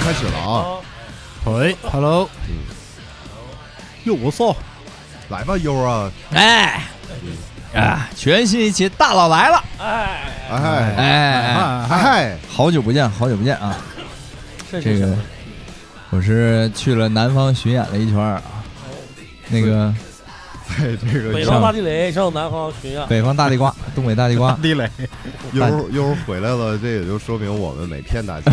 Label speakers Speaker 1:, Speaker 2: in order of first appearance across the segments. Speaker 1: 开始了啊！
Speaker 2: 喂，Hello，哟，我操，
Speaker 1: 来吧，优啊！
Speaker 3: 哎，啊，全新一期大佬来了，
Speaker 1: 哎
Speaker 3: 哎，
Speaker 1: 哎，
Speaker 3: 好久不见，好久不见啊！
Speaker 2: 这
Speaker 3: 这个我是去了南方巡演了一圈儿啊，那个
Speaker 1: 哎，这
Speaker 2: 北
Speaker 1: 个
Speaker 2: 方大地雷上南方啊巡演，
Speaker 3: 北方大地瓜，东北大地 瓜，
Speaker 2: 地雷
Speaker 1: 优优回来了，这也就说明我们没骗大 家，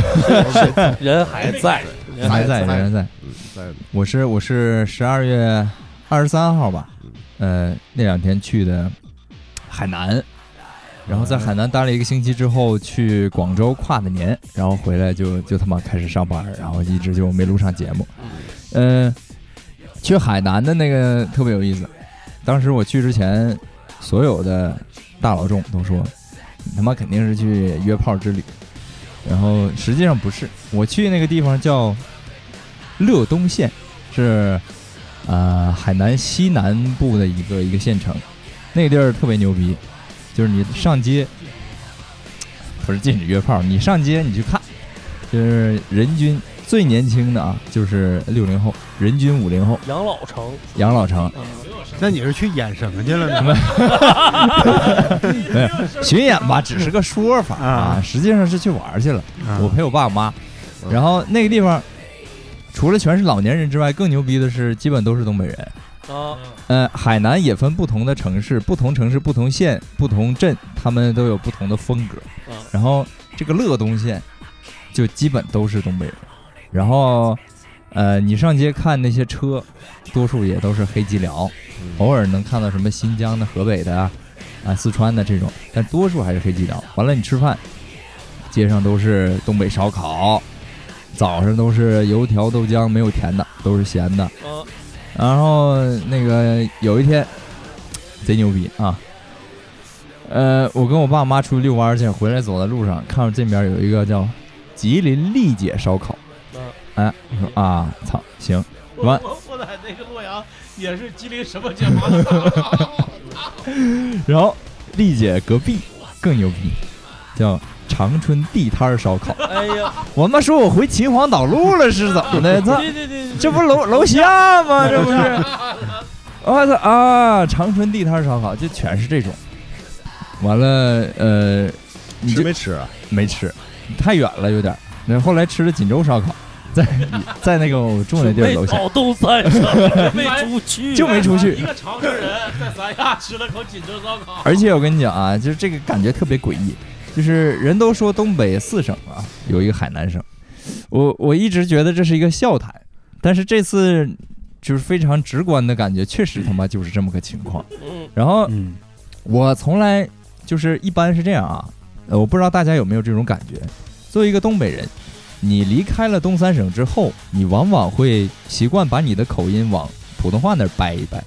Speaker 2: 人还在，人
Speaker 3: 还在
Speaker 1: 还在
Speaker 3: 还在。
Speaker 1: 嗯在
Speaker 3: 我是我是十二月二十三号吧，呃，那两天去的海南，然后在海南待了一个星期之后，去广州跨的年，然后回来就就他妈开始上班，然后一直就没录上节目。嗯、去海南的那个特别有意思，当时我去之前，所有的大老众都说，你他妈肯定是去约炮之旅，然后实际上不是，我去那个地方叫乐东县，是呃海南西南部的一个一个县城，那个地儿特别牛逼，就是你上街不是禁止约炮，你上街你去看，就是人均最年轻的啊，就是六零后，人均五零后，
Speaker 2: 养老城，
Speaker 3: 养老城。
Speaker 4: 那你是去演什么去了呢？
Speaker 3: 没有巡演吧，只是个说法啊，实际上是去玩儿去了。
Speaker 4: 啊
Speaker 3: 我陪我爸我妈，
Speaker 1: 嗯
Speaker 3: 然后那个地方除了全是老年人之外，更牛逼的是基本都是东北人。
Speaker 2: 啊，
Speaker 3: 呃，海南也分不同的城市、不同城市、不同县、不同镇，他们都有不同的风格。
Speaker 2: 嗯
Speaker 3: 然后这个乐东县就基本都是东北人，然后呃，你上街看那些车，多数也都是黑吉辽，偶尔能看到什么新疆的、河北的啊、四川的这种，但多数还是黑吉辽。完了，你吃饭，街上都是东北烧烤，早上都是油条、豆浆，没有甜的，都是咸
Speaker 5: 嗯
Speaker 3: 的。
Speaker 2: 啊
Speaker 3: 然后那个有一天，贼牛逼啊！呃，我跟我爸妈出去遛弯儿去，回来走在路上，看到这边有一个叫吉林丽姐烧烤，
Speaker 2: 嗯
Speaker 3: 哎，我说啊，操，行，
Speaker 5: 我
Speaker 3: 完
Speaker 5: 我我在那个洛阳也是吉林什么节目？
Speaker 3: 然后丽姐隔壁更牛逼，叫长春地摊儿烧烤。
Speaker 2: 哎 呀，
Speaker 3: 我妈说我回秦皇岛路了是怎么的？操，
Speaker 2: 对对对，
Speaker 3: 这不楼楼下吗？这不是？ 我操啊！长春地摊烧烤就全是这种。完了，呃，你
Speaker 1: 吃
Speaker 3: 就
Speaker 1: 没吃啊？
Speaker 3: 没吃，太远了有点儿。那后来吃了锦州烧烤，在在那个我住那地儿楼下，
Speaker 2: 跑东三省， 没出去，
Speaker 3: 就没出去
Speaker 5: 一个长春人在三亚吃了口锦州烧烤，
Speaker 3: 而且我跟你讲啊，就是这个感觉特别诡异，就是人都说东北四省啊有一个海南省，我我一直觉得这是一个笑谈，但是这次就是非常直观的感觉，确实他妈就是这么个情况。
Speaker 2: 嗯，
Speaker 3: 然后
Speaker 4: 嗯，
Speaker 3: 我从来就是一般是这样啊，呃，我不知道大家有没有这种感觉。作为一个东北人，你离开了东三省之后，你往往会习惯把你的口音往普通话那儿掰一掰，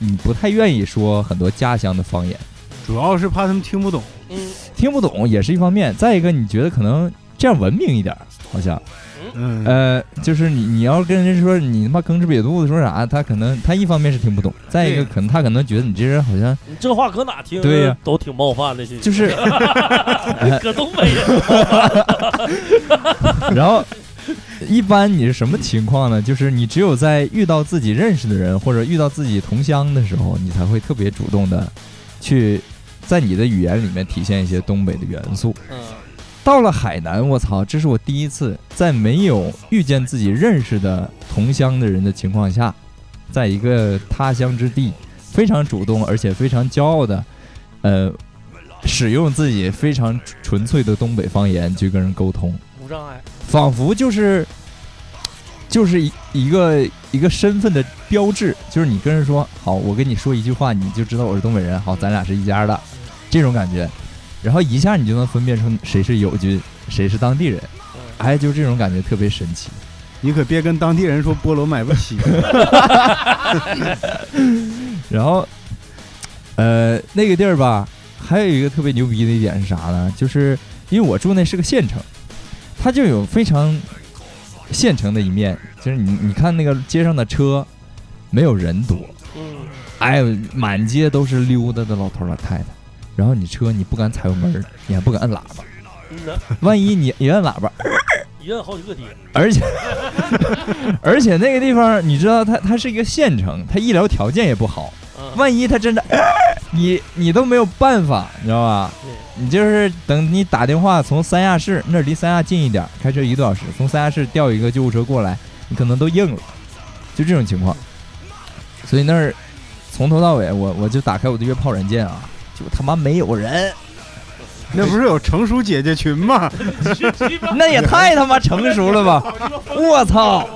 Speaker 3: 你不太愿意说很多家乡的方言，
Speaker 4: 主要是怕他们听不懂。
Speaker 2: 嗯
Speaker 3: 听不懂也是一方面。再一个，你觉得可能这样文明一点儿，好像
Speaker 4: 嗯，
Speaker 3: 呃，就是你你要跟人说你他妈吭哧瘪肚子说啥，他可能他一方面是听不懂，再一个可能他可能觉得你这人好像
Speaker 2: 你这话搁哪听？
Speaker 3: 对呀
Speaker 2: 都挺冒犯的，这
Speaker 3: 就是。
Speaker 2: 搁东北人，
Speaker 3: 然后，一般你是什么情况呢？就是你只有在遇到自己认识的人或者遇到自己同乡的时候，你才会特别主动的去在你的语言里面体现一些东北的元素。
Speaker 2: 嗯，
Speaker 3: 到了海南，我操，这是我第一次在没有遇见自己认识的同乡的人的情况下，在一个他乡之地，非常主动而且非常骄傲的，呃，使用自己非常纯粹的东北方言去跟人沟通。
Speaker 2: 无障碍，
Speaker 3: 仿佛就是就是一一个一个身份的标志，就是你跟人说好，我跟你说一句话，你就知道我是东北人，好，咱俩是一家的，这种感觉，然后一下你就能分辨出谁是友军，谁是当地人，哎，就这种感觉特别神奇。
Speaker 4: 你可别跟当地人说菠萝买不 起。
Speaker 3: 然后，呃，那个地儿吧，还有一个特别牛逼的一点是啥呢？就是因为我住那是个县城，它就有非常县城的一面，就是你你看那个街上的车，没有人多，
Speaker 2: 嗯，
Speaker 3: 哎呦，满街都是溜达的老头老太太，然后你车你不敢踩油门儿，你还不敢摁喇叭，
Speaker 2: 嗯
Speaker 3: 万一你你摁喇叭，
Speaker 2: 一摁好几个点，
Speaker 3: 而且 而且那个地方，你知道它它是一个县城，它医疗条件也不好，
Speaker 2: 嗯，
Speaker 3: 万一它真的，你你都没有办法，你知道吧？
Speaker 2: 对，
Speaker 3: 你就是等你打电话从三亚市那儿离三亚近一点儿，开车一个多小时，从三亚市调一个救护车过来，你可能都硬了，就这种情况。所以那儿从头到尾，我我就打开我的约炮软件啊，就他妈没有人，
Speaker 4: 那不是有成熟姐姐群 吗？
Speaker 3: 那也太他妈成熟了吧！我操！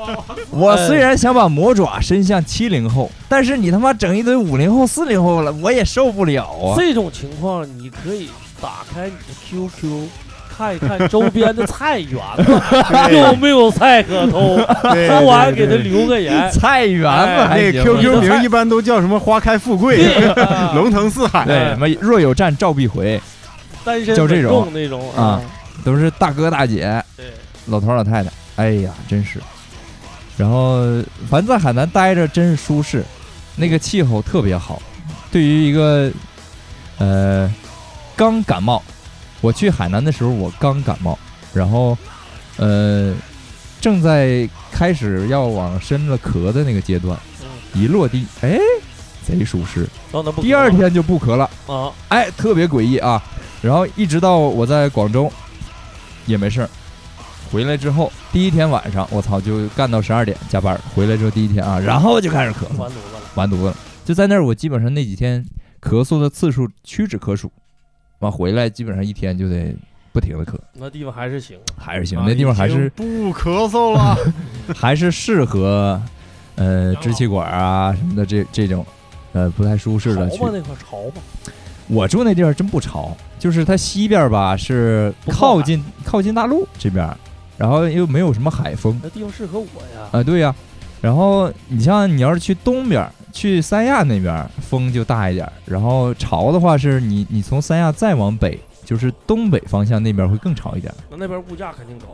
Speaker 3: 我虽然想把魔爪伸向七零后，但是你他妈整一堆五零后、四零后了，我也受不了啊！
Speaker 2: 这种情况你可以打开你的 QQ。看一看周边的菜园 子有没有菜可偷，
Speaker 4: 对
Speaker 2: 偷完给
Speaker 4: 对
Speaker 2: 他
Speaker 4: 对
Speaker 2: 留个言。
Speaker 3: 菜园嘛，还
Speaker 4: 那
Speaker 3: 行
Speaker 4: QQ 名一般都叫什么“花开 富贵”“
Speaker 2: 对，
Speaker 4: 龙腾四海
Speaker 3: 对，什么若有战召必回，
Speaker 2: 单身
Speaker 3: 就这种
Speaker 2: 种那种
Speaker 3: 啊，都是大哥大姐、
Speaker 2: 对，
Speaker 3: 老头儿老太太，哎呀，真是。然后反正在海南待着真是舒适，那个气候特别好。对于一个呃刚感冒，我去海南的时候我刚感冒，然后呃正在开始要往深了咳的那个阶段，一落地，哎，贼舒适，
Speaker 2: 到那不
Speaker 3: 第二天就不咳了。
Speaker 2: 啊，
Speaker 3: 哎，特别诡异啊。然后一直到我在广州也没事儿，回来之后第一天晚上，我操，就干到十二点加班儿。回来之后第一天啊，然后就开始咳嗽，
Speaker 2: 完犊子了。
Speaker 3: 完犊子了。就在那儿，我基本上那几天咳嗽的次数屈指可数，完回来基本上一天就得不停的咳，
Speaker 2: 那地方还是行，
Speaker 3: 还是行
Speaker 4: 啊，
Speaker 3: 那地方还
Speaker 4: 已
Speaker 3: 是
Speaker 4: 经不咳嗽了。
Speaker 3: 还是适合，呃，
Speaker 5: 养老
Speaker 3: 支气管啊什么的这这种，呃，不太舒适
Speaker 2: 潮
Speaker 3: 的去
Speaker 2: 嘛那块儿潮嘛，
Speaker 3: 我住那地儿真不潮，就是它西边儿吧是
Speaker 2: 不靠海
Speaker 3: 靠近靠近大陆这边儿，然后又没有什么海风
Speaker 2: 那地方适合我呀
Speaker 3: 啊、。对呀、然后你像你要是去东边儿，去三亚那边儿风就大一点儿，然后潮的话是你你从三亚再往北，就是东北方向那边儿会更潮一点儿。
Speaker 2: 那那边物价肯定高，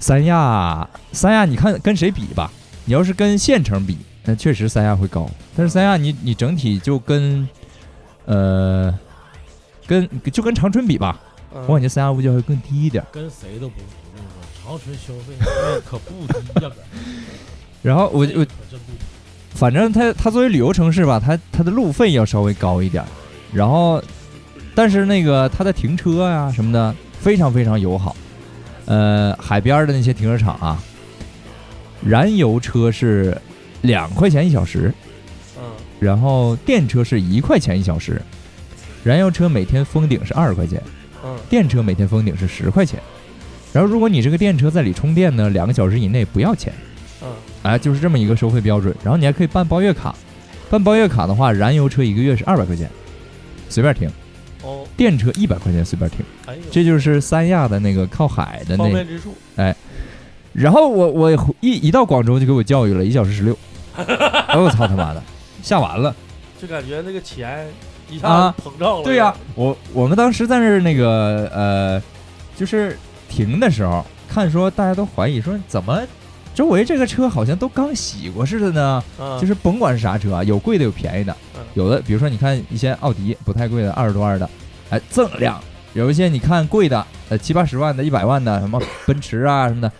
Speaker 3: 三亚三亚，你看跟谁比吧？你要是跟县城比，那确实三亚会高，但是三亚你你整体就跟呃跟就跟长春比吧。
Speaker 2: 嗯
Speaker 3: 我感觉三亚物价会更低一点。
Speaker 5: 跟谁都不服，我跟你说，长春消费那 可不低呀，
Speaker 3: 然后我
Speaker 5: 可
Speaker 3: 我
Speaker 5: 真不低。
Speaker 3: 反正它它作为旅游城市吧，它它的路费要稍微高一点，然后但是那个它的停车呀、什么的非常非常友好。呃，海边儿的那些停车场啊，燃油车是两块钱一小时，
Speaker 2: 嗯，
Speaker 3: 然后电车是一块钱一小时，燃油车每天封顶是二十块钱。
Speaker 2: 嗯，
Speaker 3: 电车每天封顶是十块钱，然后如果你这个电车在里充电呢，两个小时以内不要钱。
Speaker 2: 嗯，
Speaker 3: 哎，就是这么一个收费标准。然后你还可以办包月卡，办包月卡的话，燃油车一个月是二百块钱，随便停；
Speaker 2: 哦，
Speaker 3: 电车一百块钱随便停。
Speaker 2: 哎呦，
Speaker 3: 这就是三亚的那个靠海的
Speaker 2: 方
Speaker 3: 那。
Speaker 2: 便之处，
Speaker 3: 然后我我一一到广州就给我教育了一小时十六，哎我操他妈的，吓完了。
Speaker 2: 就感觉那个钱一下子膨胀了。
Speaker 3: 啊对呀、我我们当时在那儿那个呃，就是停的时候，看说大家都怀疑说怎么周围这个车好像都刚洗过似的呢？
Speaker 2: 嗯，
Speaker 3: 就是甭管是啥车啊，有贵的有便宜的
Speaker 2: 嗯，
Speaker 3: 有的比如说你看一些奥迪不太贵的二十多万的，哎锃亮；有一些你看贵的呃七八十万的、一百万的什么奔驰啊什么的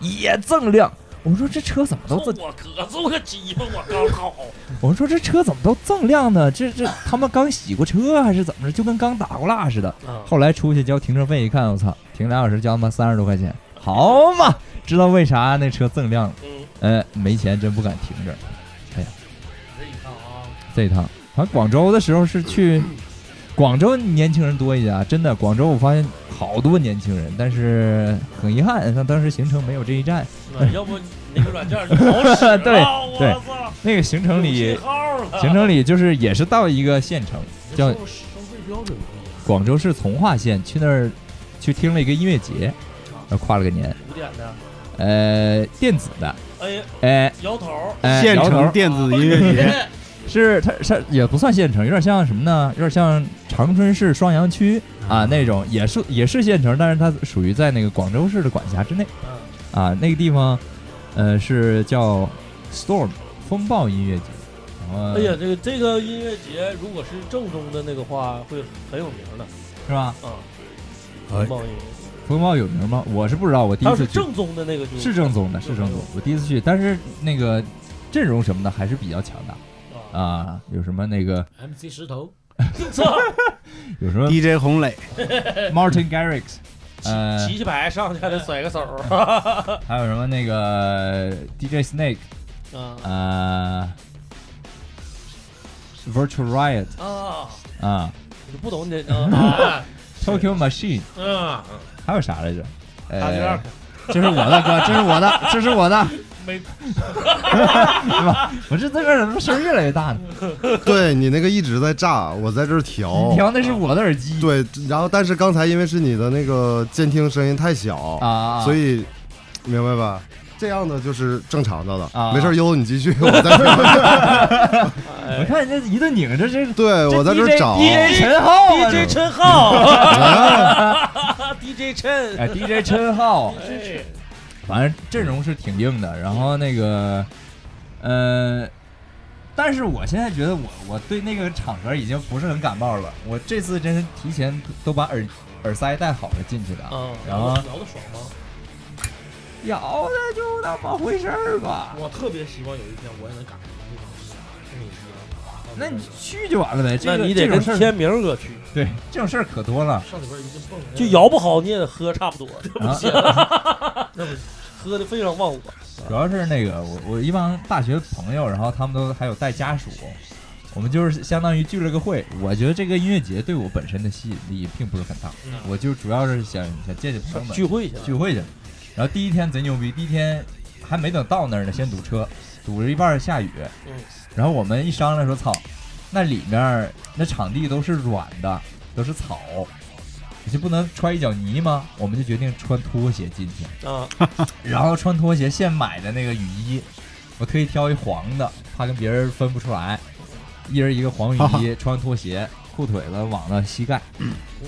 Speaker 3: 也锃亮。我说这车怎么都这？
Speaker 2: 我咳嗽个鸡巴，我刚好，
Speaker 3: 我说这车怎么都锃亮呢？这这他们刚洗过车啊还是怎么着？就跟刚打过蜡似的。
Speaker 2: 嗯，
Speaker 3: 后来出去交停车费，一看，我操，停俩小时交他妈三十多块钱，好嘛，知道为啥那车锃亮了？
Speaker 2: 嗯，
Speaker 3: 呃，没钱真不敢停这儿。
Speaker 5: 这一看啊，
Speaker 3: 这一趟，反正广州的时候是去，广州年轻人多一些啊，真的，广州我发现好多年轻人，但是很遗憾，像当时行程没有这一站，
Speaker 2: 那要不你那个软件就好使 了
Speaker 3: 对对
Speaker 2: 我操，
Speaker 3: 那个行程
Speaker 2: 有
Speaker 3: 里
Speaker 2: 信，号了，
Speaker 3: 行程里就是也是到一个县城，叫
Speaker 5: 收费标准不一样。
Speaker 3: 广州市从化县，去那儿去听了一个音乐节，呃，跨了个年，
Speaker 2: 五点的，
Speaker 3: 呃，电子的，
Speaker 2: 哎，
Speaker 3: 哎
Speaker 2: 摇头，
Speaker 3: 哎，
Speaker 4: 县
Speaker 3: 摇头
Speaker 4: 城电子音乐 节，
Speaker 3: 是它它也不算县城，有点像什么呢？有点像长春市双阳区啊那种，也是也是县城，但是它属于在那个广州市的管辖之内
Speaker 2: 嗯，
Speaker 3: 啊。那个地方，呃，是叫 Storm 风暴音乐节。然后
Speaker 2: 哎呀，，这个这个音乐节如果是正宗的那个话，会很有名的
Speaker 3: 是吧？
Speaker 2: 啊，
Speaker 4: 哎
Speaker 2: 风暴音乐节，
Speaker 3: 风冯猫有名吗？我是不知道，我第一
Speaker 2: 他要
Speaker 3: 次
Speaker 2: 是
Speaker 3: 去
Speaker 2: 正宗的那个就是
Speaker 3: 正宗的，是正宗。我第一次去，但是那个阵容什么的还是比较强大
Speaker 5: 啊
Speaker 3: 啊，有什么那个
Speaker 5: ，MC 石头，
Speaker 2: 操
Speaker 3: 有什么
Speaker 4: DJ 红磊，
Speaker 3: Martin Garrix，呃，
Speaker 2: 骑骑牌上去还得甩个手儿，
Speaker 3: 还有什么那个 DJ Snake，
Speaker 2: 啊
Speaker 3: 呃，Virtual Riot
Speaker 2: 啊，
Speaker 3: 啊
Speaker 2: 你不懂你得啊
Speaker 3: ，Tokyo Machine， 哎
Speaker 2: 啊，
Speaker 3: 还有啥来着？
Speaker 2: 大
Speaker 3: 呃
Speaker 2: 这样，
Speaker 3: 这是我的歌，这是我的，这是我的，
Speaker 2: 没
Speaker 3: 对吧？我这这边怎么声儿越来越大呢？
Speaker 1: 对你那个一直在炸，我在这儿调
Speaker 3: 你。 调那是我的耳机，
Speaker 1: 哦对，然后但是刚才因为是你的那个监听声音太小，
Speaker 3: 啊，
Speaker 1: 所
Speaker 3: 以
Speaker 1: 以明白吧？这样的就是正常的了。
Speaker 3: 啊
Speaker 1: 没事儿，悠悠你继 续，我在这儿
Speaker 3: 我看人家一顿拧，这是
Speaker 1: 对我在这儿找。
Speaker 3: DJ 陈浩啊
Speaker 2: DJ 陈浩，DJ 陈，
Speaker 3: 哎，DJ 陈浩，
Speaker 2: 哎
Speaker 3: 反正阵容是挺硬的。然后那个，呃，但是我现在觉得我我对那个场合已经不是很感冒了。我这次真是提前都把耳耳塞戴好了进去的啊。
Speaker 2: 啊，
Speaker 3: 然后
Speaker 5: 嗯聊得爽吗？
Speaker 3: 咬的就那么回事儿吧。
Speaker 5: 我特别希望有一天我也能赶上这种事啊，跟你一样。啊
Speaker 3: 那你去就完了呗。
Speaker 2: 那
Speaker 3: 这个
Speaker 2: 你得跟
Speaker 3: 这种事儿
Speaker 2: 天明儿哥去，
Speaker 3: 对这种事儿可多了。
Speaker 5: 上里边一顿蹦，
Speaker 2: 就摇不好你也得喝差不多，
Speaker 3: 啊，
Speaker 5: 那不是
Speaker 2: 喝的非常忘我。
Speaker 3: 主要是那个我我一帮大学朋友，然后他们都还有带家属，我们就是相当于聚了个会。我觉得这个音乐节对我本身的吸引力并不是很大，
Speaker 5: 嗯
Speaker 3: 我就主要是想想见见朋友们
Speaker 2: 聚会去了，
Speaker 3: 聚会去了。然后第一天贼牛逼，第一天还没等到那儿呢，先堵车，堵着一半儿下雨。
Speaker 5: 嗯
Speaker 3: 然后我们一商量说，操，那里面儿那场地都是软的，都是草，你就不能穿一脚泥吗？我们就决定穿拖鞋进去。
Speaker 2: 啊，
Speaker 3: 然后穿拖鞋现买的那个雨衣，我特意挑一黄的，怕跟别人分不出来。一人一个黄雨衣，穿拖鞋，裤腿子网到膝盖。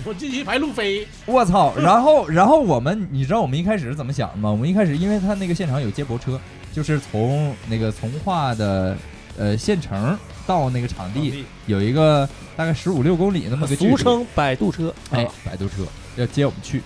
Speaker 5: 我进去一排路
Speaker 2: 啊
Speaker 5: 飞，
Speaker 3: 我操！然后， 然后我们，你知道我们一开始是怎么想的吗？我们一开始，因为他那个现场有接驳车，就是从那个从化的呃县城到那个场地，有一个大概十五六公里那么个距离。
Speaker 2: 俗称摆渡车，
Speaker 5: 啊
Speaker 3: 哎，摆渡车要接我们去。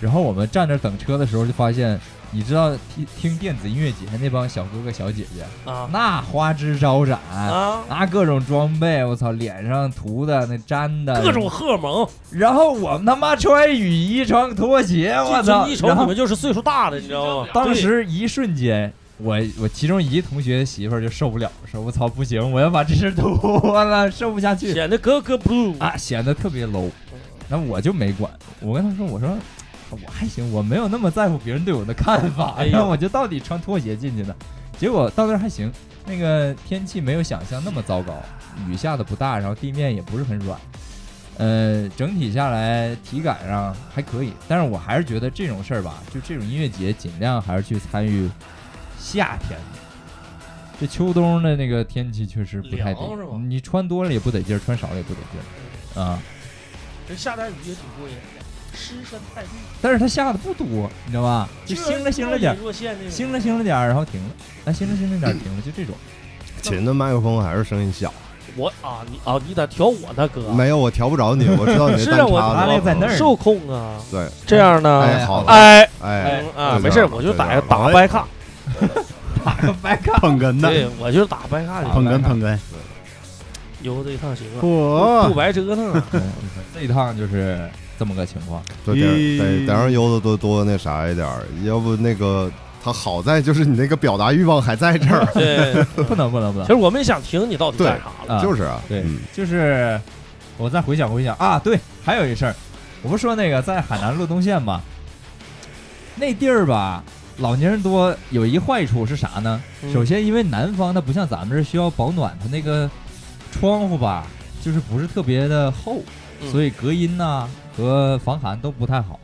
Speaker 3: 然后我们站那儿等车的时候，就发现，你知道听听电子音乐节那帮小哥哥小姐姐，
Speaker 2: 啊
Speaker 3: 那花枝招展，
Speaker 2: 啊，
Speaker 3: 拿各种装备，我操，脸上涂的那粘的
Speaker 2: 各种。荷尔蒙，
Speaker 3: 然后我们他妈穿雨衣，穿拖鞋，我操！
Speaker 2: 一瞅
Speaker 3: 然
Speaker 2: 你
Speaker 3: 后
Speaker 2: 们就是岁数大的，你知道吗？
Speaker 3: 当时一瞬间。我我其中一同学媳妇儿就受不了，说我操不行，我要把这事儿 脱了，受不下去
Speaker 2: 对。显得格格不入
Speaker 3: 啊，显得特别 low。那我就没管，我跟他说，我说我还行，我没有那么在乎别人对我的看法，
Speaker 2: 哎呀
Speaker 3: 然后我就到底穿拖鞋进去的。结果到那儿还行，那个天气没有想象那么糟糕，雨下的不大，然后地面也不是很软，呃，整体下来体感上还可以。但是我还是觉得这种事儿吧，就这种音乐节，尽量还是去参与夏天的。这秋冬的那个天气确实不太
Speaker 5: 凉是
Speaker 3: 得
Speaker 5: 吗，
Speaker 3: 你穿多了也不得劲儿，穿少了也不得劲儿啊。
Speaker 5: 这下点雨也挺过瘾的，尸山太绿，
Speaker 3: 但是它下的不多，你知道吧？就兴了兴了点儿，
Speaker 5: 若现那个
Speaker 3: 兴了兴了点儿，然后停了，那兴了兴了点儿停了，就这种。
Speaker 1: 琴的麦克风还是声音小，
Speaker 2: 我啊，你啊，你咋调我呢，哥？
Speaker 1: 没有我调不着你，我知道你
Speaker 2: 是
Speaker 1: 的
Speaker 2: 啊
Speaker 1: 单
Speaker 2: 我
Speaker 1: 插
Speaker 3: 他那
Speaker 1: 的
Speaker 3: 在那儿
Speaker 2: 受控啊，
Speaker 1: 对，
Speaker 2: 这样呢，
Speaker 1: 哎好的
Speaker 2: 哎
Speaker 1: 哎，
Speaker 2: 啊，
Speaker 1: 对
Speaker 2: 没事儿，
Speaker 1: 对
Speaker 2: 我就打
Speaker 1: 对哎
Speaker 2: 打个
Speaker 1: 对
Speaker 2: 白卡，
Speaker 3: 打个白看，
Speaker 4: 捧哏的，
Speaker 2: 对我就是打白卡
Speaker 3: 好
Speaker 2: 去，
Speaker 4: 捧哏捧哏，
Speaker 2: 游这一趟行啊，不
Speaker 3: 哎
Speaker 4: 嚯，
Speaker 2: 白折腾 啊，
Speaker 3: 嗯这一趟就是这么个情况。
Speaker 1: 对，得
Speaker 4: 咦
Speaker 1: 得得让悠子多多那啥一点儿，要不那个他好在就是你那个表达欲望还在这儿，
Speaker 2: 对，
Speaker 3: 不能不能不
Speaker 2: 其
Speaker 3: 能
Speaker 2: 实，我们想听你到底干啥了，
Speaker 3: 啊
Speaker 1: 就是 啊，
Speaker 3: 对
Speaker 1: 嗯，
Speaker 3: 就是我再回想回想啊，对，还有一事儿，我不是说那个在海南路东线嘛，那地儿吧，老年人多有一坏处是啥呢？
Speaker 2: 嗯
Speaker 3: 首先，因为南方它不像咱们这需要保暖，它那个窗户吧，就是不是特别的厚，
Speaker 2: 嗯
Speaker 3: 所以隔音呐、和防寒都不太好。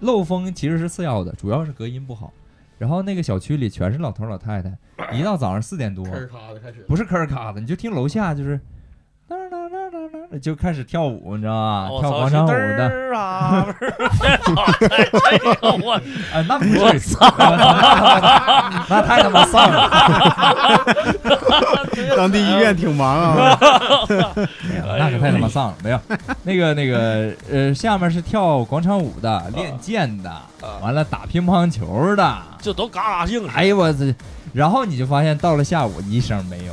Speaker 3: 漏风其实是次要的，主要是隔音不好。然后那个小区里全是老头老太 太，一到早上四点多，
Speaker 5: 嗑儿咔的开始，
Speaker 3: 不是吭儿咔的，你就听楼下就是，当当当噔就开始跳舞，你知道吧？
Speaker 5: 哦
Speaker 2: 我
Speaker 3: 啊跳
Speaker 2: 啊操，
Speaker 3: 广场舞
Speaker 2: 是 嘚
Speaker 3: 的，
Speaker 2: 儿啊！不是，这个我
Speaker 3: 哎，那不至于
Speaker 2: 我操！
Speaker 3: 那太他妈丧了，
Speaker 4: 当地医院挺忙 啊，
Speaker 3: 没有，那可太他妈丧了，没有。那个那个呃，下面是跳广场舞的，练剑的，完了打乒乓球的，
Speaker 2: 就都嘎嘎硬
Speaker 3: 哎呦我这，然后你就发现到了下午一声没有，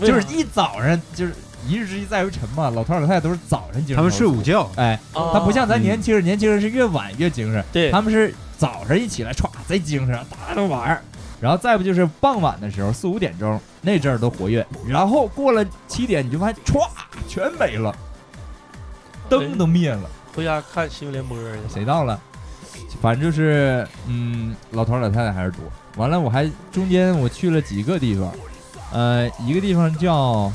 Speaker 2: 为
Speaker 3: 就是
Speaker 2: 啥
Speaker 3: 一早上就是一日之计在于晨嘛，老头儿老太太都是早上精神
Speaker 4: 他们睡午觉，
Speaker 3: 哎，
Speaker 2: 啊
Speaker 3: 他不像咱
Speaker 4: 嗯
Speaker 3: 年轻人，年轻人是越晚越精神，
Speaker 2: 对
Speaker 3: 他们是早上一起来歘贼精神，大家都玩儿。然后再不就是傍晚的时候四五点钟那阵儿都活跃，然后过了七点你就发现歘全没了，灯都灭了，
Speaker 2: 回家看新闻联播去了。
Speaker 3: 谁到了？反正就是嗯，老头儿老太太还是多。完了我还中间我去了几个地方，呃，一个地方叫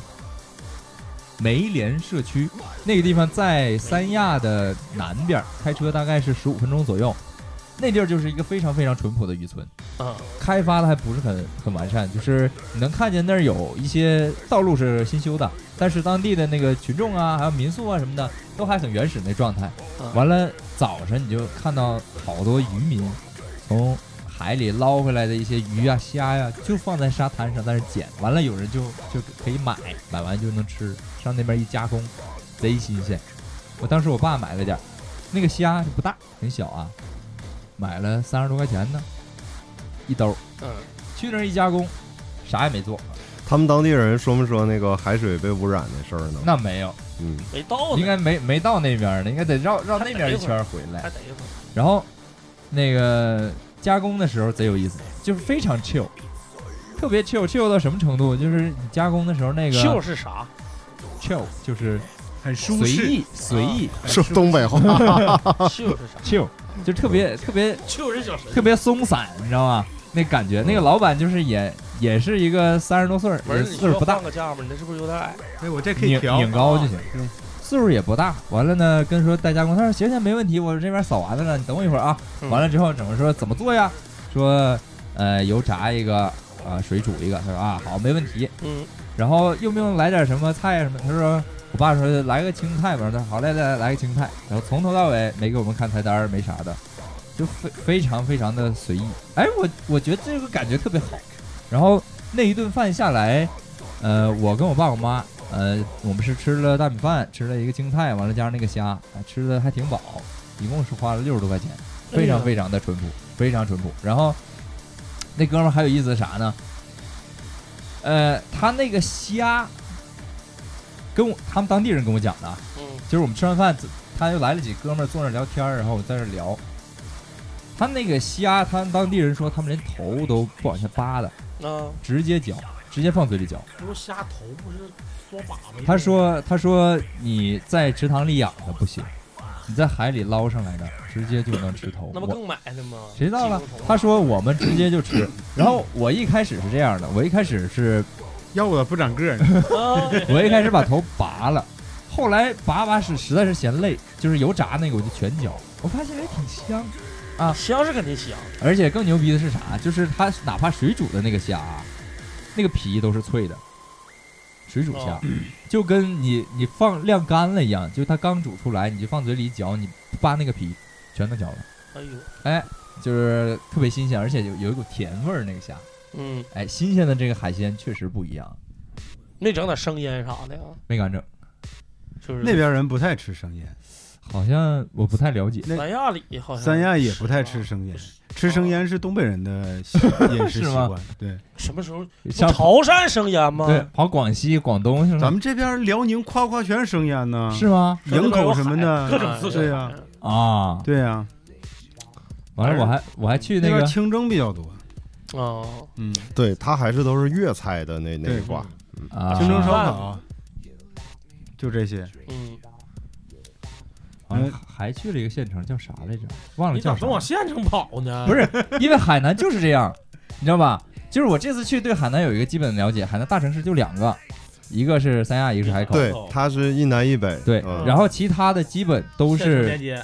Speaker 3: 梅连社区，那个地方在三亚的南边儿，开车大概是十五分钟左右。那地儿就是一个非常非常淳朴的渔村，
Speaker 2: 啊？
Speaker 3: 开发的还不是很很完善，就是你能看见那儿有一些道路是新修的，但是当地的那个群众啊，还有民宿啊什么的，都还很原始那状态。完了，早晨你就看到好多渔民从海里捞回来的一些鱼啊、虾呀、就放在沙滩上在那儿捡，完了有人就就可以买，买完就能吃，上那边一加工，贼新鲜。我当时我爸买了点儿，那个虾是不大，很小啊，买了三十多块钱呢，一兜儿。
Speaker 2: 嗯，
Speaker 3: 去那儿一加工，啥也没做，
Speaker 1: 他们当地人说没说那个海水被污染的事儿呢？
Speaker 3: 那没有，
Speaker 1: 嗯，
Speaker 2: 没到呢，
Speaker 3: 应该没没到那边儿呢，应该得绕绕哦那边一圈儿回来
Speaker 2: 还。得一会儿。
Speaker 3: 然后那个加工的时候贼有意思，就是非常 chill，特别 chill chill 到什么程度？就是你加工的时候那个
Speaker 2: 秀 是啥？
Speaker 3: chill 就是
Speaker 4: 很舒
Speaker 3: 随
Speaker 4: 适。
Speaker 3: 意随意
Speaker 1: 说东北话，
Speaker 2: 秀是啥？
Speaker 3: chill，就特别特别
Speaker 2: 秀是小神
Speaker 3: 特别松散，你知道吗？那感觉，那个老板就是也也是一个三十多嗯岁儿，
Speaker 2: 不
Speaker 3: 也
Speaker 2: 是你需
Speaker 3: 岁
Speaker 2: 要
Speaker 3: 数不大
Speaker 2: 放，个价吗？你这是不是有点矮？
Speaker 4: 哎，我这可以
Speaker 3: 拧
Speaker 4: 调
Speaker 3: 拧，高就行
Speaker 4: 嗯，
Speaker 3: 岁数也不大。完了呢，跟说带加工，他说行行没问题，我这边扫完了呢，你等我一会儿啊。
Speaker 2: 嗯
Speaker 3: 完了之后，整个说怎么做呀？说呃油炸一个，啊水煮一个。他说啊好没问题。
Speaker 2: 嗯，
Speaker 3: 然后用不用来点什么菜什么？他说我爸说来个青菜吧。他说好嘞，来来个青菜。然后从头到尾没给我们看菜单儿，没啥的，就非非常非常的随意。哎，我我觉得这个感觉特别好。然后那一顿饭下来，呃，我跟我爸我妈，呃，我们是吃了大米饭，吃了一个青菜，完了加上那个虾，啊吃的还挺饱，一共是花了六十多块钱，非
Speaker 2: 哎
Speaker 3: 常
Speaker 2: 呀
Speaker 3: 非常的淳朴，非常淳朴。然后那哥们儿还有意思是啥呢？呃，他那个虾，跟我他们当地人跟我讲的啊，
Speaker 2: 嗯
Speaker 3: 就是我们吃完饭，他就来了几哥们儿坐那儿聊天儿，然后我在这儿聊。他那个虾，他们当地人说他们连头都不往下扒的，
Speaker 2: 那
Speaker 3: 直接嚼，直接放嘴里嚼。
Speaker 5: 不是虾头，不是多粑粑。
Speaker 3: 他说：“他说你在池塘里养的不行，你在海里捞上来的，直接就能吃头。
Speaker 2: 那不
Speaker 3: 我
Speaker 2: 更买的吗？
Speaker 3: 谁知道了
Speaker 2: 鸡公头？
Speaker 3: 他说我们直接就吃。然后我一开始是这样的，我一开始是
Speaker 4: 要不咋不长个儿呢。
Speaker 2: 啊
Speaker 3: 我一开始把头拔了，后来拔拔是实在是嫌累，就是油炸那个我就全嚼，我发现还挺香。
Speaker 2: 香是肯定香，
Speaker 3: 而且更牛逼的是啥？就是它哪怕水煮的那个虾啊，那个皮都是脆的，水煮虾、
Speaker 2: 哦
Speaker 3: 就跟你你放晾干了一样，就是它刚煮出来，你就放嘴里一嚼，你扒那个皮全能嚼了，
Speaker 2: 哎呦，
Speaker 3: 就是特别新鲜，而且有有一股甜味儿那个虾。
Speaker 2: 嗯，
Speaker 3: 哎，新鲜的这个海鲜确实不一样，
Speaker 2: 没整点生腌啥的呀？
Speaker 3: 没敢整，
Speaker 2: 是不是？
Speaker 4: 那边人不太吃生腌，
Speaker 3: 好像我不太了解。
Speaker 4: 那
Speaker 2: 三亚里好像
Speaker 4: 三亚也不太吃生腌，吃生腌是东北人的习饮食
Speaker 3: 是
Speaker 4: 习
Speaker 3: 吗
Speaker 4: 惯。对，
Speaker 2: 啊什么时候？不
Speaker 3: 像
Speaker 2: 潮汕生腌吗？
Speaker 3: 对，跑广西、广东
Speaker 1: 嗯
Speaker 3: 是
Speaker 4: 咱
Speaker 3: 吗？
Speaker 4: 们这边辽宁夸夸全是生腌呢，
Speaker 3: 是吗？
Speaker 4: 营口什么
Speaker 2: 各
Speaker 4: 的，
Speaker 2: 种姿势
Speaker 4: 对呀，
Speaker 3: 啊，
Speaker 4: 对呀，
Speaker 3: 完了我还我还去那
Speaker 4: 边
Speaker 3: 个
Speaker 4: 清蒸比较多。
Speaker 2: 啊，
Speaker 4: 嗯，
Speaker 1: 对他还是都是粤菜的那那一
Speaker 4: 对
Speaker 1: 挂。
Speaker 3: 啊，
Speaker 4: 清蒸烧
Speaker 2: 饭
Speaker 4: 烤，就这些。
Speaker 2: 嗯，
Speaker 3: 好像
Speaker 4: 嗯
Speaker 3: 还去了一个县城，叫啥来着？忘了
Speaker 5: 你
Speaker 3: 叫
Speaker 5: 咋
Speaker 3: 啥
Speaker 5: 总。往县城跑呢？
Speaker 3: 不是因为海南就是这样，你知道吧？就是我这次去对海南有一个基本的了解，海南大城市就两个，一个是三亚，一个是海口。
Speaker 1: 对，
Speaker 4: 哦
Speaker 1: 它是一南一北。
Speaker 3: 对
Speaker 1: 嗯
Speaker 3: 然后其他的基本都
Speaker 5: 县城
Speaker 3: 是
Speaker 5: 连接，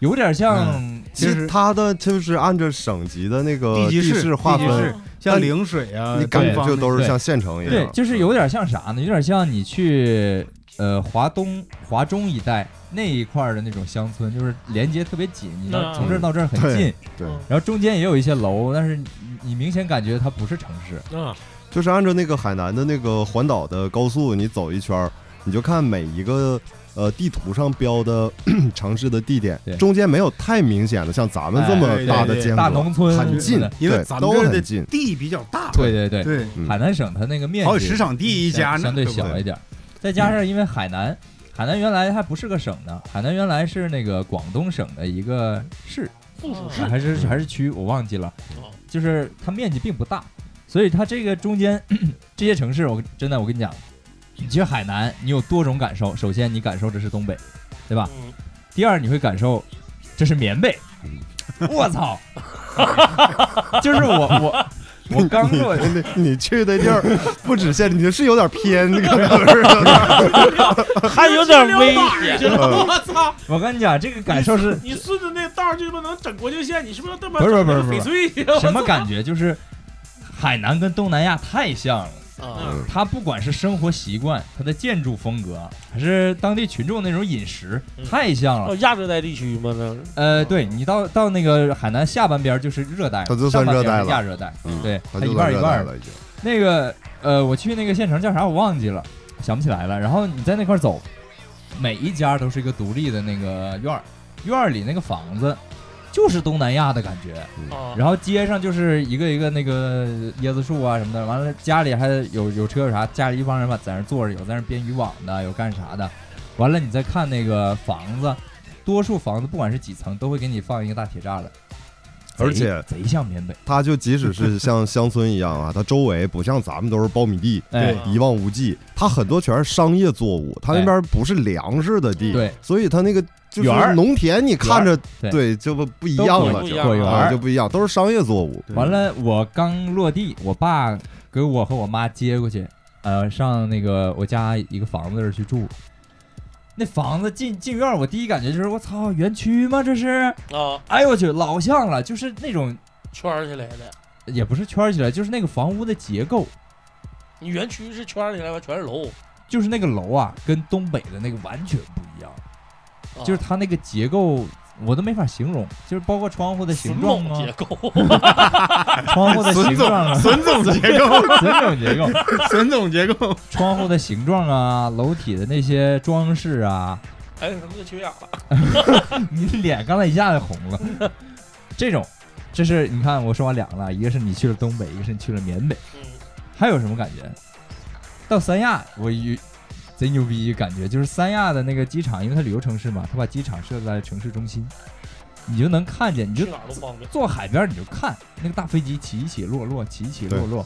Speaker 3: 有点像，
Speaker 1: 其实它的就是按照省级的那个
Speaker 4: 地级市
Speaker 1: 市划
Speaker 4: 地级市
Speaker 5: 嗯
Speaker 1: 分，
Speaker 3: 嗯
Speaker 4: 像陵水啊，
Speaker 1: 你感
Speaker 4: 东
Speaker 1: 觉
Speaker 4: 方
Speaker 1: 就
Speaker 4: 那
Speaker 1: 都是
Speaker 3: 对
Speaker 1: 像县城一样。嗯
Speaker 3: 对，就是有点像啥呢？有点像你去呃华东华中一带那一块儿的那种乡村，就是连接特别紧，你到
Speaker 2: 嗯
Speaker 3: 从这儿到这儿很近，
Speaker 1: 对，
Speaker 3: 然后中间也有一些楼，但是你你明显感觉它不是城市，
Speaker 5: 啊，
Speaker 1: 就是按照那个海南的那个环岛的高速，你走一圈儿，你就看每一个呃地图上标的 城市的地点
Speaker 3: 对，
Speaker 1: 中间没有太明显的像咱们这
Speaker 4: 哎
Speaker 1: 么
Speaker 4: 对
Speaker 1: 大的
Speaker 4: 对
Speaker 1: 间隔，
Speaker 3: 大农村
Speaker 1: 很近
Speaker 3: 的，，
Speaker 4: 因为
Speaker 1: 对
Speaker 4: 咱们
Speaker 1: 都
Speaker 4: 这儿的
Speaker 1: 很 近。
Speaker 4: 地比较大，
Speaker 3: 对对对，
Speaker 4: 对，
Speaker 1: 嗯
Speaker 3: 海南省它那个面积
Speaker 4: 好几十场地一家呢，
Speaker 3: 相对
Speaker 4: 对不对
Speaker 3: 小一点儿。再加上因为海南，海南原来还不是个省呢，海南原来是那个广东省的一个市，
Speaker 2: 附属
Speaker 3: 还是还是区，我忘记了
Speaker 2: 哦，
Speaker 3: 就是它面积并不大，所以它这个中间这些城市，我真的我跟你讲，你去海南你有多种感受，首先你感受这是东北，对吧？
Speaker 2: 嗯
Speaker 3: 第二你会感受这是棉被，我操， 就是我我我刚
Speaker 1: 你
Speaker 3: 过去。
Speaker 1: 你 你去的地儿不止限，你是有点偏，可能是 有点
Speaker 2: 还有点危险。
Speaker 1: 嗯
Speaker 3: 我跟你讲，这个感受是
Speaker 5: 你顺着那道儿就他妈能整国境线，你是不是他妈
Speaker 3: 不是不
Speaker 5: 整
Speaker 3: 是
Speaker 5: 那个
Speaker 3: 不是
Speaker 5: 翡翠去了？
Speaker 3: 什么感觉？就是海南跟东南亚太像了。
Speaker 5: 嗯
Speaker 2: 啊
Speaker 3: 它不管是生活习惯、它的建筑风格，还是当地群众那种饮食，
Speaker 5: 嗯
Speaker 3: 太像了
Speaker 2: 哦，。亚热带地区吗？那是
Speaker 3: 呃，对你到到那个海南下半边就是热带，
Speaker 1: 它就算
Speaker 3: 上半边
Speaker 1: 热带
Speaker 3: 是
Speaker 1: 了
Speaker 3: 亚热带，
Speaker 1: 嗯
Speaker 3: 对，
Speaker 1: 它
Speaker 3: 它
Speaker 1: 就
Speaker 3: 一半儿一
Speaker 1: 热
Speaker 3: 半
Speaker 1: 带
Speaker 3: 儿的。
Speaker 1: 了已经。
Speaker 3: 那个呃，我去那个县城叫啥我忘记了，想不起来了。然后你在那块儿走，每一家都是一个独立的那个院儿，院儿里那个房子就是东南亚的感觉。
Speaker 5: 哦
Speaker 2: 啊，
Speaker 3: 然后街上就是一个一个那个椰子树啊什么的，完了家里还有有车有啥，家里一帮人吧在那坐着，有在那编渔网的，有干啥的，完了你再看那个房子，多数房子不管是几层都会给你放一个大铁栅栏，
Speaker 1: 而且
Speaker 3: 贼贼像缅北，
Speaker 1: 它就即使是像 乡村一样啊，它周围不像咱们都是苞米地，
Speaker 3: 哎
Speaker 5: 对
Speaker 1: 一望无际，它很多全是商业作物，它那边不是粮食的地，
Speaker 3: 对，
Speaker 1: 所以它那个就
Speaker 3: 园儿
Speaker 1: 是农田，你看着
Speaker 3: 园儿对
Speaker 1: 对就不不一样
Speaker 2: 都
Speaker 1: 了
Speaker 2: 不一
Speaker 1: 就，
Speaker 2: 样
Speaker 3: 果园
Speaker 1: 啊就
Speaker 3: 儿。
Speaker 1: 不一样，都是商业作物。
Speaker 4: 对
Speaker 3: 完了，我刚落地，我爸给我和我妈接过去，呃，上那个我家一个房子这儿去住。那房子进进院儿，我第一感觉就是我操，园区吗？这是？
Speaker 2: 啊
Speaker 3: 哎呦我去，老像了，就是那种
Speaker 5: 圈儿起来的，
Speaker 3: 也不是圈儿起来，就是那个房屋的结构，
Speaker 2: 你园区是圈儿起来吧，全是楼，
Speaker 3: 就是那个楼啊，跟东北的那个完全不一样，
Speaker 4: 哦
Speaker 2: 啊
Speaker 3: 就是它那个结构我都没法形容，就是包括窗户的
Speaker 2: 榫
Speaker 3: 形状
Speaker 2: 卯
Speaker 3: 啊
Speaker 2: 结，构，
Speaker 3: 窗户的形状啊，
Speaker 4: 孙总结构，
Speaker 3: 各种结构，
Speaker 4: 孙总结构，
Speaker 3: 窗户的形状啊，楼体的那些装饰啊，
Speaker 2: 还有什么的缺氧了
Speaker 3: 你脸刚才一下就红了， 这种，这是你看我说完两个了，一个是你去了东北，一个是你去了缅北。
Speaker 2: 嗯
Speaker 3: 还有什么感觉？到三亚，我有贼牛逼一个感觉，就是三亚的那个机场，因为它旅游城市嘛，它把机场设在城市中心，你就能看见，你就
Speaker 2: 去哪儿都方便。
Speaker 3: 坐海边你就看那个大飞机起起落落，起起落落，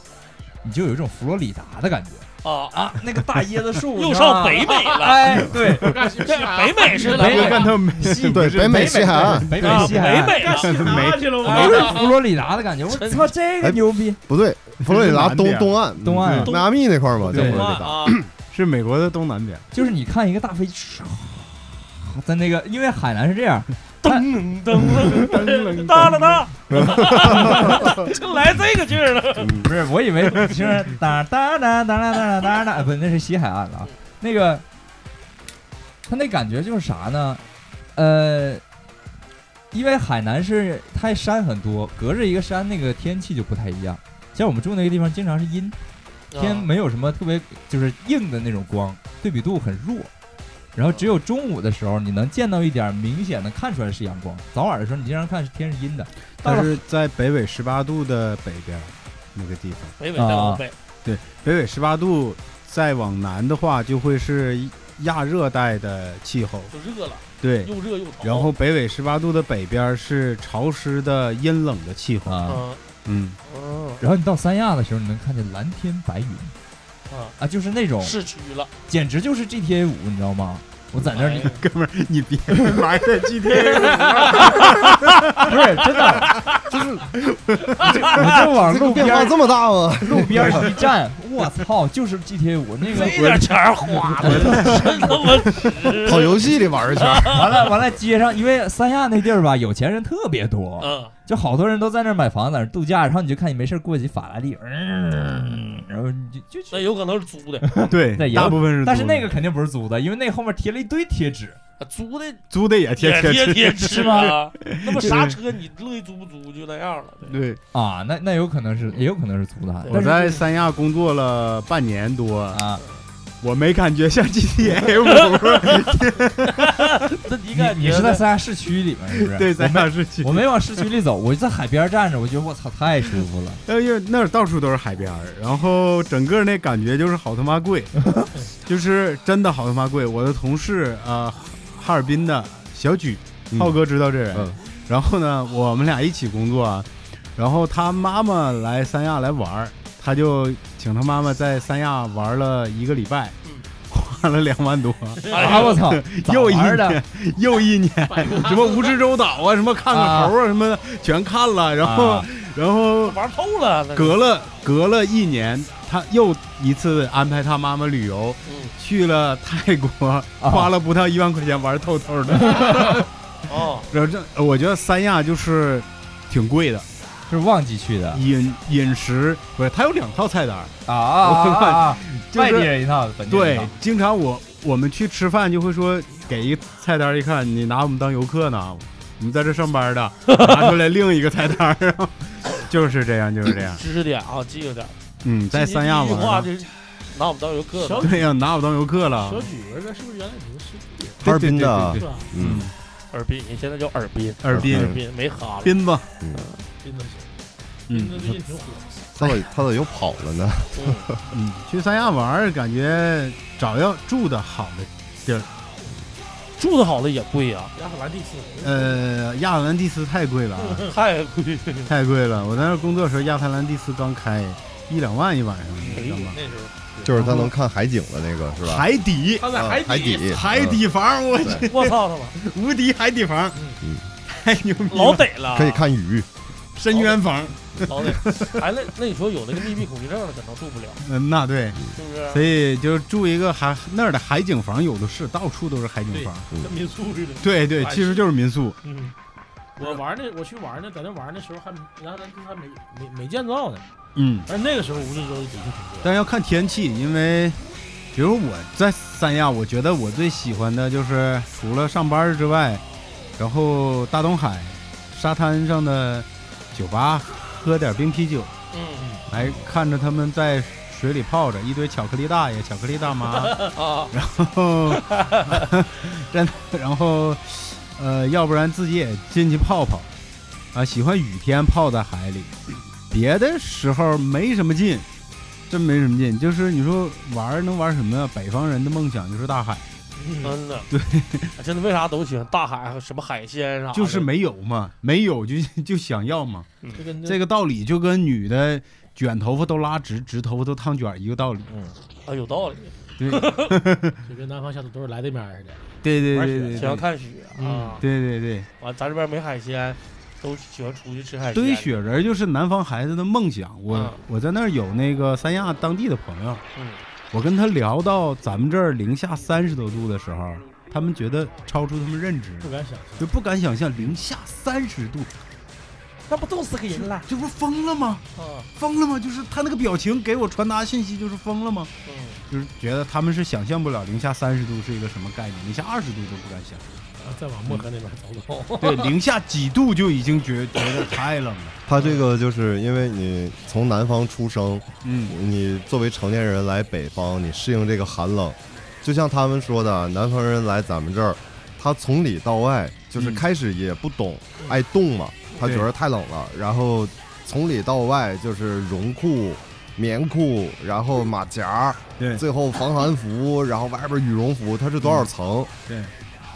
Speaker 3: 你就有一种佛罗里达的感觉
Speaker 2: 啊，
Speaker 3: 啊！那个大椰子树
Speaker 2: 又上北美了，
Speaker 3: 哎，对，
Speaker 5: 干西 海
Speaker 2: 北美是
Speaker 3: 北美
Speaker 4: 看他们
Speaker 3: 西
Speaker 1: 对北美西海岸
Speaker 3: 北
Speaker 2: 啊
Speaker 3: 美西海
Speaker 2: 北
Speaker 3: 岸，
Speaker 2: 美
Speaker 5: 干
Speaker 2: 了，
Speaker 5: 西海岸去了，我
Speaker 3: 有种
Speaker 5: 们
Speaker 3: 佛罗里达的感觉，我
Speaker 2: 真
Speaker 3: 操，这个
Speaker 1: 哎
Speaker 3: 牛逼！
Speaker 1: 不对，佛罗里达
Speaker 4: 这是南
Speaker 1: 东
Speaker 4: 边
Speaker 1: 东岸，
Speaker 3: 东岸
Speaker 1: 嗯迈阿密那块儿嘛，叫
Speaker 3: 对
Speaker 1: 佛罗里达。
Speaker 2: 啊，
Speaker 4: 是美国的东 南边，
Speaker 3: 就是你看一个大飞机，唰在那个，因为海南是这样，
Speaker 2: 噔噔噔，哒了哒，就来这个劲儿了。
Speaker 1: 嗯
Speaker 3: 不是，我以为你是哒哒哒哒哒哒哒哒，不，那是西海岸了
Speaker 4: 嗯
Speaker 3: 啊。那个，他那感觉就是啥呢？呃，因为海南是它山很多，隔着一个山，那个天气就不太一样。像我们住那个地方，经常是阴
Speaker 4: 嗯
Speaker 3: 天，
Speaker 2: 啊
Speaker 3: 没有什么特别就是硬的那种光，对比度很弱。然后只有中午的时候，你能见到一点明显的看出来是阳光。早晚的时候，你经常看是天是阴的。到
Speaker 4: 但
Speaker 3: 了
Speaker 4: 是在北纬十八度的北边那个地方，
Speaker 2: 北
Speaker 3: 啊
Speaker 2: 美再往北，
Speaker 4: 北纬十八度再往南的话，就会是亚热带的气候，
Speaker 2: 就热了，
Speaker 4: 对。
Speaker 2: 又热又潮。
Speaker 4: 然后北纬十八度的北边是潮湿的阴冷的气候，
Speaker 3: 啊，
Speaker 2: 嗯
Speaker 4: 嗯，
Speaker 2: 嗯
Speaker 3: 然后你到三亚的时候，你能看见蓝天白云
Speaker 2: 啊
Speaker 3: 啊，就是那种，
Speaker 2: 市区了，
Speaker 3: 简直就是 GTA 五，你知道吗？我在那儿，
Speaker 2: 哎
Speaker 4: 哥们儿，你别埋汰 GTA，
Speaker 3: 不是真的，就是我就我就往
Speaker 1: 这个
Speaker 3: 啊路
Speaker 1: 变化
Speaker 3: 边
Speaker 1: 这么大吗？
Speaker 3: 路边一站，我操，就是 GTA 五那
Speaker 2: 这
Speaker 3: 个，
Speaker 2: 点钱儿花的，真他妈值。
Speaker 1: 跑游戏里玩儿一圈儿，
Speaker 3: 完了完了，街上因为三亚那地儿吧，有钱人特别多，
Speaker 2: 嗯，
Speaker 3: 就好多人都在那儿买房，在那儿度假，然后你就看你没事儿过去法拉利，嗯，然后呃，你就就
Speaker 2: 那有可能是租的，
Speaker 4: 对
Speaker 3: 那也，有
Speaker 4: 大部分是租的，
Speaker 3: 但是那个肯定不是租的，因为那后面贴了一堆贴纸，
Speaker 2: 啊租的
Speaker 4: 租的也贴
Speaker 2: 也
Speaker 4: 贴
Speaker 2: 贴
Speaker 4: 纸，
Speaker 2: 贴纸
Speaker 3: 是吗
Speaker 2: 啊，那不刹车你乐意租不租就那样了呗。
Speaker 4: 对，
Speaker 3: 啊，那那有可能是，也有可能是租的。
Speaker 4: 我
Speaker 3: 但是
Speaker 4: 在三亚工作了半年多，
Speaker 3: 啊，
Speaker 4: 我没感觉像 GTA 五，
Speaker 2: 那你感觉
Speaker 3: 你你是在
Speaker 2: 呢
Speaker 3: 三亚市区里面是不是？
Speaker 4: 对，
Speaker 3: 我
Speaker 4: 三
Speaker 3: 没
Speaker 4: 亚市区
Speaker 3: 我，没往市区里走，我就在海边站着，我觉得我操太舒服了。
Speaker 4: 呃因为那儿到处都是海边儿，然后整个那感觉就是好他妈贵，就是真的好他妈贵。我的同事啊、呃哈尔滨的小举，
Speaker 1: 嗯
Speaker 4: 浩哥知道这人，
Speaker 1: 嗯
Speaker 4: 然后呢，我们俩一起工作啊，然后他妈妈来三亚来玩儿，他就请他妈妈在三亚玩了一个礼拜，
Speaker 2: 嗯
Speaker 4: 花了两万多，
Speaker 2: 哎
Speaker 3: 啊，我 操，咋
Speaker 4: 又一
Speaker 3: 玩的
Speaker 4: 年，又一年，什么蜈支洲岛啊，什么看个猴啊，什么的全看了，然后、
Speaker 3: 啊
Speaker 4: 然后
Speaker 2: 玩透了，那
Speaker 4: 隔了隔了一年，他又一次安排他妈妈旅游，
Speaker 2: 嗯
Speaker 4: 去了泰
Speaker 3: 啊
Speaker 4: 国，花了不到一万块钱玩透透 的。
Speaker 2: 哦，
Speaker 4: 然后这我觉得三亚就是挺贵的，
Speaker 3: 是旺季去 的
Speaker 4: 饮饮食不是，它有两套菜单儿，
Speaker 3: 啊啊啊啊啊！
Speaker 4: 就
Speaker 3: 外地
Speaker 4: 是
Speaker 3: 人一套，本地人一
Speaker 4: 对
Speaker 3: 套，
Speaker 4: 经常我我们去吃饭就会说给一菜单儿一看，你拿我们当游客呢，我们在这上班的，拿出来另一个菜单儿，然 后就是这样，就是这样，
Speaker 2: 知识点啊，记着点。
Speaker 4: 嗯，在三亚
Speaker 2: 第一句话
Speaker 4: 玩儿。
Speaker 2: 就是拿我们当游客
Speaker 5: 小
Speaker 2: 吧，
Speaker 4: 对呀、拿我当游客了
Speaker 5: 小。举儿，这是不是原来你们师弟？
Speaker 1: 哈尔滨的
Speaker 4: 对对对对对
Speaker 5: 是吧？
Speaker 1: 嗯，
Speaker 2: 耳鬓，你现在叫耳鬓，
Speaker 4: 哈尔
Speaker 3: 嗯
Speaker 4: 滨
Speaker 2: 耳鬓没哈了。
Speaker 4: 斌子，
Speaker 5: 真的行，真的
Speaker 4: 嗯
Speaker 5: 最近挺火。
Speaker 1: 他咋他咋又跑了呢？
Speaker 2: 嗯
Speaker 4: 嗯，去三亚玩儿，感觉找要住的好的，
Speaker 2: 住的好的也贵啊呀，
Speaker 5: 亚特兰蒂斯，
Speaker 4: 呃，亚特兰蒂斯太贵了啊，
Speaker 2: 太贵了。
Speaker 4: 太贵了。我在那儿工作的时候，亚特兰蒂斯刚开，一两万一晚上，
Speaker 2: 哎
Speaker 4: 你知
Speaker 2: 呦
Speaker 4: 道吗？
Speaker 2: 那时候
Speaker 1: 就是他能看海景的那个是吧？
Speaker 4: 海底，
Speaker 5: 他
Speaker 1: 嗯
Speaker 5: 在海
Speaker 1: 海
Speaker 5: 底，
Speaker 1: 底
Speaker 4: 海底房，我
Speaker 1: 对
Speaker 2: 我操他妈，
Speaker 4: 无敌海底房
Speaker 1: 嗯，
Speaker 4: 太牛逼
Speaker 2: 老
Speaker 4: 了，
Speaker 2: 得了，
Speaker 1: 嗯可以看鱼，
Speaker 4: 深渊房。
Speaker 2: 老得。哎，那那你说有那个密闭恐惧症的可能受不了，
Speaker 4: 嗯，那对，
Speaker 2: 是不是？
Speaker 4: 所以就住一个海那儿的海景房，有的是，到处都是海景房。
Speaker 5: 跟民宿似的。
Speaker 4: 对对，
Speaker 5: 哎
Speaker 4: 其实就是民宿。
Speaker 2: 嗯，
Speaker 5: 我玩那，我去玩那，在那玩那时候还亚特兰蒂斯还没没没建造呢，
Speaker 4: 嗯，
Speaker 5: 但是那个时候蜈支洲的确挺多。
Speaker 4: 但是要看天气，因为比如我在三亚，我觉得我最喜欢的就是除了上班之外，然后大东海沙滩上的酒吧喝点冰啤酒，
Speaker 2: 嗯
Speaker 4: 来看着他们在水里泡着，一堆巧克力大爷、巧克力大妈，
Speaker 5: 嗯
Speaker 2: 啊，
Speaker 4: 然后真的，然后呃，要不然自己也进去泡泡啊，喜欢雨天泡在海里，别的时候没什么劲，真没什么劲。就是你说玩儿能玩什么呀？北方人的梦想就是大海，
Speaker 5: 嗯
Speaker 2: 真的，对，真的为啥都喜欢大海和什么海鲜啊啥的？
Speaker 4: 就是没有嘛，没有就就想要嘛。
Speaker 5: 这跟
Speaker 4: 这个道理就跟女的卷头发都拉直，直头发都烫卷儿一个道理。
Speaker 2: 啊，有道理。
Speaker 4: 对
Speaker 5: 就跟南方小土豆来这边儿似的。
Speaker 4: 对对
Speaker 5: 玩
Speaker 4: 对
Speaker 5: 雪嗯
Speaker 4: 对
Speaker 2: 喜欢
Speaker 4: 对，
Speaker 2: 看雪啊，
Speaker 4: 对对对，
Speaker 2: 完咱这边没海鲜，都喜欢出去吃海鲜。
Speaker 4: 堆雪人就是南方孩子的梦想。我、
Speaker 2: 嗯
Speaker 4: 我在那儿有那个三亚当地的朋友，
Speaker 2: 嗯，
Speaker 4: 我跟他聊到咱们这儿零下三十多度的时候，他们觉得超出他们认知，
Speaker 5: 不敢想象。
Speaker 4: 就不敢想象零下三十度，
Speaker 2: 那不冻死个人了
Speaker 4: 这不是疯了吗？
Speaker 2: 啊？
Speaker 4: 疯了吗？就是他那个表情给我传达信息，就是疯了吗？
Speaker 2: 嗯，
Speaker 4: 就是觉得他们是想象不了零下三十度是一个什么概念，零下二十度都不敢 想，
Speaker 2: 啊
Speaker 5: 然后再往漠河那边走走。
Speaker 4: 对，零下几度就已经觉觉得太冷了。
Speaker 1: 他这个就是因为你从南方出生，
Speaker 4: 嗯，
Speaker 1: 你作为成年人来北方，你适应这个寒冷，就像他们说的，南方人来咱们这儿，他从里到外就是
Speaker 4: 嗯
Speaker 1: 开始也不懂，爱冻嘛，他觉
Speaker 4: 对
Speaker 1: 得太冷了，然后从里到外就是绒裤、棉裤，然后马甲，
Speaker 4: 对
Speaker 1: 最后防寒服，然后外边羽绒服，它是多少层？
Speaker 4: 嗯对，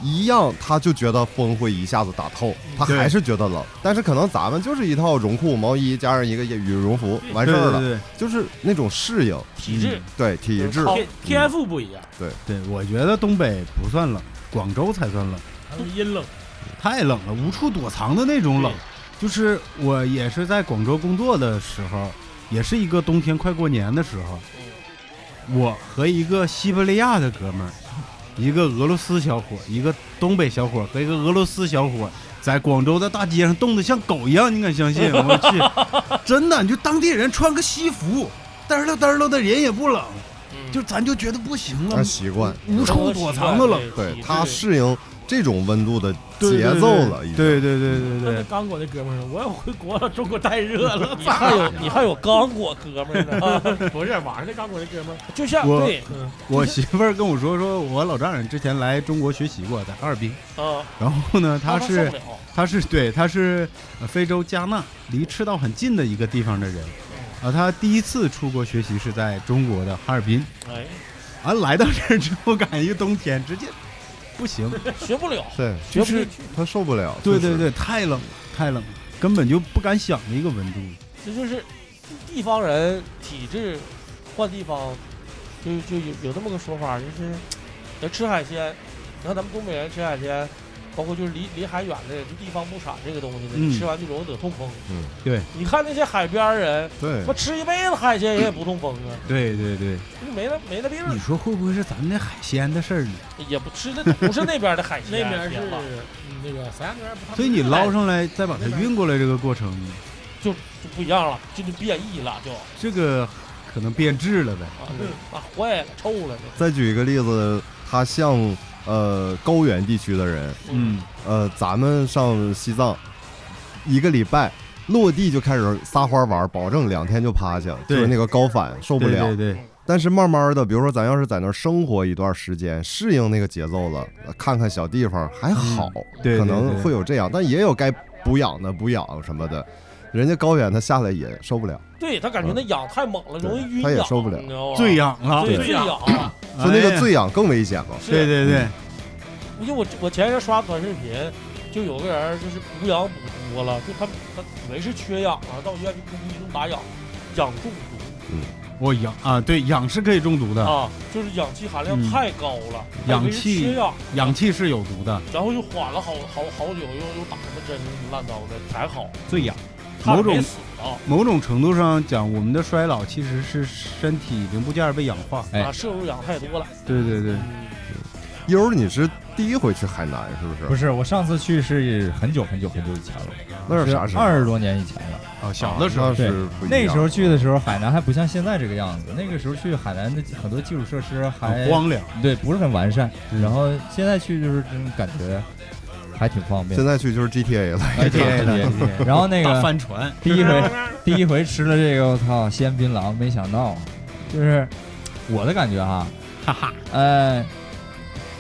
Speaker 1: 一样，他就觉得风会一下子打透，他
Speaker 4: 对
Speaker 1: 还是觉得冷。但是可能咱们就是一套绒裤、毛衣加上一个羽绒服，完事
Speaker 4: 对
Speaker 1: 儿
Speaker 4: 对
Speaker 1: 了，
Speaker 4: 对
Speaker 1: 就是那种适应，
Speaker 4: 嗯
Speaker 5: 体质
Speaker 1: 对体质。
Speaker 2: 好
Speaker 5: 天天赋不一样，
Speaker 4: 对，我觉得东北不算冷，广州才算冷。
Speaker 5: 还是阴冷。
Speaker 4: 太冷了，无处躲藏的那种冷。就是我也是在广州工作的时候，也是一个冬天快过年的时候，我和一个西伯利亚的哥们儿，一个俄罗斯小伙，一个东北小伙和一个俄罗斯小伙，在广州的大街上冻得像狗一样，你敢相信？我去，真的，你就当地人穿个西服。嘚了嘚了的人也不冷，
Speaker 5: 嗯
Speaker 4: 就咱就觉得不行
Speaker 1: 他
Speaker 4: 了，
Speaker 1: 习惯，
Speaker 4: 无处躲藏的冷。
Speaker 1: 对他适应这种温度的节奏了，已经。
Speaker 4: 对对对对
Speaker 5: 那
Speaker 4: 对
Speaker 5: 跟刚果那哥们儿似的，我要回国了，中国太热了。
Speaker 2: 你还有你还有刚果哥们儿呢，啊
Speaker 5: 不是网上那刚果那哥们儿，
Speaker 2: 就像
Speaker 4: 我
Speaker 2: 对
Speaker 5: 嗯
Speaker 4: 我媳妇儿跟我说，说我老丈人之前来中国学习过，在哈尔滨。
Speaker 2: 啊，
Speaker 4: 然后呢，他
Speaker 2: 受
Speaker 4: 是
Speaker 2: 不了
Speaker 4: 他是对他是呃非洲加纳离赤道很近的一个地方的人，啊，他第一次出国学习是在中国的哈尔滨。
Speaker 2: 哎，
Speaker 4: 完、来到这儿之后，赶一个冬天，直接不 行，
Speaker 2: 学不了，
Speaker 1: 对，
Speaker 2: 学不
Speaker 4: 是
Speaker 2: 进去，
Speaker 1: 他受不了。
Speaker 4: 对
Speaker 1: 确
Speaker 4: 对
Speaker 1: 实，
Speaker 4: 对，太冷太冷，根本就不敢想的一个温度。
Speaker 2: 这就是地方人体质换地方，就就有有这么个说法，就是咱吃海鲜，你看咱们东北人吃海鲜，包括就是离离海远的就地方不产这个东西的，
Speaker 4: 嗯
Speaker 2: 吃完就容易得痛风。
Speaker 1: 嗯，
Speaker 4: 对，
Speaker 2: 你看那些海边儿人，
Speaker 1: 对
Speaker 2: 我吃一辈子海鲜人也不中风啊，
Speaker 4: 对对对，
Speaker 2: 就没那没那病儿
Speaker 4: 你，说会不会是咱们那海鲜的事儿呢？
Speaker 2: 也不吃的不是那边的海鲜，
Speaker 5: 那边是
Speaker 2: 天吧
Speaker 5: 嗯那个三亚那边不太
Speaker 4: 所以你捞上来再把它运过来，这个过程，
Speaker 2: 就就不一样了，就就变异了，就
Speaker 4: 这个可能变质了呗。
Speaker 2: 啊
Speaker 5: 嗯
Speaker 2: 啊坏了臭了就，
Speaker 1: 再举一个例子，他像呃高原地区的人，
Speaker 4: 嗯，
Speaker 1: 呃，咱们上西藏一个礼拜。落地就开始撒欢玩，保证两天就趴下，就
Speaker 4: 对
Speaker 1: 是那个高反受不
Speaker 4: 对
Speaker 1: 了。
Speaker 4: 对对，
Speaker 1: 但是慢慢的，比如说咱要是在那儿生活一段时间，适应那个节奏了，呃看看小地方还好，
Speaker 4: 对对
Speaker 1: 可能
Speaker 4: 对
Speaker 1: 会有这样，但也有该补养的补养什么的。人家高原他下来也受不了，
Speaker 2: 对他感觉那痒太猛了，
Speaker 1: 对
Speaker 2: 容易晕
Speaker 1: 他也
Speaker 2: 痒，
Speaker 1: 受不了
Speaker 2: 你知道吗？
Speaker 4: 最痒了，
Speaker 2: 对
Speaker 1: 对
Speaker 2: 最痒，
Speaker 1: 说那
Speaker 4: 哎
Speaker 1: 个
Speaker 4: 呀
Speaker 1: 醉氧更危险嘛。
Speaker 2: 是
Speaker 4: 对对对，
Speaker 2: 因为我我前一阵刷短视频，就有个人就是补氧补多了，就他他以为是缺氧了，到医院去咕咕一顿打氧，氧中毒
Speaker 4: 我氧啊，对，氧是可以中毒的，
Speaker 2: 啊，就是氧气含量
Speaker 4: 嗯
Speaker 2: 太高了，他以
Speaker 4: 氧
Speaker 2: 为是
Speaker 4: 气
Speaker 2: 缺氧，
Speaker 4: 氧气是有毒的，
Speaker 2: 然后又缓了好好好久，又又打什么针乱糟的才好，
Speaker 4: 最氧。
Speaker 2: 差
Speaker 4: 某
Speaker 2: 点没
Speaker 4: 种
Speaker 2: 死啊
Speaker 4: 某种程度上讲，我们的衰老其实是身体零部件被氧化。
Speaker 3: 哎嗯
Speaker 2: 啊，摄入氧太多了，
Speaker 4: 对对对，
Speaker 1: 悠儿，你是第一回去海南是不
Speaker 3: 不
Speaker 1: 是？
Speaker 3: 是，我上次去是很久很久很久以前了，
Speaker 1: 那是啥时候？
Speaker 3: 二十多年以前了。
Speaker 4: 啊，小的时候
Speaker 1: 那是不一样
Speaker 3: 那时候去的时候，海南还不像现在这个样子。那个时候去海南的很多基础设施还
Speaker 4: 很荒凉，
Speaker 3: 对不是很完善，
Speaker 4: 嗯
Speaker 3: 然后现在去就是真感觉还挺方便
Speaker 1: 现。在去就是 GTA 了，
Speaker 3: 哎对对对对然后那
Speaker 4: 大
Speaker 3: 个
Speaker 4: 啊帆船，
Speaker 3: 第一回 第一回吃了这个，我操，鲜槟榔，没想到，就是我的感觉哈，
Speaker 4: 哈哈，
Speaker 3: 呃，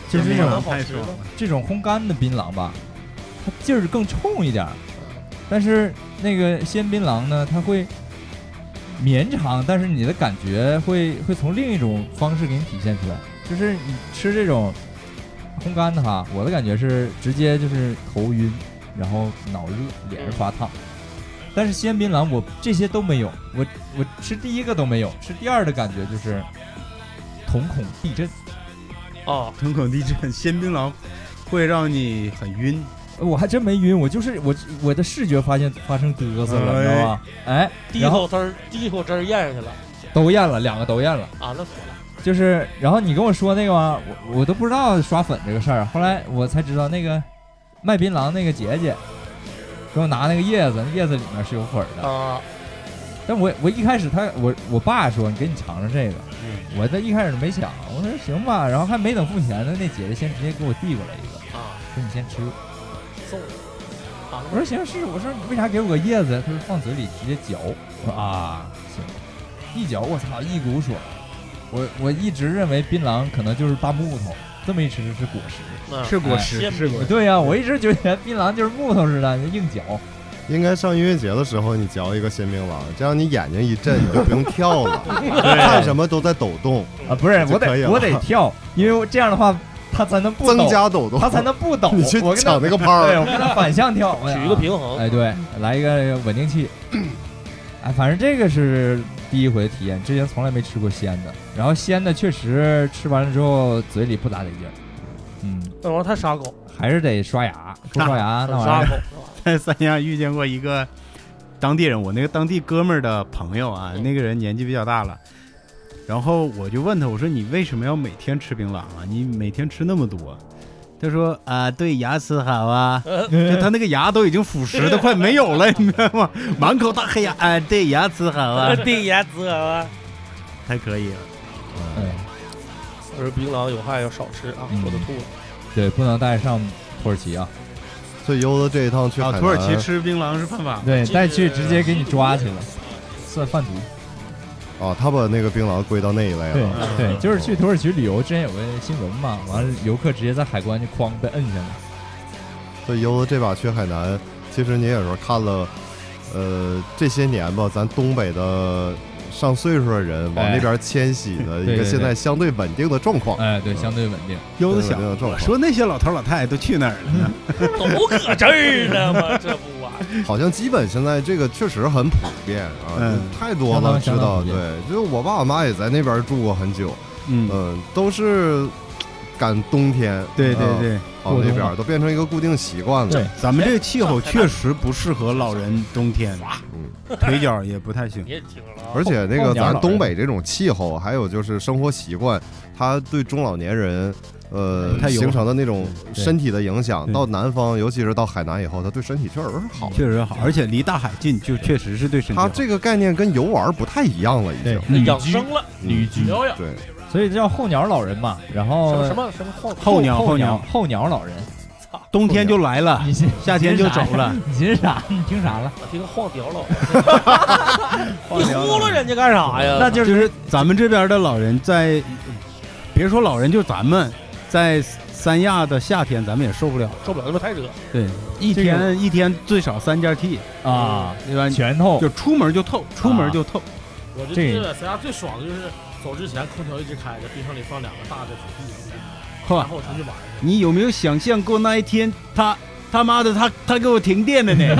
Speaker 3: 就是这
Speaker 4: 槟榔
Speaker 3: 种
Speaker 4: 太爽 了。
Speaker 3: 这种烘干的槟榔吧，它劲儿更冲一点儿，但是那个鲜槟榔呢，它会绵长，但是你的感觉会会从另一种方式给你体现出来。就是你吃这种烘干的哈，我的感觉是直接就是头晕，然后脑热，脸是发烫。但是鲜槟榔我这些都没有，我我吃第一个都没有，吃第二的感觉就是瞳孔地震。
Speaker 2: 啊，
Speaker 4: 瞳孔地震， 鲜槟榔会让你很晕。
Speaker 3: 我还真没晕，我就是我我的视觉发现发生嘚瑟了，你知道吗？哎，
Speaker 2: 第一
Speaker 3: 然
Speaker 2: 口
Speaker 3: 后
Speaker 2: 汁儿第一口汁儿咽下去了
Speaker 3: 都咽了，两个都咽了。
Speaker 2: 啊，那妥了，
Speaker 3: 就是，然后你跟我说那个嘛，我我都不知道刷粉这个事儿，啊后来我才知道那个卖槟榔那个姐姐给我拿那个叶子，叶子里面是有粉儿的。
Speaker 2: 啊，
Speaker 3: 但我我一开始他我我爸说你给你尝尝这个，我这一开始没想，我说行吧，然后还没等付钱呢，那姐姐先直接给我递过来一个，
Speaker 2: 啊，
Speaker 3: 说你先吃。
Speaker 2: 送了啊，
Speaker 3: 我说行是，我说你为啥给我个叶子？他说放嘴里直接嚼。我说啊，行，一嚼我操一股爽。我我一直认为槟榔可能就是大木头，这么一吃是果实。
Speaker 2: 嗯
Speaker 4: 是果
Speaker 2: 哎
Speaker 4: 实，是果实。
Speaker 3: 对呀、我一直觉得槟榔就是木头似的，硬嚼。
Speaker 1: 应该上音乐节的时候，你嚼一个鲜槟榔，这样你眼睛一震，你就不用跳 了，看什么都在抖动，
Speaker 3: 啊，不是，
Speaker 1: 就
Speaker 3: 我
Speaker 1: 嗯可以
Speaker 3: 得
Speaker 1: 了
Speaker 3: 我 得跳，因为我这样的话它才能不抖
Speaker 1: 增，加抖动，
Speaker 3: 它才能不抖。
Speaker 1: 你去
Speaker 3: 我跟它
Speaker 1: 抢那个拍
Speaker 3: 对，
Speaker 1: 儿
Speaker 3: 我。跟它反向跳， 我
Speaker 2: 取一个平衡，
Speaker 3: 哎，对，来一个稳定 器。哎，反正这个是第一回体验，之前从来没吃过鲜的。然后鲜的确实吃完了之后嘴里不咋得劲儿，嗯，
Speaker 2: 那玩意儿太杀狗，
Speaker 3: 还是得刷 牙，不刷牙那
Speaker 2: 很
Speaker 3: 玩
Speaker 2: 杀
Speaker 3: 意 儿
Speaker 2: 狗，是吧
Speaker 4: 在三亚遇见过一个当地人，我那个当地哥们儿的朋友啊，
Speaker 2: 嗯
Speaker 4: 那个人年纪比较大了。然后我就问他，我说你为什么要每天吃槟榔啊？你每天吃那么多？他说啊，对牙齿好啊。
Speaker 2: 呃，
Speaker 4: 就他那个牙都已经腐蚀的快 哎
Speaker 2: 嗯
Speaker 4: 没有了，你明白吗？满口大黑牙，啊，对牙齿好啊。
Speaker 2: 对呀，子啊，
Speaker 4: 太可以了。
Speaker 3: 嗯，
Speaker 2: 而槟榔有害要少吃啊，
Speaker 3: 嗯
Speaker 2: 我都吐了。
Speaker 3: 对，不能带上土耳其啊。
Speaker 1: 所以悠子这一趟去海
Speaker 4: 啊，
Speaker 1: 南，
Speaker 4: 土耳其吃槟榔是犯法的。
Speaker 3: 对，
Speaker 2: 这
Speaker 3: 带去
Speaker 2: 个
Speaker 3: 直接给你抓去了，算贩毒。
Speaker 1: 啊，他把那个槟榔归到那一类
Speaker 3: 对
Speaker 1: 了。
Speaker 3: 对，就是去土耳其旅游，之前有个新闻嘛，完了游客直接在海关就哐被摁下来。
Speaker 1: 所以悠子这把去海南，其实你也是看了，呃，这些年吧，咱东北的上岁数的人往
Speaker 3: 哎
Speaker 1: 那边迁徙的
Speaker 3: 对
Speaker 1: 一
Speaker 3: 对
Speaker 1: 个
Speaker 3: 对
Speaker 1: 现在相对稳定的状况。
Speaker 3: 哎，对，相对稳定。
Speaker 4: 悠子
Speaker 1: 对
Speaker 4: 想
Speaker 1: 没有，这么
Speaker 4: 我说那些老头老太太都去哪儿了呢？
Speaker 2: 都搁这儿呢吗？这不啊，
Speaker 3: 嗯
Speaker 1: 好像基本现在这个确实很普遍啊，
Speaker 4: 嗯
Speaker 1: 太多了，知
Speaker 3: 相当
Speaker 1: 道
Speaker 3: 普遍
Speaker 1: 对，就是我爸我妈也在那边住过很久，
Speaker 4: 嗯，
Speaker 1: 嗯，都是赶冬天，
Speaker 4: 对对
Speaker 1: 嗯，
Speaker 4: 对，
Speaker 1: 跑那边都变成一个固定习惯了
Speaker 3: 对。
Speaker 4: 咱们这个气候确实不适合老人冬天，嗯腿脚也不太行
Speaker 3: 嗯
Speaker 2: 你。也听了啊，
Speaker 1: 而且那
Speaker 4: 哦
Speaker 3: 候
Speaker 1: 个
Speaker 3: 鸟
Speaker 1: 咱
Speaker 3: 老
Speaker 1: 东
Speaker 3: 人
Speaker 1: 北这种气候，还有就是生活习惯，它对中老年人。呃
Speaker 4: 不，嗯太友好
Speaker 1: 形成的那种
Speaker 3: 对
Speaker 1: 身体的影响，
Speaker 4: 对
Speaker 1: 到南方，尤其是到海南以后，它对身体确实是好的。
Speaker 4: 确实好，而且离大海近，就确实是对身体
Speaker 1: 它
Speaker 4: 好。
Speaker 1: 这个概念跟游玩不太一样了，已经。
Speaker 3: 女
Speaker 2: 养
Speaker 3: 居
Speaker 2: 生了，
Speaker 1: 女
Speaker 3: 居哦
Speaker 2: 疗养
Speaker 1: 对，
Speaker 3: 所以叫候鸟老人嘛。然
Speaker 2: 什么
Speaker 3: 后
Speaker 2: 什么什么后
Speaker 4: 候鸟
Speaker 3: 候
Speaker 4: 候
Speaker 3: 鸟
Speaker 4: 鸟
Speaker 3: 候鸟老人，
Speaker 4: 嗯冬天就来了，
Speaker 3: 你信？
Speaker 4: 夏天就走了。
Speaker 3: 你寻啥呀？你听啥了？
Speaker 2: 我听晃屌 老了，你呼噜人家干啥呀？
Speaker 3: 那就
Speaker 4: 就是咱们这边的老人在，别说老人，就咱们在三亚的夏天，咱们也受不了。
Speaker 2: 受不了，他妈太热。
Speaker 4: 对，一
Speaker 3: 这个
Speaker 4: 天一天最少三件 T，
Speaker 3: 啊，
Speaker 4: 对吧？
Speaker 3: 拳头
Speaker 4: 就出门就透，出门就透。
Speaker 5: 我这
Speaker 3: 这
Speaker 5: 这在家最爽的就是走之前空调一直开着，冰箱里放两个大的雪碧，
Speaker 4: 呵
Speaker 5: 然，后我出去玩 去。
Speaker 4: 你有没有想象过那一天他？他妈的，他他给我停电了呢！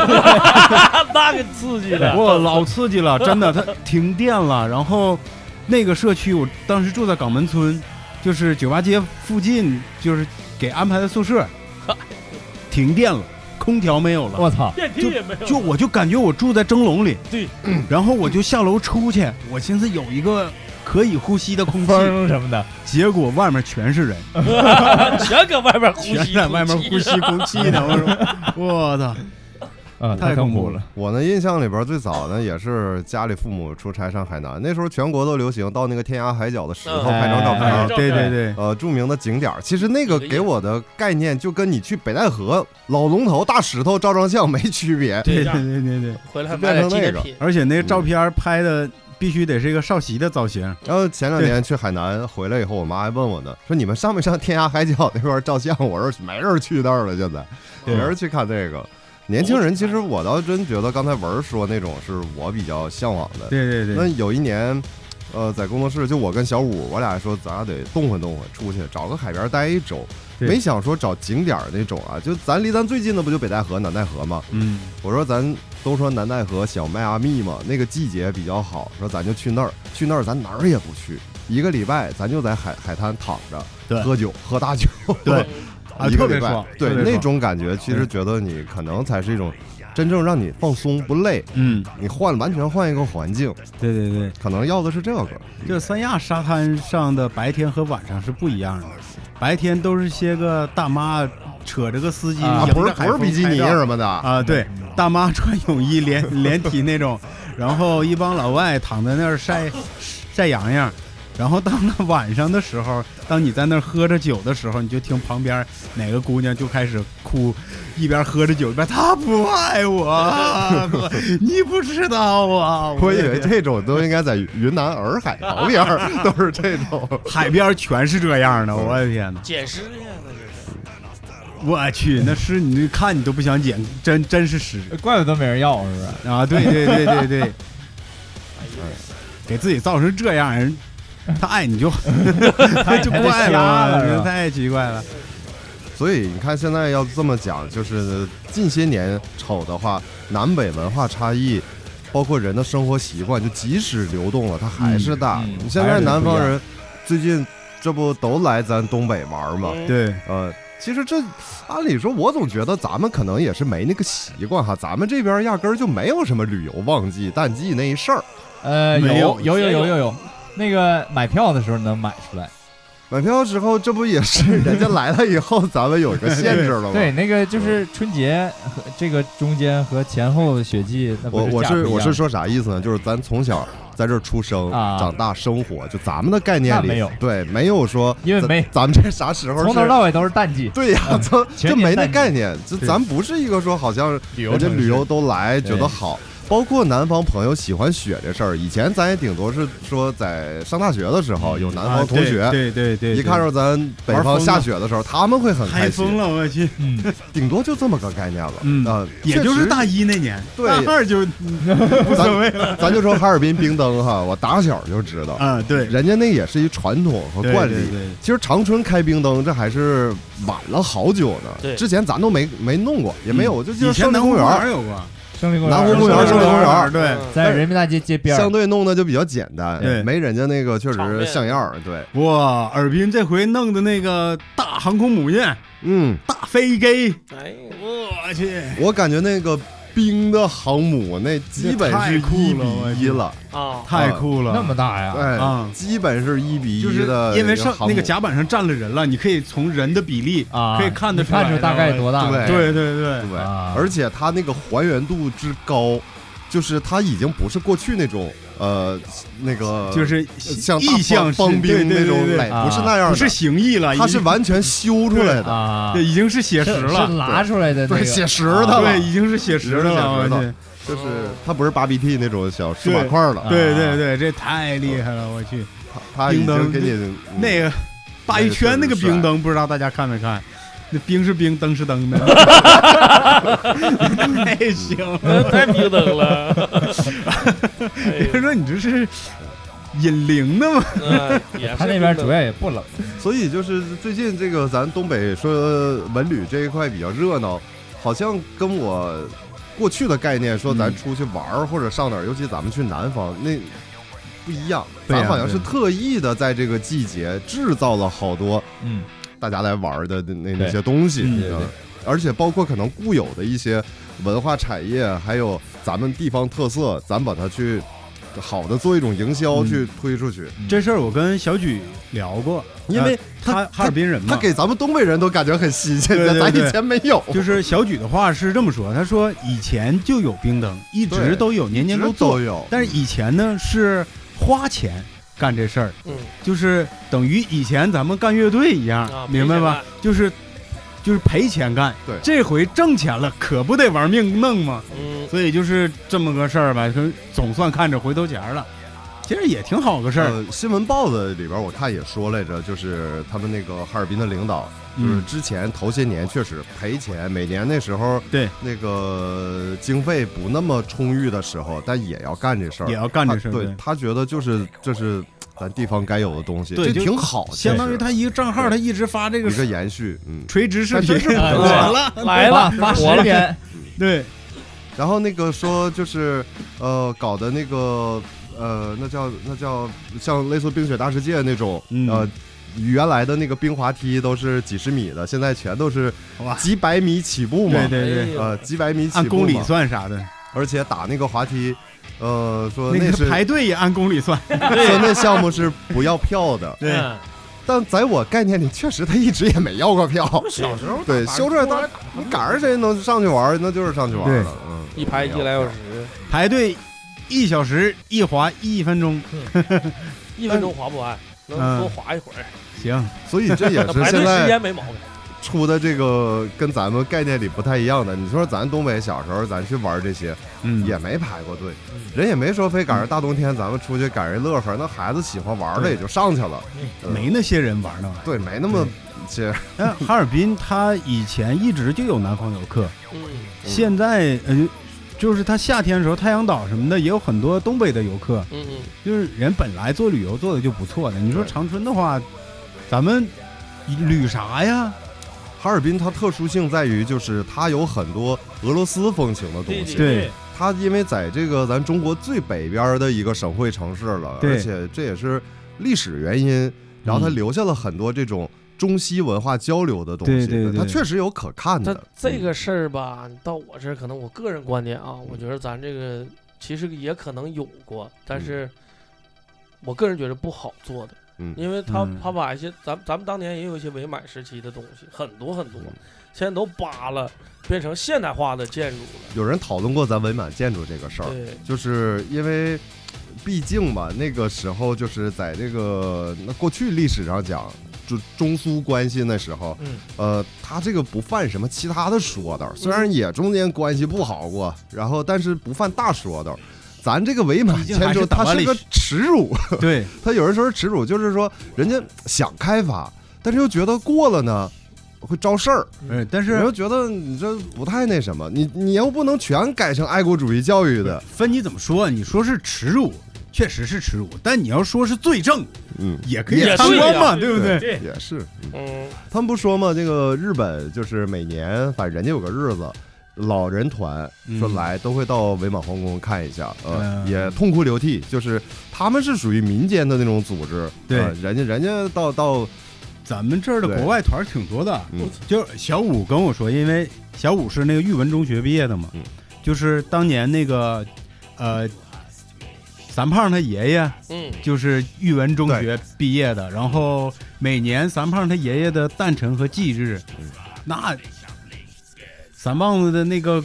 Speaker 2: 那个刺激了，
Speaker 4: 我老刺 激了，真的，他停电了。然后，那个社区，我当时住在港门村，就是酒吧街附近，就是给安排的 宿舍，停电了，空调没有了。
Speaker 3: 我操！
Speaker 2: 电梯也没有，
Speaker 4: 就我就感觉我住在蒸笼里，
Speaker 2: 对，
Speaker 4: 然后我就下楼出去，我寻思有一个可以呼吸的空 气，
Speaker 3: 风什么的，
Speaker 4: 结果外面全是人，
Speaker 2: 全搁外边呼吸，
Speaker 4: 全在外面呼吸空气呢。我说， 我操，
Speaker 3: 嗯，
Speaker 4: 太
Speaker 3: 恐
Speaker 4: 恐怖
Speaker 3: 怖了。
Speaker 1: 我呢印象里边最早呢也是家里父母出差上海南，那时候全国都流行到那个天涯海角的石头
Speaker 2: 嗯
Speaker 1: 拍张照片
Speaker 4: 哎
Speaker 1: 儿
Speaker 2: 哎，
Speaker 4: 对对对，
Speaker 1: 呃，著名的景点儿。其实那个给我的概念就跟你去北戴河老龙头大石头照张相没区别。
Speaker 4: 对
Speaker 2: 对
Speaker 4: 对
Speaker 2: 呀
Speaker 4: 对对对，
Speaker 2: 回来还买点纪念 品，
Speaker 4: 而且那个照片拍的必须得是一个少媳的造型，
Speaker 1: 然后前两年去海南回来以后，我妈还问我 呢，说你们上没上天涯海角那边照相？我说没人去那儿了，现在没
Speaker 4: 对
Speaker 1: 人去看这个。年轻人其实我倒真觉得刚才文儿说那种是我比较向往的，
Speaker 4: 对对
Speaker 1: 那
Speaker 4: 对，
Speaker 1: 有一年，呃，在工作室，就我跟小五，我俩说咱俩得动换动换，出去找个海边待一周。
Speaker 4: 对
Speaker 1: 没想说找景点儿那种啊，就咱离咱最近的不就北戴河、南戴河吗？
Speaker 4: 嗯，
Speaker 1: 我说咱都说南戴河小迈阿密嘛，那个季节比较好，说咱就去那儿，去那儿咱哪儿也不去，一个礼拜咱就在海海滩躺
Speaker 4: 对
Speaker 1: 着，喝酒，喝大酒，
Speaker 4: 对啊，
Speaker 1: 一个
Speaker 4: 特别
Speaker 1: 礼拜
Speaker 4: 爽，，
Speaker 1: 对
Speaker 4: 特别爽
Speaker 1: 那，种感觉，其实觉得你可能才是一种真正让你放松不累，
Speaker 4: 嗯，
Speaker 1: 你换完全换一个环境，
Speaker 4: 对对对，
Speaker 1: 可能要的是这个。
Speaker 4: 这三亚沙滩上的白天和晚上是不一样的，白天都是些个大妈扯着个丝巾，
Speaker 3: 啊
Speaker 1: 啊，
Speaker 4: 迎着
Speaker 1: 不是
Speaker 4: 海
Speaker 1: 不是
Speaker 4: 风
Speaker 1: 比基尼
Speaker 4: 拍照
Speaker 1: 什么的，
Speaker 4: 啊，对，大妈穿泳衣连连体那种，然后一帮老外躺在那儿晒晒洋洋。然后到了晚上的时候，当你在那儿喝着酒的时候，你就听旁边哪个姑娘就开始哭，一边喝着酒一边她不爱我，你不知道啊！
Speaker 1: 我以为这种都应该在云南洱海旁边儿 都是这种。
Speaker 4: 海边全是这样的，我的天哪！
Speaker 2: 捡尸去那是。
Speaker 4: 我去，那尸你看你都不想捡，真真是尸
Speaker 3: 怪不得没人要，是不是？
Speaker 4: 啊！对对对对 对，
Speaker 5: 哎呀，
Speaker 4: 给自己造成这样，人他爱 你就就
Speaker 3: 太
Speaker 4: 怪
Speaker 3: 瞎了是吧
Speaker 4: 了，太奇怪了。
Speaker 1: 所以你看，现在要这么讲，就是近些年瞅的话，南北文化差异，包括人的生活习惯，就即使流动了，它还是大。
Speaker 3: 嗯嗯
Speaker 1: 你现在南方人最近这不都来咱东北玩吗？
Speaker 2: 嗯，
Speaker 4: 对，
Speaker 1: 呃，其实这按理说，我总觉得咱们可能也是没那个习惯哈，咱们这边压根儿就没有什么旅游旺季、淡季那一事儿。
Speaker 3: 呃，
Speaker 4: 没
Speaker 3: 有
Speaker 4: 有
Speaker 3: 有有有有有，那个买票的时候能买出来。
Speaker 1: 买票之后，这不也是人家来了以后，咱们有一个限制了吗？
Speaker 3: 对，那个就是春节和这个中间和前后的雪季，那不
Speaker 1: 我我
Speaker 3: 价不
Speaker 1: 是
Speaker 3: 一
Speaker 1: 我
Speaker 3: 样
Speaker 1: 是说啥意思呢？就是咱从小在这儿出生、
Speaker 3: 啊
Speaker 1: 长大、生活，就咱们的概念里，
Speaker 3: 那没有
Speaker 1: 对，没有说，
Speaker 3: 因为
Speaker 1: 咱
Speaker 3: 没
Speaker 1: 咱们这啥时候是
Speaker 3: 啊从头到尾都是淡季，
Speaker 1: 对呀、
Speaker 3: 嗯
Speaker 1: 就
Speaker 3: 全
Speaker 1: 就
Speaker 3: 年
Speaker 1: 没那
Speaker 3: 淡季
Speaker 1: 概念，就是咱不是一个说好像
Speaker 3: 旅游
Speaker 1: 人家
Speaker 3: 城市
Speaker 1: 旅游都来
Speaker 3: 对
Speaker 1: 觉得好。包括南方朋友喜欢雪这事儿，以前咱也顶多是说在上大学的时
Speaker 3: 嗯
Speaker 1: 候有南
Speaker 4: 啊
Speaker 1: 方同
Speaker 4: 对
Speaker 1: 学，
Speaker 4: 对对对，
Speaker 1: 一看
Speaker 4: 对
Speaker 1: 到咱北
Speaker 4: 玩
Speaker 1: 方
Speaker 4: 疯了
Speaker 1: 下雪的时候，他们会很
Speaker 4: 嗨
Speaker 1: 开
Speaker 4: 疯
Speaker 1: 心，
Speaker 4: 了，我去，
Speaker 3: 嗯，
Speaker 1: 顶多就这么个概念了。
Speaker 4: 嗯
Speaker 1: 呃
Speaker 4: 也就
Speaker 1: 确
Speaker 4: 是
Speaker 1: 实
Speaker 4: 大一那年，
Speaker 1: 对
Speaker 4: 大二就无所谓了
Speaker 1: 咱就说哈尔滨冰灯哈，我打小就知道，
Speaker 4: 啊，对，
Speaker 1: 人家那也是一传统和
Speaker 4: 对
Speaker 1: 惯
Speaker 4: 对
Speaker 1: 例。
Speaker 4: 对
Speaker 1: 其实长春开冰灯这还是晚了好久呢，
Speaker 2: 对
Speaker 1: 之前咱都没没弄过，也没有，就记得
Speaker 4: 嗯
Speaker 1: 胜
Speaker 4: 以前
Speaker 1: 利
Speaker 4: 南
Speaker 1: 公
Speaker 4: 湖
Speaker 1: 园
Speaker 4: 公
Speaker 1: 儿
Speaker 4: 园有过，
Speaker 3: 胜利公园，
Speaker 1: 南湖公园
Speaker 4: 园
Speaker 1: 胜利公园
Speaker 4: 儿对，
Speaker 2: 嗯
Speaker 3: 在人民大街街边儿
Speaker 1: 相，对弄的就比较简单，
Speaker 4: 对
Speaker 1: 没人家那个确
Speaker 2: 场
Speaker 1: 实
Speaker 2: 面
Speaker 1: 像样儿。对，
Speaker 4: 哇，尔滨这回弄的那个大航空母舰、
Speaker 1: 嗯，
Speaker 4: 大飞机，
Speaker 2: 哎，
Speaker 4: 我去，
Speaker 1: 我感觉那个冰的航母那基本是
Speaker 4: 这太酷
Speaker 1: 一
Speaker 4: 了我
Speaker 1: 比一
Speaker 4: 去
Speaker 1: 了，
Speaker 2: 啊，
Speaker 4: 太酷了，
Speaker 3: 那么大呀，
Speaker 1: 对，
Speaker 4: 啊
Speaker 1: 基本是一比
Speaker 4: 就
Speaker 1: 一
Speaker 4: 是
Speaker 1: 的，
Speaker 4: 因为上那个
Speaker 1: 甲
Speaker 4: 甲板上站了人了，你可以从人的比例
Speaker 3: 啊，
Speaker 4: 可以看得
Speaker 3: 你
Speaker 4: 出来
Speaker 3: 看出大概多大，
Speaker 1: 对
Speaker 4: 对对对，
Speaker 1: 对
Speaker 3: 啊，
Speaker 1: 而且它那个还原度之高，就是它已经不是过去那种呃那个
Speaker 4: 就是
Speaker 1: 像大
Speaker 4: 意象
Speaker 1: 方
Speaker 4: 式
Speaker 1: 兵那种
Speaker 4: 对对对
Speaker 1: 美，
Speaker 4: 对
Speaker 3: 啊
Speaker 1: 不是那样
Speaker 4: 不是
Speaker 1: 的，
Speaker 4: 形意了，
Speaker 1: 它
Speaker 4: 已
Speaker 1: 是
Speaker 4: 经
Speaker 1: 完全修出来的，
Speaker 3: 啊，
Speaker 4: 对，已经是写
Speaker 3: 是
Speaker 4: 实
Speaker 3: 是
Speaker 4: 了，
Speaker 3: 拿出来的那
Speaker 1: 对，
Speaker 3: 个
Speaker 1: 写实
Speaker 3: 啊
Speaker 1: 的了，
Speaker 4: 对，已经是写实的了，我
Speaker 1: 已经是写实的
Speaker 4: 去，
Speaker 1: 就是
Speaker 2: 哦
Speaker 1: 它不是八 BT 那种小石板块了，
Speaker 4: 对啊对对，这太厉害了，我去，
Speaker 1: 它它已
Speaker 4: 冰
Speaker 1: 经
Speaker 4: 灯
Speaker 1: 给你嗯
Speaker 4: 那个大一圈那个冰
Speaker 1: 那个确实
Speaker 4: 灯，不知道大家看没看？那冰是冰，灯是灯的，太行了！
Speaker 2: 太平等了。哎
Speaker 4: 别
Speaker 2: 呦
Speaker 4: 人说你这是引灵的吗？
Speaker 2: 嗯也是
Speaker 3: 他那边
Speaker 2: 冰
Speaker 3: 主
Speaker 2: 冷
Speaker 3: 要也不 冷，
Speaker 1: 所以就是最近这个咱东北说文旅这一块比较热闹，好像跟我过去的概念说咱出去玩儿或者上哪儿，尤其咱们去南方那不一样，
Speaker 4: 对呀
Speaker 1: 咱好像是
Speaker 4: 对呀
Speaker 1: 特意的在这个季节制造了好多
Speaker 3: 嗯，
Speaker 1: 大家来玩儿的那那
Speaker 3: 对
Speaker 1: 那些东西，
Speaker 3: 嗯
Speaker 1: 你
Speaker 3: 对
Speaker 1: 知
Speaker 3: 对
Speaker 1: 道吗而且包括可能固有的一些文化产业，还有咱们地方特色，咱把它去好的做一种营销
Speaker 4: 嗯
Speaker 1: 去推出去，
Speaker 4: 这事儿我跟小举聊过，
Speaker 1: 因为
Speaker 4: 他哈尔滨人嘛，
Speaker 1: 他给咱们东北人都感觉很新鲜，
Speaker 4: 对对
Speaker 1: 咱
Speaker 4: 对
Speaker 1: 以前没有，
Speaker 4: 就是小举的话是这么说，他说以前就有冰灯，一直
Speaker 1: 对
Speaker 4: 都有，年年都
Speaker 1: 一直
Speaker 4: 做
Speaker 1: 都，有，
Speaker 4: 但是以前呢是花钱干这事儿，
Speaker 2: 嗯
Speaker 4: 就是等于以前咱们干乐队一样，
Speaker 2: 啊
Speaker 4: 明白吧？就是就是赔钱干，
Speaker 1: 对
Speaker 4: 这回挣钱了，可不得玩命弄吗？
Speaker 2: 嗯，
Speaker 4: 所以就是这么个事儿吧，可总算看着回头钱儿了，其实也挺好个事儿，
Speaker 1: 呃，新闻报的里边我看也说来着，就是他们那个哈尔滨的领导，就是
Speaker 4: 嗯
Speaker 1: 之前头些年确实赔钱，每年那时候
Speaker 4: 对
Speaker 1: 那个经费不那么充裕的时候，但也要干这事儿，
Speaker 4: 也要干这事儿，
Speaker 1: 他对他觉得就是这是咱地方该有的东西，
Speaker 4: 对
Speaker 1: 这
Speaker 4: 就
Speaker 1: 挺好，
Speaker 4: 相当于
Speaker 1: 其实
Speaker 4: 他一个账号，他一直发这个
Speaker 1: 一个延续，嗯。
Speaker 4: 垂直视
Speaker 1: 还
Speaker 4: 频
Speaker 1: 真，是不
Speaker 3: 错
Speaker 4: 火 了，
Speaker 2: 来
Speaker 3: 发
Speaker 2: 哎了，
Speaker 3: 发
Speaker 2: 火
Speaker 3: 十
Speaker 2: 了，
Speaker 3: 年，
Speaker 4: 对，
Speaker 1: 然后那个说就是，呃，搞的那个呃，那叫那叫像类似冰雪大世界那种，
Speaker 4: 嗯
Speaker 1: 呃，原来的那个冰滑梯都是几十米的，现在全都是
Speaker 4: 哇
Speaker 1: 几百米起步嘛，
Speaker 4: 对对对
Speaker 2: 哎呦
Speaker 1: 呃，几百米起
Speaker 4: 按
Speaker 1: 步
Speaker 4: 公里
Speaker 1: 嘛，
Speaker 4: 算啥的，
Speaker 1: 而且打那个滑梯，呃，说
Speaker 4: 那
Speaker 1: 是
Speaker 4: 个排队也按公里算，
Speaker 1: 说那项目是不要票的，
Speaker 4: 对
Speaker 2: 嗯
Speaker 1: 但在我概念里，确实他一直也没要过票。
Speaker 5: 我小时候
Speaker 1: 对，修出来当然你赶上谁能上去玩儿，那就是上去玩儿
Speaker 4: 对
Speaker 1: 了，嗯，
Speaker 2: 一排一个来小时，
Speaker 4: 排队一小时一滑一分钟，
Speaker 2: 一分钟划不完，能多划一会儿。
Speaker 4: 行，
Speaker 1: 所以这也是
Speaker 2: 排
Speaker 1: 现
Speaker 2: 队时
Speaker 1: 在
Speaker 2: 间没毛病。
Speaker 1: 出的这个跟咱们概念里不太一样的。你说咱东北小时候咱去玩这些，
Speaker 4: 嗯
Speaker 1: 也没排过队
Speaker 2: 嗯，
Speaker 1: 人也没说非赶上大冬天咱们出去赶人乐呵，那孩子喜欢玩的也就上去了，嗯
Speaker 4: 没那些人玩那玩意儿。
Speaker 1: 对，没那么其实
Speaker 4: 但哈尔滨它以前一直就有南方游客，
Speaker 2: 嗯，
Speaker 4: 现在呃，就是它夏天的时候，太阳岛什么的也有很多东北的游客，
Speaker 2: 嗯嗯，
Speaker 4: 就是人本来做旅游做的就不错的。你说
Speaker 1: 对
Speaker 4: 长春的话，咱们旅啥呀？
Speaker 1: 哈尔滨它特殊性在于就是它有很多俄罗斯风情的东
Speaker 2: 对
Speaker 1: 西，
Speaker 4: 对，
Speaker 1: 它因为在这个咱中国最北边的一个省会城市了，
Speaker 4: 对嗯
Speaker 1: 而且这也是历史原因，然后它留下了很多这种中西文化交流的东西，
Speaker 4: 对对对
Speaker 1: 它确实有可看
Speaker 2: 但
Speaker 1: 的。嗯
Speaker 2: 这个事儿吧，到我这儿可能我个人观点啊，我觉得咱这个其实也可能有过，但是我个人觉得不好做的，
Speaker 1: 嗯
Speaker 2: 因为他
Speaker 4: 嗯
Speaker 2: 他把一些咱咱们当年也有一些伪满时期的东西，很多很多
Speaker 1: 嗯，
Speaker 2: 现在都扒了，变成现代化的建筑了。
Speaker 1: 有人讨论过咱伪满建筑这个事儿，
Speaker 2: 对，
Speaker 1: 就是因为毕竟吧，那个时候就是在这个那过去历史上讲，就中苏关系那时候，
Speaker 2: 嗯，
Speaker 1: 呃，他这个不犯什么其他的说道，虽然也中间关系不好过，然后但是不犯大说道。咱这个伪满
Speaker 4: 毕竟
Speaker 1: 签
Speaker 4: 还
Speaker 1: 说，
Speaker 4: 是党
Speaker 1: 它
Speaker 4: 外
Speaker 1: 是
Speaker 4: 历
Speaker 1: 个
Speaker 4: 史
Speaker 1: 耻辱。
Speaker 4: 对，
Speaker 1: 他有人说是耻辱，就是说人家想开发，但是又觉得过了呢，会招事儿。
Speaker 4: 呃，但
Speaker 1: 你
Speaker 4: 是
Speaker 1: 又觉得你这不太那什么，你你又不能全改成爱国主义教育的，
Speaker 4: 分呃你怎么说，啊你说是耻辱，确实是耻辱，但你要说是罪证，
Speaker 1: 嗯，
Speaker 4: 也可以
Speaker 2: 也
Speaker 4: 参
Speaker 2: 对
Speaker 4: 观
Speaker 2: 呀
Speaker 4: 嘛，对不对？
Speaker 6: 对
Speaker 1: 也是。
Speaker 2: 嗯，
Speaker 1: 他们不说吗？这个日本就是每年，反正人家有个日子，老人团说
Speaker 4: 嗯
Speaker 1: 来都会到伪满皇宫看一下，呃，
Speaker 4: 嗯
Speaker 1: 也痛哭流涕。就是他们是属于民间的那种组织，
Speaker 4: 对
Speaker 1: 呃人家人家到到
Speaker 4: 咱们这儿的
Speaker 1: 对
Speaker 4: 国外团儿挺多的，
Speaker 1: 嗯
Speaker 4: 就是小五跟我说，因为小五是那个育文中学毕业的嘛，
Speaker 1: 嗯
Speaker 4: 就是当年那个呃，三胖他爷爷
Speaker 2: 嗯，
Speaker 4: 就是育文中
Speaker 1: 对
Speaker 4: 学毕业的，然后每年三胖他爷爷的诞辰和忌日，那三棒子的那个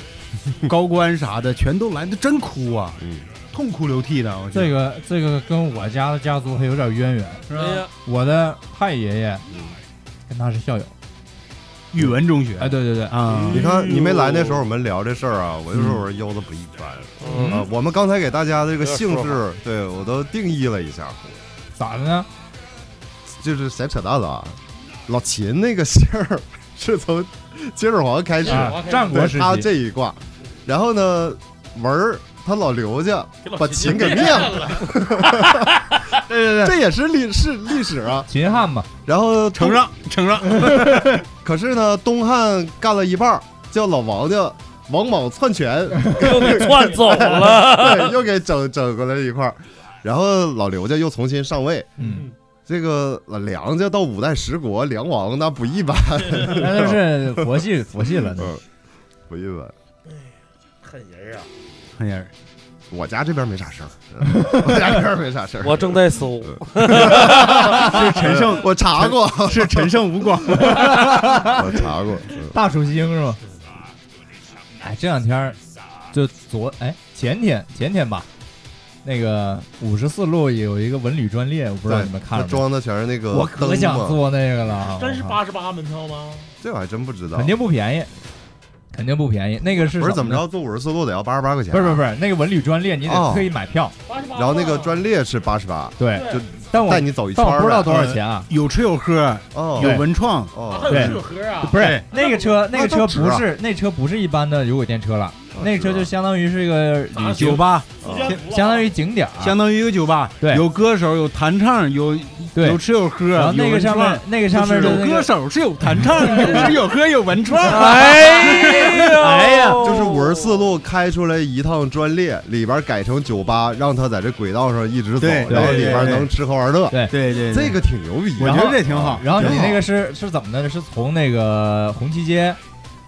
Speaker 4: 高官啥的全都来的真哭啊，
Speaker 1: 嗯
Speaker 4: 痛哭流涕的，我觉得
Speaker 3: 这个这个跟我家的家族还有点渊源，是吧？
Speaker 2: 哎呀，
Speaker 3: 我的太爷爷跟他是校友，
Speaker 4: 育文中学
Speaker 3: 哎，对对对，
Speaker 4: 啊，
Speaker 1: 你看你没来那时候，我们聊这事儿啊，我就说我说腰子不一般
Speaker 2: 嗯
Speaker 1: 啊。我们刚才给大家这个姓
Speaker 2: 有点
Speaker 1: 氏，对我都定义了一下，
Speaker 3: 咋的呢？
Speaker 1: 就是闲扯淡了啊。老秦那个姓儿是从秦始皇开始，
Speaker 3: 啊，战国
Speaker 1: 对
Speaker 3: 时
Speaker 1: 他
Speaker 3: 期，
Speaker 1: 这一卦，然后呢，文儿他老刘家把秦给灭了，
Speaker 4: 对对对，
Speaker 1: 这也是历是历史啊。
Speaker 3: 秦汉嘛，
Speaker 1: 然后
Speaker 4: 承
Speaker 1: 东，
Speaker 4: 让承让，
Speaker 1: 可是呢，东汉干了一半儿，叫老王家王莽篡 权，
Speaker 2: 又给窜走了。
Speaker 1: 对，又给整整过来一块儿。然后老刘家又重新上位，
Speaker 3: 嗯，
Speaker 1: 这个老梁家到五代十国，梁王那不一 般，
Speaker 3: 嗯那都是 佛系佛系了，
Speaker 1: 嗯，不一般。
Speaker 6: 狠人啊！
Speaker 4: 哎呀，
Speaker 1: 我家这边没啥 事儿，嗯我家这边没啥事儿。
Speaker 2: 我正在搜，
Speaker 4: 是陈胜，
Speaker 1: 我查过，
Speaker 4: 是陈胜吴广。
Speaker 1: 我查过，嗯
Speaker 3: 大楚兴是吗？哎，这两天儿就昨哎前天前天吧，那个五十四路有一个文旅专列，我不知道
Speaker 1: 对
Speaker 3: 你们看
Speaker 1: 他
Speaker 3: 了没有？
Speaker 1: 装的全是那个
Speaker 3: 我可
Speaker 1: 灯
Speaker 3: 想
Speaker 1: 嘛
Speaker 3: 坐那个了，
Speaker 6: 真是
Speaker 3: 我靠
Speaker 6: 八十八门票吗？
Speaker 1: 这我还真不知道，
Speaker 3: 肯定不便宜，肯定不便宜。那个是
Speaker 1: 不是
Speaker 3: 什
Speaker 1: 怎
Speaker 3: 么
Speaker 1: 么
Speaker 3: 呢
Speaker 1: 着，坐五十四路得要八十八块钱，
Speaker 3: 不是不是不是，那个文旅专列你
Speaker 1: 哦
Speaker 3: 得特意买票，
Speaker 6: 八十八。
Speaker 1: 然后那个专列是八十八，
Speaker 3: 对。
Speaker 6: 对
Speaker 1: 就
Speaker 3: 但我
Speaker 1: 带你走一圈
Speaker 3: 但
Speaker 1: 儿呗
Speaker 3: 我不知道多少钱啊，
Speaker 4: 有吃有喝，
Speaker 1: 哦
Speaker 4: 有文创，
Speaker 6: 啊
Speaker 1: 哦
Speaker 6: 还有
Speaker 3: 对
Speaker 6: 吃有喝啊，
Speaker 3: 不是
Speaker 4: 对
Speaker 3: 那个车，那
Speaker 1: 那
Speaker 3: 个
Speaker 1: 都
Speaker 3: 车
Speaker 1: 值
Speaker 3: 不
Speaker 1: 啊
Speaker 3: 是那车不是一般的有轨电车了，那个车就相当于是一个旅
Speaker 4: 酒
Speaker 3: 行，
Speaker 4: 吧，
Speaker 6: 时
Speaker 1: 哦
Speaker 6: 间足了
Speaker 3: 相当于景点儿，
Speaker 4: 相当于一个酒吧，
Speaker 3: 对
Speaker 4: 有歌手，有弹唱，有
Speaker 3: 对
Speaker 4: 有。吃有喝，
Speaker 3: 然后那个上面那个上面
Speaker 4: 有
Speaker 3: 的
Speaker 4: 文创就是
Speaker 3: 那
Speaker 4: 有歌
Speaker 3: 个，
Speaker 4: 手是有弹唱，有吃有喝有文创，
Speaker 2: 哎呀，
Speaker 4: 哎呀
Speaker 1: 就是五十四路开出来一趟专列，里边改成酒吧，让他在这轨道上一直走，
Speaker 4: 对
Speaker 1: 然后里边
Speaker 4: 对对
Speaker 1: 能吃喝玩乐，
Speaker 3: 对
Speaker 4: 对对，
Speaker 1: 这个挺牛逼。啊
Speaker 4: 我觉
Speaker 1: 然
Speaker 4: 得
Speaker 1: 后
Speaker 4: 这挺好。
Speaker 3: 然后你
Speaker 1: 挺好
Speaker 3: 那个是是怎么的？是从那个红旗街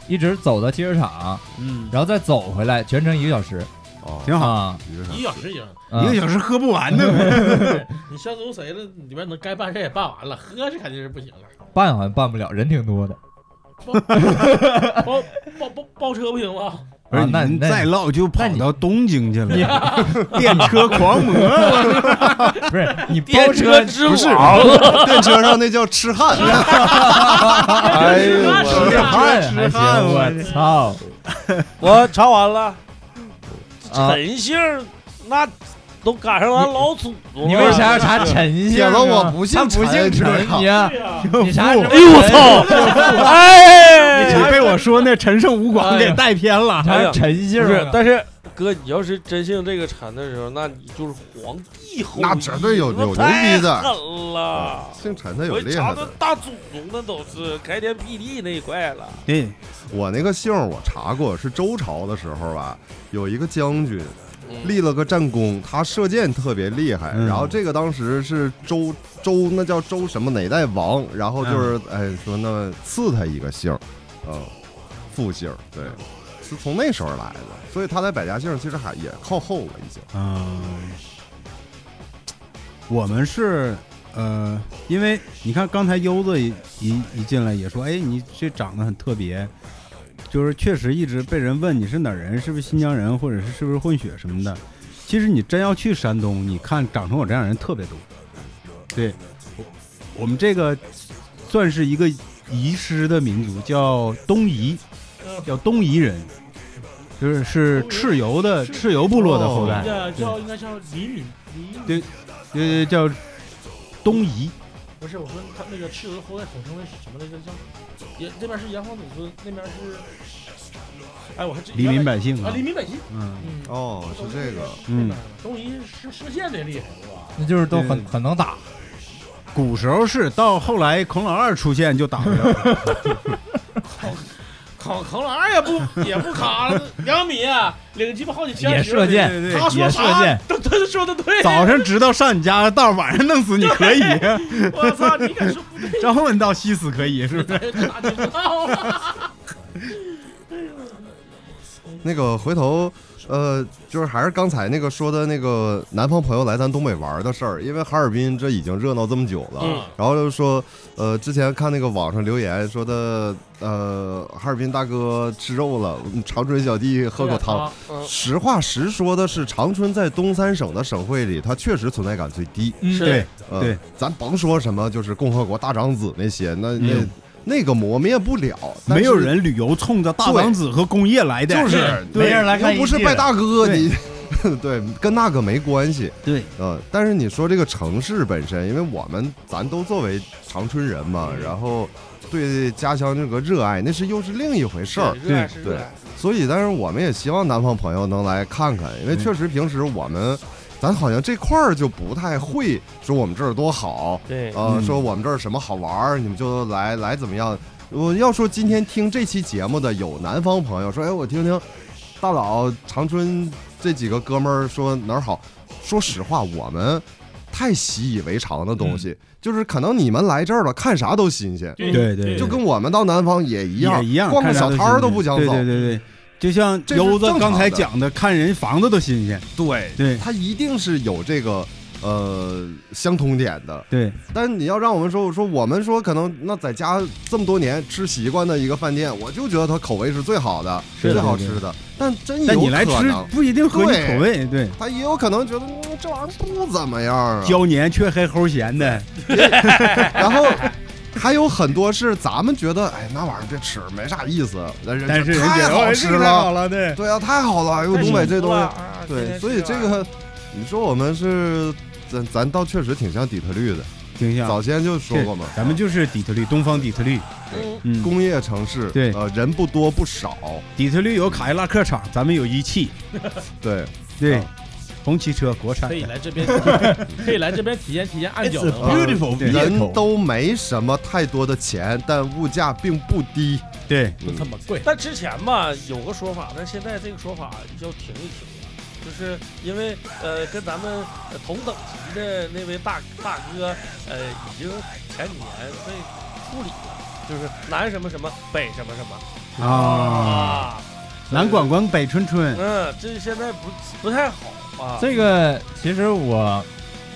Speaker 3: 一直走到汽车厂，
Speaker 4: 嗯，
Speaker 3: 然后再走回来，全程一个小时
Speaker 1: 哦
Speaker 4: 挺好，
Speaker 3: 啊，
Speaker 1: 一个啥
Speaker 6: 一个小时行。
Speaker 3: 嗯
Speaker 4: 一个小时喝不完呢。
Speaker 6: 你上周谁了？里边能该办事也办完了，喝是肯定是不行了。
Speaker 3: 办好像办不了，人挺多的。
Speaker 6: 包包包包车不行吗？
Speaker 4: 不是，
Speaker 3: 啊那
Speaker 4: 你们
Speaker 3: 那
Speaker 4: 再唠就跑
Speaker 3: 那你
Speaker 4: 到东京去了， 电车狂魔，
Speaker 3: 不是你包
Speaker 2: 电
Speaker 3: 车
Speaker 2: 车之王，
Speaker 1: 电车哦上那叫痴汉，哎呦我
Speaker 3: 吃饭
Speaker 4: 汉
Speaker 3: 还
Speaker 4: 吃
Speaker 3: 行，我
Speaker 4: 汉我
Speaker 3: 操！
Speaker 2: 我查完了，
Speaker 3: 啊
Speaker 2: 陈姓儿那都赶上咱老祖宗了。
Speaker 3: 你为啥要查陈姓
Speaker 1: 铁
Speaker 3: 啊？
Speaker 1: 子我不姓
Speaker 3: 他不姓
Speaker 1: 陈知道
Speaker 3: 陈，你啊
Speaker 6: 对呀，
Speaker 3: 你啥时候？
Speaker 2: 哎呦我操！哎，
Speaker 4: 你被我说那陈胜吴广给带偏了。
Speaker 3: 查查哎陈姓
Speaker 2: 不
Speaker 3: 啊
Speaker 2: 是，但是哥，你要是真姓这个陈的时候，那你就是皇帝后裔，
Speaker 1: 那绝对有有牛逼的
Speaker 2: 太狠了。
Speaker 1: 姓陈的有
Speaker 2: 我
Speaker 1: 厉
Speaker 2: 查
Speaker 1: 害
Speaker 2: 的
Speaker 1: 的。
Speaker 2: 大祖宗那都是开天辟地那一块了。
Speaker 4: 对，
Speaker 1: 我那个姓儿我查过，是周朝的时候吧，有一个将军立了个战功，他射箭特别厉害。
Speaker 4: 嗯
Speaker 1: 然后这个当时是周周那叫周什么哪代王，然后就是、哎说那赐他一个姓儿，嗯，复姓儿对，是从那时候来的。所以他在百家姓其实还也靠后了已经。
Speaker 4: 嗯，我们是呃，因为你看刚才优子一一一进来也说，哎，你这长得很特别，就是确实一直被人问你是哪儿人，是不是新疆人，或者是是不是混血什么的。其实你真要去山东，你看长成我这样人特别多。对，我我们这个算是一个遗失的民族，叫东夷，叫东夷人，就是是蚩尤的蚩尤部落的后代，
Speaker 5: 叫叫应该叫黎民，黎
Speaker 4: 对呃，叫东夷。
Speaker 5: 不是我说他那个蚩尤后代统称为什么来着？叫也这边是炎黄子孙，那边是哎，我还真
Speaker 4: 黎民百姓
Speaker 5: 啊，
Speaker 4: 啊
Speaker 5: 黎，民百姓，
Speaker 4: 嗯
Speaker 5: 嗯，
Speaker 1: 哦，是这个，
Speaker 4: 嗯，
Speaker 5: 东夷是射箭的厉害是吧？
Speaker 7: 那就是都很
Speaker 4: 对
Speaker 7: 很能打，
Speaker 4: 古时候是，到后来孔老二出现就打不了。
Speaker 5: 扛扛老二也不也不卡了，两米啊领鸡巴好几千，
Speaker 7: 也射箭，
Speaker 4: 对对对
Speaker 5: 他说
Speaker 7: 也射
Speaker 5: 啥
Speaker 7: 箭，
Speaker 5: 都他说的对，
Speaker 4: 早上知道上你家道，晚上弄死你 可以，
Speaker 5: 我操，你敢说 不对？
Speaker 4: 张文道西死可以，是不是？
Speaker 5: 这哪知道啊？
Speaker 1: 那个回头，呃，就是还是刚才那个说的那个南方朋友来咱东北玩的事儿，因为哈尔滨这已经热闹这么久了，
Speaker 5: 嗯
Speaker 1: 然后就说，呃，之前看那个网上留言说的，呃，哈尔滨大哥吃肉了，嗯长春小弟喝口汤。
Speaker 2: 啊，嗯
Speaker 1: 实话实说的是，长春在东三省的省会里，它确实存在感最低。
Speaker 7: 嗯，
Speaker 4: 对，
Speaker 1: 呃、
Speaker 4: 对，
Speaker 1: 咱甭说什么就是共和国大长子那些，那那、
Speaker 4: 嗯
Speaker 1: 那个磨灭不了，但是
Speaker 4: 没有人旅游冲着大长子和工业来的，
Speaker 1: 就是
Speaker 7: 没人来看
Speaker 1: 又不是
Speaker 7: 一季
Speaker 1: 拜
Speaker 7: 了
Speaker 1: 大哥，
Speaker 4: 对
Speaker 1: 你对跟那个没关系。
Speaker 4: 对，
Speaker 1: 呃，但是你说这个城市本身，因为我们咱都作为长春人嘛，然后对家乡这个热爱，那是又是另一回事儿。
Speaker 2: 对热爱是
Speaker 1: 对
Speaker 2: 热爱，
Speaker 1: 所以，但是我们也希望南方朋友能来看看，因为
Speaker 4: 嗯
Speaker 1: 确实平时我们，咱好像这块儿就不太会说我们这儿多好，
Speaker 2: 对，
Speaker 1: 呃，
Speaker 4: 嗯
Speaker 1: 说我们这儿什么好玩儿，你们就来来怎么样？我要说今天听这期节目的有南方朋友说，哎，我听听大佬长春这几个哥们儿说哪儿好。说实话，我们太习以为常的东西，就是可能你们来这儿了，看啥都新鲜，
Speaker 5: 对
Speaker 4: 嗯对对
Speaker 1: 嗯就跟我们到南方也一样，
Speaker 4: 也一样，
Speaker 1: 逛个
Speaker 4: 看啥
Speaker 1: 小
Speaker 4: 都
Speaker 1: 摊儿
Speaker 4: 新
Speaker 1: 都
Speaker 4: 鲜
Speaker 1: 不想走。
Speaker 4: 对对对对，就像
Speaker 1: 这是
Speaker 4: 游子
Speaker 1: 正常
Speaker 4: 刚才
Speaker 1: 的
Speaker 4: 讲的，看人房子都新鲜。
Speaker 1: 对
Speaker 4: 对
Speaker 1: 它一定是有这个呃相通点的。
Speaker 4: 对，
Speaker 1: 但你要让我们说，我说我们说可能那在家这么多年吃习惯的一个饭店，我就觉得它口味是最好的，
Speaker 4: 是的
Speaker 1: 最好
Speaker 4: 是的
Speaker 1: 吃的。但真有
Speaker 4: 但你来
Speaker 1: 可
Speaker 4: 吃
Speaker 1: 能
Speaker 4: 不一定合你
Speaker 1: 对
Speaker 4: 口味，对。
Speaker 1: 他也有可能觉得、嗯、这玩意儿不怎么样啊。
Speaker 4: 胶粘却黑齁咸的，
Speaker 1: 然后还有很多是咱们觉得，哎，那玩意儿这吃没啥意思，但是
Speaker 4: 但是人家
Speaker 1: 太好
Speaker 4: 哎
Speaker 1: 吃
Speaker 4: 这个太好
Speaker 1: 了。
Speaker 4: 了，对。
Speaker 1: 对啊，太好了！哎呦，
Speaker 2: 太
Speaker 1: 东北
Speaker 2: 幸
Speaker 1: 这
Speaker 2: 福
Speaker 1: 东
Speaker 2: 了
Speaker 1: 西，
Speaker 2: 啊天
Speaker 1: 对，
Speaker 2: 天
Speaker 1: 所以
Speaker 2: 吃
Speaker 1: 这
Speaker 2: 啊
Speaker 1: 个， 你说我们是咱咱倒确实挺像底特律的，
Speaker 4: 形象，
Speaker 1: 早先就说过嘛，
Speaker 4: 咱们就是底特律，东方底特律，
Speaker 2: 嗯
Speaker 4: 嗯，
Speaker 1: 工业城市，
Speaker 4: 对
Speaker 1: 呃，人不多不少，
Speaker 4: 底特律有凯迪拉克厂，咱们有一汽，
Speaker 1: 对，
Speaker 4: 对，红旗车国产
Speaker 5: 可以
Speaker 4: 的，
Speaker 5: 来这边，可以来这边体验体验暗角
Speaker 7: It's a
Speaker 5: 文化。
Speaker 7: beautiful
Speaker 4: 对
Speaker 7: vehicle
Speaker 1: 呃人都没什么太多的钱，但物价并不低，
Speaker 4: 对，
Speaker 5: 不他妈贵，
Speaker 2: 但之前吧有个说法，但现在这个说法要停一停了，就是因为呃跟咱们呃同等级的那位大大哥呃已经前几年被处理了，就是南什么什么北什么什么
Speaker 4: 啊，
Speaker 2: 啊，
Speaker 4: 南广广北春春，
Speaker 2: 嗯，这现在不不太好啊。
Speaker 7: 这个其实我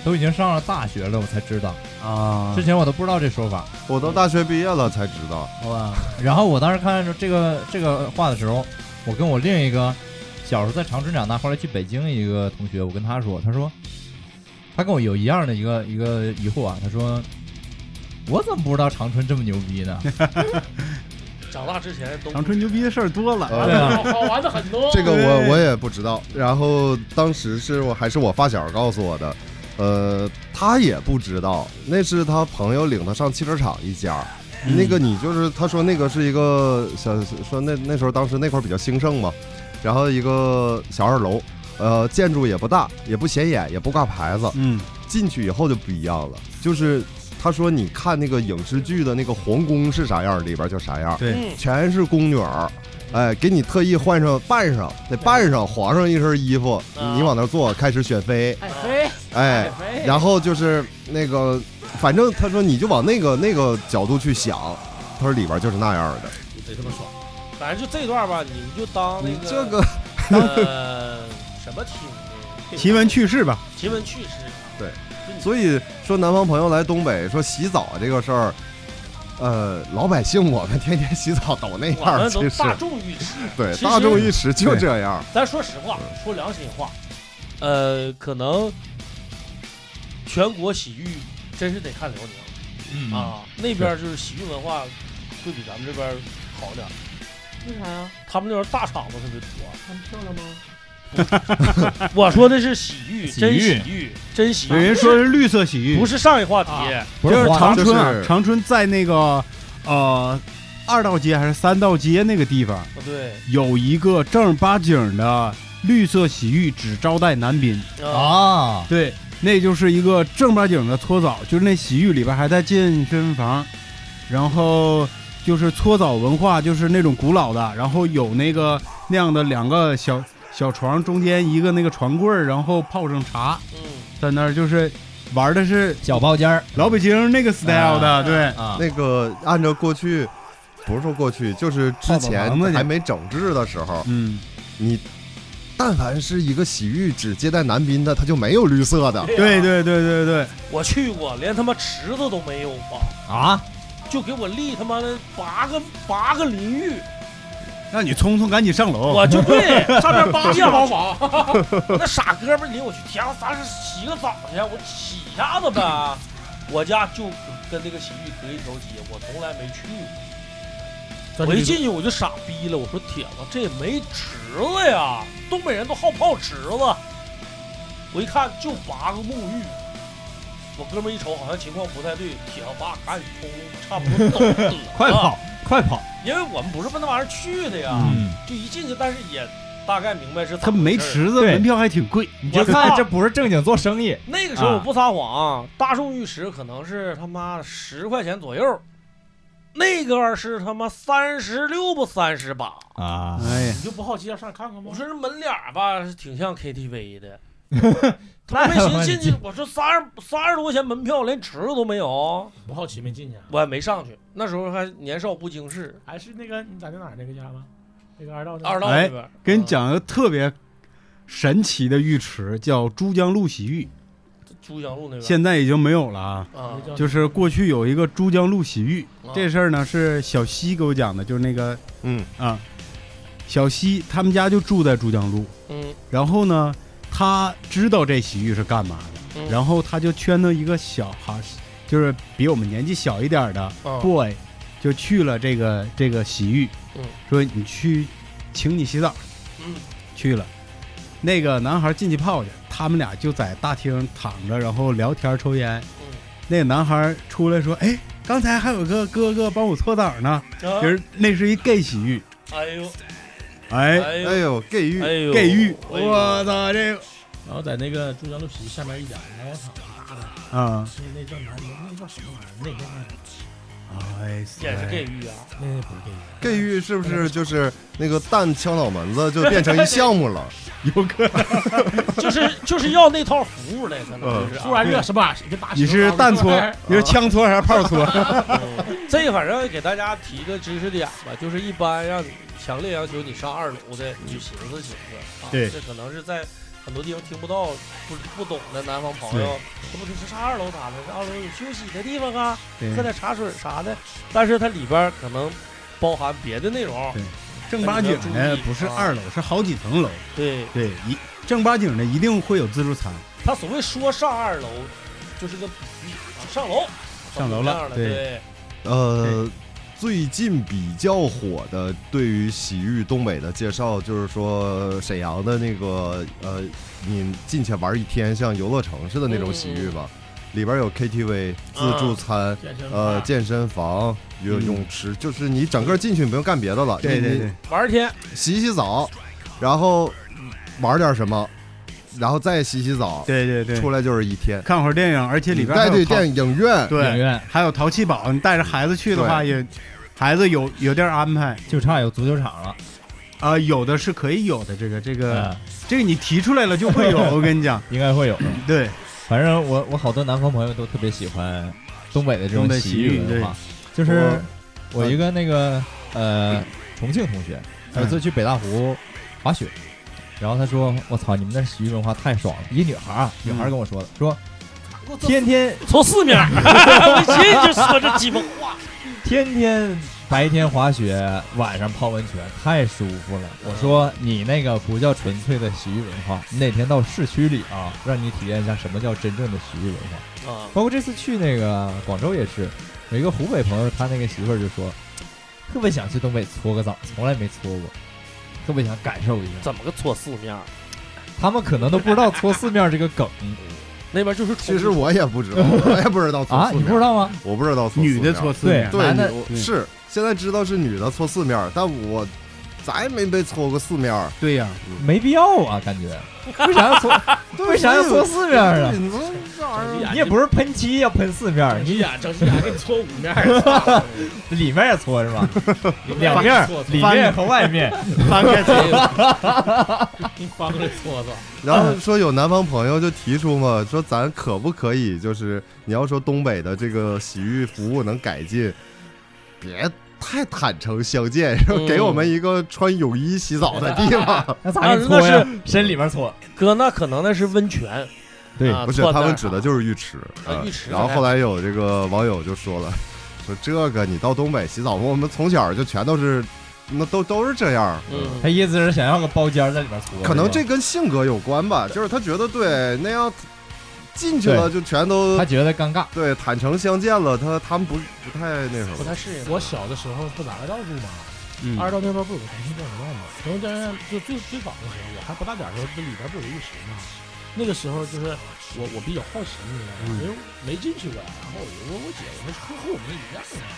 Speaker 7: 都已经上了大学了，我才知道，
Speaker 1: 嗯
Speaker 4: 啊
Speaker 7: 之前我都不知道这说法。
Speaker 1: 我都大学毕业了才知道，
Speaker 7: 哇！然后我当时看到这个这个话的时候，我跟我另一个小时候在长春长大，后来去北京一个同学，我跟他说，他说他跟我有一样的一个一个疑惑啊，他说我怎么不知道长春这么牛逼 呢？
Speaker 2: 长大之前都
Speaker 4: 长春牛逼的事儿多了，
Speaker 1: 呃
Speaker 7: 对啊，
Speaker 5: 好玩的很多。
Speaker 1: 这个我
Speaker 4: 对
Speaker 1: 我也不知道。然后当时是我还是我发小告诉我的，呃，他也不知道，那是他朋友领他上汽车厂一家。
Speaker 7: 嗯
Speaker 1: 那个你就是他说那个是一个小说那那时候当时那块儿比较兴盛嘛，然后一个小二楼，呃，建筑也不大，也不显眼，也不挂牌子，
Speaker 4: 嗯，
Speaker 1: 进去以后就不一样了，就是他说你看那个影视剧的那个皇宫是啥样，里边就啥样，
Speaker 4: 对，
Speaker 2: 嗯
Speaker 1: 全是宫女儿，哎，给你特意换上扮上，得扮上皇上一身衣服，
Speaker 2: 啊
Speaker 1: 你往那儿坐，开始选妃，
Speaker 5: 爱妃，
Speaker 1: 哎
Speaker 5: 爱，妃，
Speaker 1: 然后就是那个，反正他说你就往那个那个角度去想，他说里边就是那样的，
Speaker 2: 得这么爽。反正就这段吧，你们就当那
Speaker 1: 你
Speaker 2: 个
Speaker 1: 这个
Speaker 2: 呃什么听的
Speaker 4: 奇闻趣事吧，
Speaker 2: 奇闻趣事。
Speaker 1: 所以说，南方朋友来东北说洗澡这个事儿，呃，老百姓我们天天洗澡都那 样
Speaker 2: 我
Speaker 1: 儿，
Speaker 2: 们
Speaker 1: 其
Speaker 2: 都
Speaker 1: 实
Speaker 2: 大众浴池。
Speaker 1: 对
Speaker 2: 其实
Speaker 1: 大众浴池就这样儿。
Speaker 2: 咱说实话，说良心话，呃，可能全国洗浴真是得看辽宁。
Speaker 7: 嗯
Speaker 2: 啊，那边儿就是洗浴文化会比咱们这边儿好点儿。
Speaker 8: 为啥呀？
Speaker 2: 他们那边儿大厂子特别 多。
Speaker 8: 他们漂亮吗？
Speaker 2: 我说的是洗浴，
Speaker 7: 洗
Speaker 2: 真
Speaker 7: 浴
Speaker 2: 洗浴，真洗浴。
Speaker 4: 有人说是啊绿色洗浴，
Speaker 2: 啊不是上一话题，
Speaker 7: 不
Speaker 4: 就是是
Speaker 7: 花
Speaker 4: 长春
Speaker 1: 就
Speaker 4: 啊，
Speaker 1: 是
Speaker 4: 长春在那个呃二道街还是三道街那个地方，
Speaker 2: 不对
Speaker 4: 有一个正儿八经的绿色洗浴，只招待男宾。
Speaker 2: 啊，
Speaker 7: 啊，
Speaker 4: 对，那就是一个正儿八经的搓澡，就是那洗浴里边还带健身房，然后就是搓澡文化，就是那种古老的，然后有那个那样的两个小小床，中间一个那个床柜儿，然后泡上茶，
Speaker 2: 嗯，
Speaker 4: 在那儿就是玩的是
Speaker 7: 小包间儿
Speaker 4: 老北京那个 style 的，对。
Speaker 7: 啊，
Speaker 1: 那个按照过去，不是说过去，就是之前
Speaker 4: 泡澡堂子去
Speaker 1: 还没整治的时候，
Speaker 4: 嗯，
Speaker 1: 你但凡是一个洗浴只接待男宾的，他就没有绿色的。
Speaker 4: 对对对对对，
Speaker 2: 我去过，连他妈池子都没有吧？
Speaker 7: 啊，，
Speaker 2: 就给我立他妈的八个八个淋浴，
Speaker 4: 让你匆匆赶紧上楼。
Speaker 2: 我就对上面八个包房，那傻哥们儿领我去天，咱是洗个澡去，我洗一下子呗。我家就跟那个洗浴隔一条街，我从来没去过。我一进去我就傻逼了，我说铁子这也没池子呀，东北人都好泡池子。我一看就八个沐浴，我哥们儿一瞅好像情况不太对，铁子爸赶紧冲，差不多走了
Speaker 7: 快跑，快跑，
Speaker 2: 因为我们不是奔那玩意儿去的呀，
Speaker 7: 哦嗯，
Speaker 2: 就一进去，但是也大概明白是
Speaker 4: 他
Speaker 2: 他
Speaker 4: 没池子，
Speaker 7: 对
Speaker 4: 门票还挺贵。
Speaker 7: 你就看这不是正经做生意，
Speaker 2: 那个时
Speaker 4: 啊
Speaker 2: 候我不撒谎，大众浴池可能是他妈十块钱左右，那个玩意儿是他妈三十六不三十八。
Speaker 7: 啊，
Speaker 4: 哎呀，
Speaker 5: 你就不好奇要上看看吗
Speaker 2: 我？说这门脸儿吧，是挺像 KTV 的。他没寻思进去，我说三十三十多块钱门票，连池子都没有，
Speaker 5: 不好奇没进去啊？
Speaker 2: 我也没上去。那时候还年少不经事，
Speaker 5: 还是那个你在那哪儿那个家吗？那个二道那
Speaker 2: 二道
Speaker 4: 哎
Speaker 2: 那边儿啊
Speaker 4: 给你讲个特别神奇的浴池，叫珠江路洗浴，
Speaker 2: 嗯珠江路那边
Speaker 4: 现在已经没有了啊。
Speaker 2: 儿啊，
Speaker 4: 就是过去有一个珠江路洗浴，
Speaker 2: 啊
Speaker 4: 这事儿呢是小西给我讲的，就是那个
Speaker 1: 嗯
Speaker 4: 啊，小西他们家就住在珠江路，
Speaker 2: 嗯
Speaker 4: 然后呢，他知道这洗浴是干嘛的，
Speaker 2: 嗯
Speaker 4: 然后他就圈到一个小孩，就是比我们年纪小一点的
Speaker 2: 啊
Speaker 4: boy，就去了这个这个洗浴
Speaker 2: 嗯，
Speaker 4: 说你去，请你洗澡，
Speaker 2: 嗯
Speaker 4: 去了。那个男孩进去泡去，他们俩就在大厅躺着，然后聊天抽烟。
Speaker 2: 嗯
Speaker 4: 那个男孩出来说：“哎，刚才还有个哥哥帮我搓澡呢。”
Speaker 2: 啊
Speaker 4: 其实那是一 gay 洗浴，
Speaker 2: 哎呦
Speaker 4: 哎
Speaker 2: 哎
Speaker 1: 哎
Speaker 2: 呦
Speaker 1: 呦，gay 浴，
Speaker 2: 哎呦
Speaker 4: ，gay 浴，
Speaker 2: 哎呦
Speaker 4: 我操这
Speaker 5: 然后在那个珠江路洗下面一点，我操，妈的，
Speaker 4: 啊！
Speaker 5: 是那叫哪？那叫什么玩意儿？那个
Speaker 4: 哎，
Speaker 2: 也是 gay 浴啊，
Speaker 5: 那不是 gay，
Speaker 1: gay 浴是不是就是那个蛋敲脑门子就变成一项目了？
Speaker 4: 有可
Speaker 2: 就是就是要那套服务的，可能就是啊。
Speaker 5: 突然热是吧？一个大
Speaker 4: 你是蛋搓，你是
Speaker 5: 啊
Speaker 4: 枪搓还是炮 搓？
Speaker 2: 啊这反正给大家提个知识点吧，就是一般让你强烈要求你上二楼的，你就寻思寻思啊，
Speaker 4: 对
Speaker 2: 这可能是在很多地方听不到、不不懂的南方朋友，他不就是上二楼咋的？上二楼有休息的地方啊，喝点茶水啥的，但是它里边可能包含别的内容
Speaker 4: 对，正八经的不是二楼，是好几层楼。
Speaker 2: 对
Speaker 4: 啊对，一正八经的一定会有自助餐。
Speaker 2: 他所谓说上二楼，就是个比喻，啊上楼，
Speaker 4: 上楼
Speaker 2: 这
Speaker 4: 了
Speaker 2: 样的
Speaker 4: 对
Speaker 2: 对，
Speaker 1: 呃，最近比较火的对于洗浴东北的介绍，就是说沈阳的那个呃，你进去玩一天，像游乐城似的那种洗浴吧，
Speaker 4: 嗯
Speaker 1: 里边有 KTV、自助餐、
Speaker 2: 啊
Speaker 1: 呃健身房、游
Speaker 4: 啊嗯
Speaker 1: 泳池，就是你整个进去你不用干别的了，
Speaker 4: 对
Speaker 1: 你
Speaker 4: 对
Speaker 1: 你
Speaker 4: 对，
Speaker 2: 玩一天，
Speaker 1: 洗洗澡，然后玩点什么，然后再洗洗澡，
Speaker 4: 对对
Speaker 1: 出
Speaker 4: 对，
Speaker 1: 来就是一天。
Speaker 4: 看会儿电影，而且里边还
Speaker 1: 嗯带
Speaker 4: 有
Speaker 1: 对
Speaker 4: 淘
Speaker 1: 电影院，
Speaker 7: 影
Speaker 4: 对，
Speaker 7: 院
Speaker 4: 还有淘气堡，你带着孩子去的话，也孩子有有地儿安排
Speaker 7: 就差有足球场了，
Speaker 4: 啊，有的是可以有的，这个这个
Speaker 7: 嗯，
Speaker 4: 这个你提出来了就 会有，我跟你讲，
Speaker 7: 应该会有的。
Speaker 4: 对，
Speaker 7: 反正我我好多南方朋友都特别喜欢东北的这
Speaker 4: 东
Speaker 7: 种
Speaker 4: 北洗
Speaker 7: 洗
Speaker 4: 浴
Speaker 7: 浴文化，就是我一个那个呃重庆同学，有一次去北大湖滑雪，然后他说：“我操，你们那洗浴文化太爽了！”一女孩儿啊，女孩儿跟我说的，
Speaker 4: 嗯
Speaker 7: 说天天
Speaker 2: 从四面儿，我一进就说这鸡巴话，
Speaker 7: 天天
Speaker 3: 白天滑雪，晚上泡温泉，太舒服了。
Speaker 4: 嗯
Speaker 3: 我说你那个不叫纯粹的洗浴文化，你哪天到市区里啊，让你体验一下什么叫真正的洗浴文化。
Speaker 9: 啊，
Speaker 3: 包括这次去那个广州也是，有一个湖北朋友，他那个媳妇儿就说，特别想去东北搓个澡，从来没搓过，特别想感受一下。
Speaker 9: 怎么个搓四面儿？
Speaker 3: 他们可能都不知道搓四面这个 梗
Speaker 9: 那边就是
Speaker 1: 其实我也不 知道，我也不知道搓
Speaker 3: 啊，
Speaker 1: 四
Speaker 3: 你不知
Speaker 1: 面，
Speaker 3: 道吗？
Speaker 1: 我不知道搓
Speaker 4: 女的
Speaker 1: 四面
Speaker 4: 搓四面，
Speaker 1: 对
Speaker 3: 男的
Speaker 1: 女
Speaker 4: 对
Speaker 1: 是现在知道是女的搓四面儿，但我咱也没被搓过四面儿，
Speaker 4: 对呀，
Speaker 3: 没必要啊，感觉 为啥要 搓？为啥要搓四面啊？哎
Speaker 1: 你这这玩意儿
Speaker 3: 你也不是喷漆要喷四面儿，
Speaker 2: 整
Speaker 3: 你
Speaker 2: 西雅，整西雅给你搓五面儿，
Speaker 3: 里面也搓是吧？ 两面儿，里面和外面。
Speaker 4: 翻开搓，
Speaker 2: 你翻过来 搓搓。
Speaker 1: 然后说有南方朋友就提出嘛，说咱可不可以就是你要说东北的这个洗浴服务能改进，别太坦诚相见，
Speaker 3: 嗯
Speaker 1: 然后给我们一个穿泳衣洗澡的地方。
Speaker 3: 那咋给哎你搓呀？伸里面搓。
Speaker 9: 哥，那可能那是温泉，
Speaker 3: 对
Speaker 9: 啊
Speaker 1: 不是，
Speaker 9: 搓
Speaker 1: 他
Speaker 9: 那
Speaker 1: 们
Speaker 9: 儿
Speaker 1: 指的就是浴池。
Speaker 9: 啊
Speaker 1: 嗯
Speaker 9: 浴池
Speaker 1: 然后后来有这个网友就说了，说这个你到东北洗澡，我们从小就全都是，那都都是这样。嗯
Speaker 9: 嗯，
Speaker 2: 哎
Speaker 3: 他意思是想要个包间在里面搓。
Speaker 1: 可能
Speaker 3: 是
Speaker 1: 这
Speaker 3: 吧
Speaker 1: 跟性格有关吧，就是他觉得对那样进去了就全都
Speaker 3: 他觉得尴尬。
Speaker 1: 对，坦诚相见了，他他们不不太那什
Speaker 2: 不
Speaker 1: 么。
Speaker 2: 太适应。我小的时候不哪个道住吗？
Speaker 4: 嗯
Speaker 2: 二道那边不有个腾讯电影院吗？腾讯电影院就最最早的时候，我还不大点儿的时候，这里边不有浴池吗？啊那个时候就是我我比较好奇那
Speaker 3: 嗯
Speaker 2: 个，因为没进去过，啊然后我就问我姐，我说和和我们一样啊。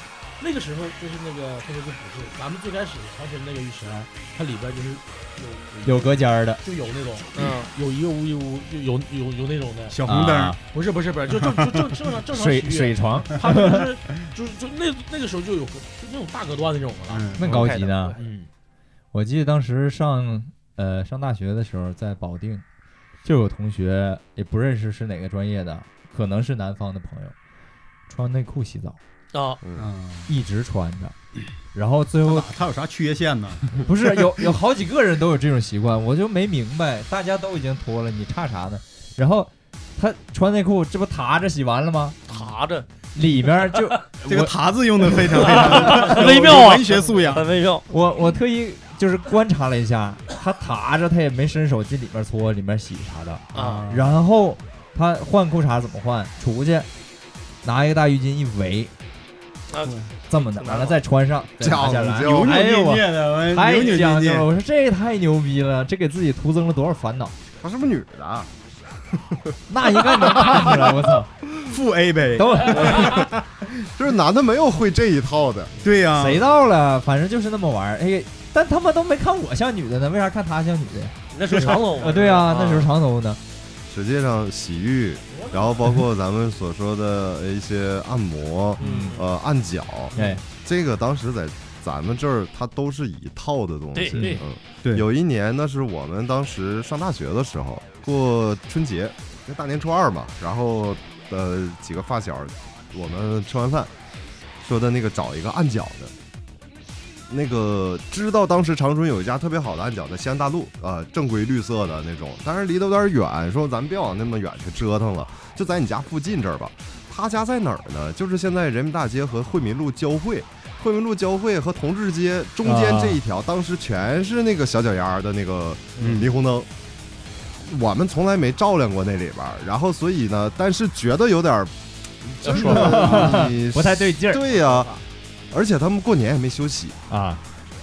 Speaker 2: 那个时候就是那个特别就不是，咱们最开始长春那个浴池，它里边就是有
Speaker 3: 有隔间儿的
Speaker 2: 就有那种，
Speaker 9: 嗯，
Speaker 2: 有一个屋一屋，就有有有那种的，
Speaker 4: 小
Speaker 1: 嗯
Speaker 4: 红灯
Speaker 3: 啊
Speaker 4: 儿，，
Speaker 2: 不是不是不是，就 正就正正常正常
Speaker 3: 水
Speaker 2: 洗浴
Speaker 3: 水床，
Speaker 2: 他们就是就是就那那个时候就有就那种大隔断那种的了。
Speaker 4: 嗯，
Speaker 3: 那高级呢。
Speaker 2: 嗯，
Speaker 3: 我记得当时上呃上大学的时候，在保定，就有同学也不认识是哪个专业的，可能是南方的朋友，穿内裤洗澡，
Speaker 9: 啊，
Speaker 4: 嗯，
Speaker 3: 一直穿着，然后最后
Speaker 4: 他有啥缺陷呢？
Speaker 3: 不是有有好几个人都有这种习惯，我就没明白，大家都已经脱了，你差啥呢？然后他穿内裤，这不塌着洗完了吗？
Speaker 9: 爬着
Speaker 3: 里面 就
Speaker 4: 这个“塔”字用的 非常非常
Speaker 9: 微妙啊
Speaker 4: 文学素 养。
Speaker 9: 很微妙，
Speaker 3: 我我特意就是观察了一下，他塌着，他也没伸手进里面搓、里面洗啥的。
Speaker 9: 啊
Speaker 3: 然后他换裤衩怎么换？出去拿一个大浴巾一围，
Speaker 9: 啊
Speaker 3: 这么的，完了再穿上，再拿
Speaker 1: 讲
Speaker 3: 下来。
Speaker 1: 究，
Speaker 3: 哎呦我
Speaker 4: 的
Speaker 3: 太
Speaker 4: 扭扭捏
Speaker 3: 讲究了！
Speaker 4: 捏，
Speaker 3: 我说这太牛逼了，这给自己徒增了多少烦恼？
Speaker 1: 她是不是女的？啊
Speaker 3: 那应该能看出来，我操！
Speaker 4: 负 A 呗。
Speaker 3: 等
Speaker 1: 哎
Speaker 3: 我
Speaker 1: 就是男的没有会这一套的，
Speaker 4: 对呀，
Speaker 3: 谁到了，反正就是那么玩儿。哎，但他妈都没看我像女的呢，为啥看他像女的呀？
Speaker 9: 你那时候长头发
Speaker 3: 啊，对啊，那时候长头呢。
Speaker 1: 实际上洗浴，然后包括咱们所说的一些按摩，
Speaker 3: 嗯，
Speaker 1: 呃，按脚，
Speaker 3: 哎，
Speaker 1: 这个当时在咱们这儿它都是一套的东
Speaker 9: 对
Speaker 1: 西。
Speaker 9: 对
Speaker 1: 嗯，
Speaker 4: 对
Speaker 1: 有一年那是我们当时上大学的时候过春节，那大年初二嘛，然后呃几个发小，我们吃完饭说的那个找一个按脚的。那个知道当时长春有一家特别好的按脚，在西安大路，呃，正规绿色的那种，但是离得有点远，说咱们别往那么远去折腾了，就在你家附近这儿吧。他家在哪儿呢？就是现在人民大街和惠民路交汇，惠民路交汇和同志街中间这一条，当时全是那个小脚丫儿的那个
Speaker 4: 嗯
Speaker 1: 霓虹灯。我们从来没照亮过那里边儿，然后所以呢，但是觉得有点儿，就是
Speaker 3: 说
Speaker 1: 你
Speaker 3: 不太对劲儿
Speaker 1: 呃对呀、而且他们过年也没休息，
Speaker 3: 啊。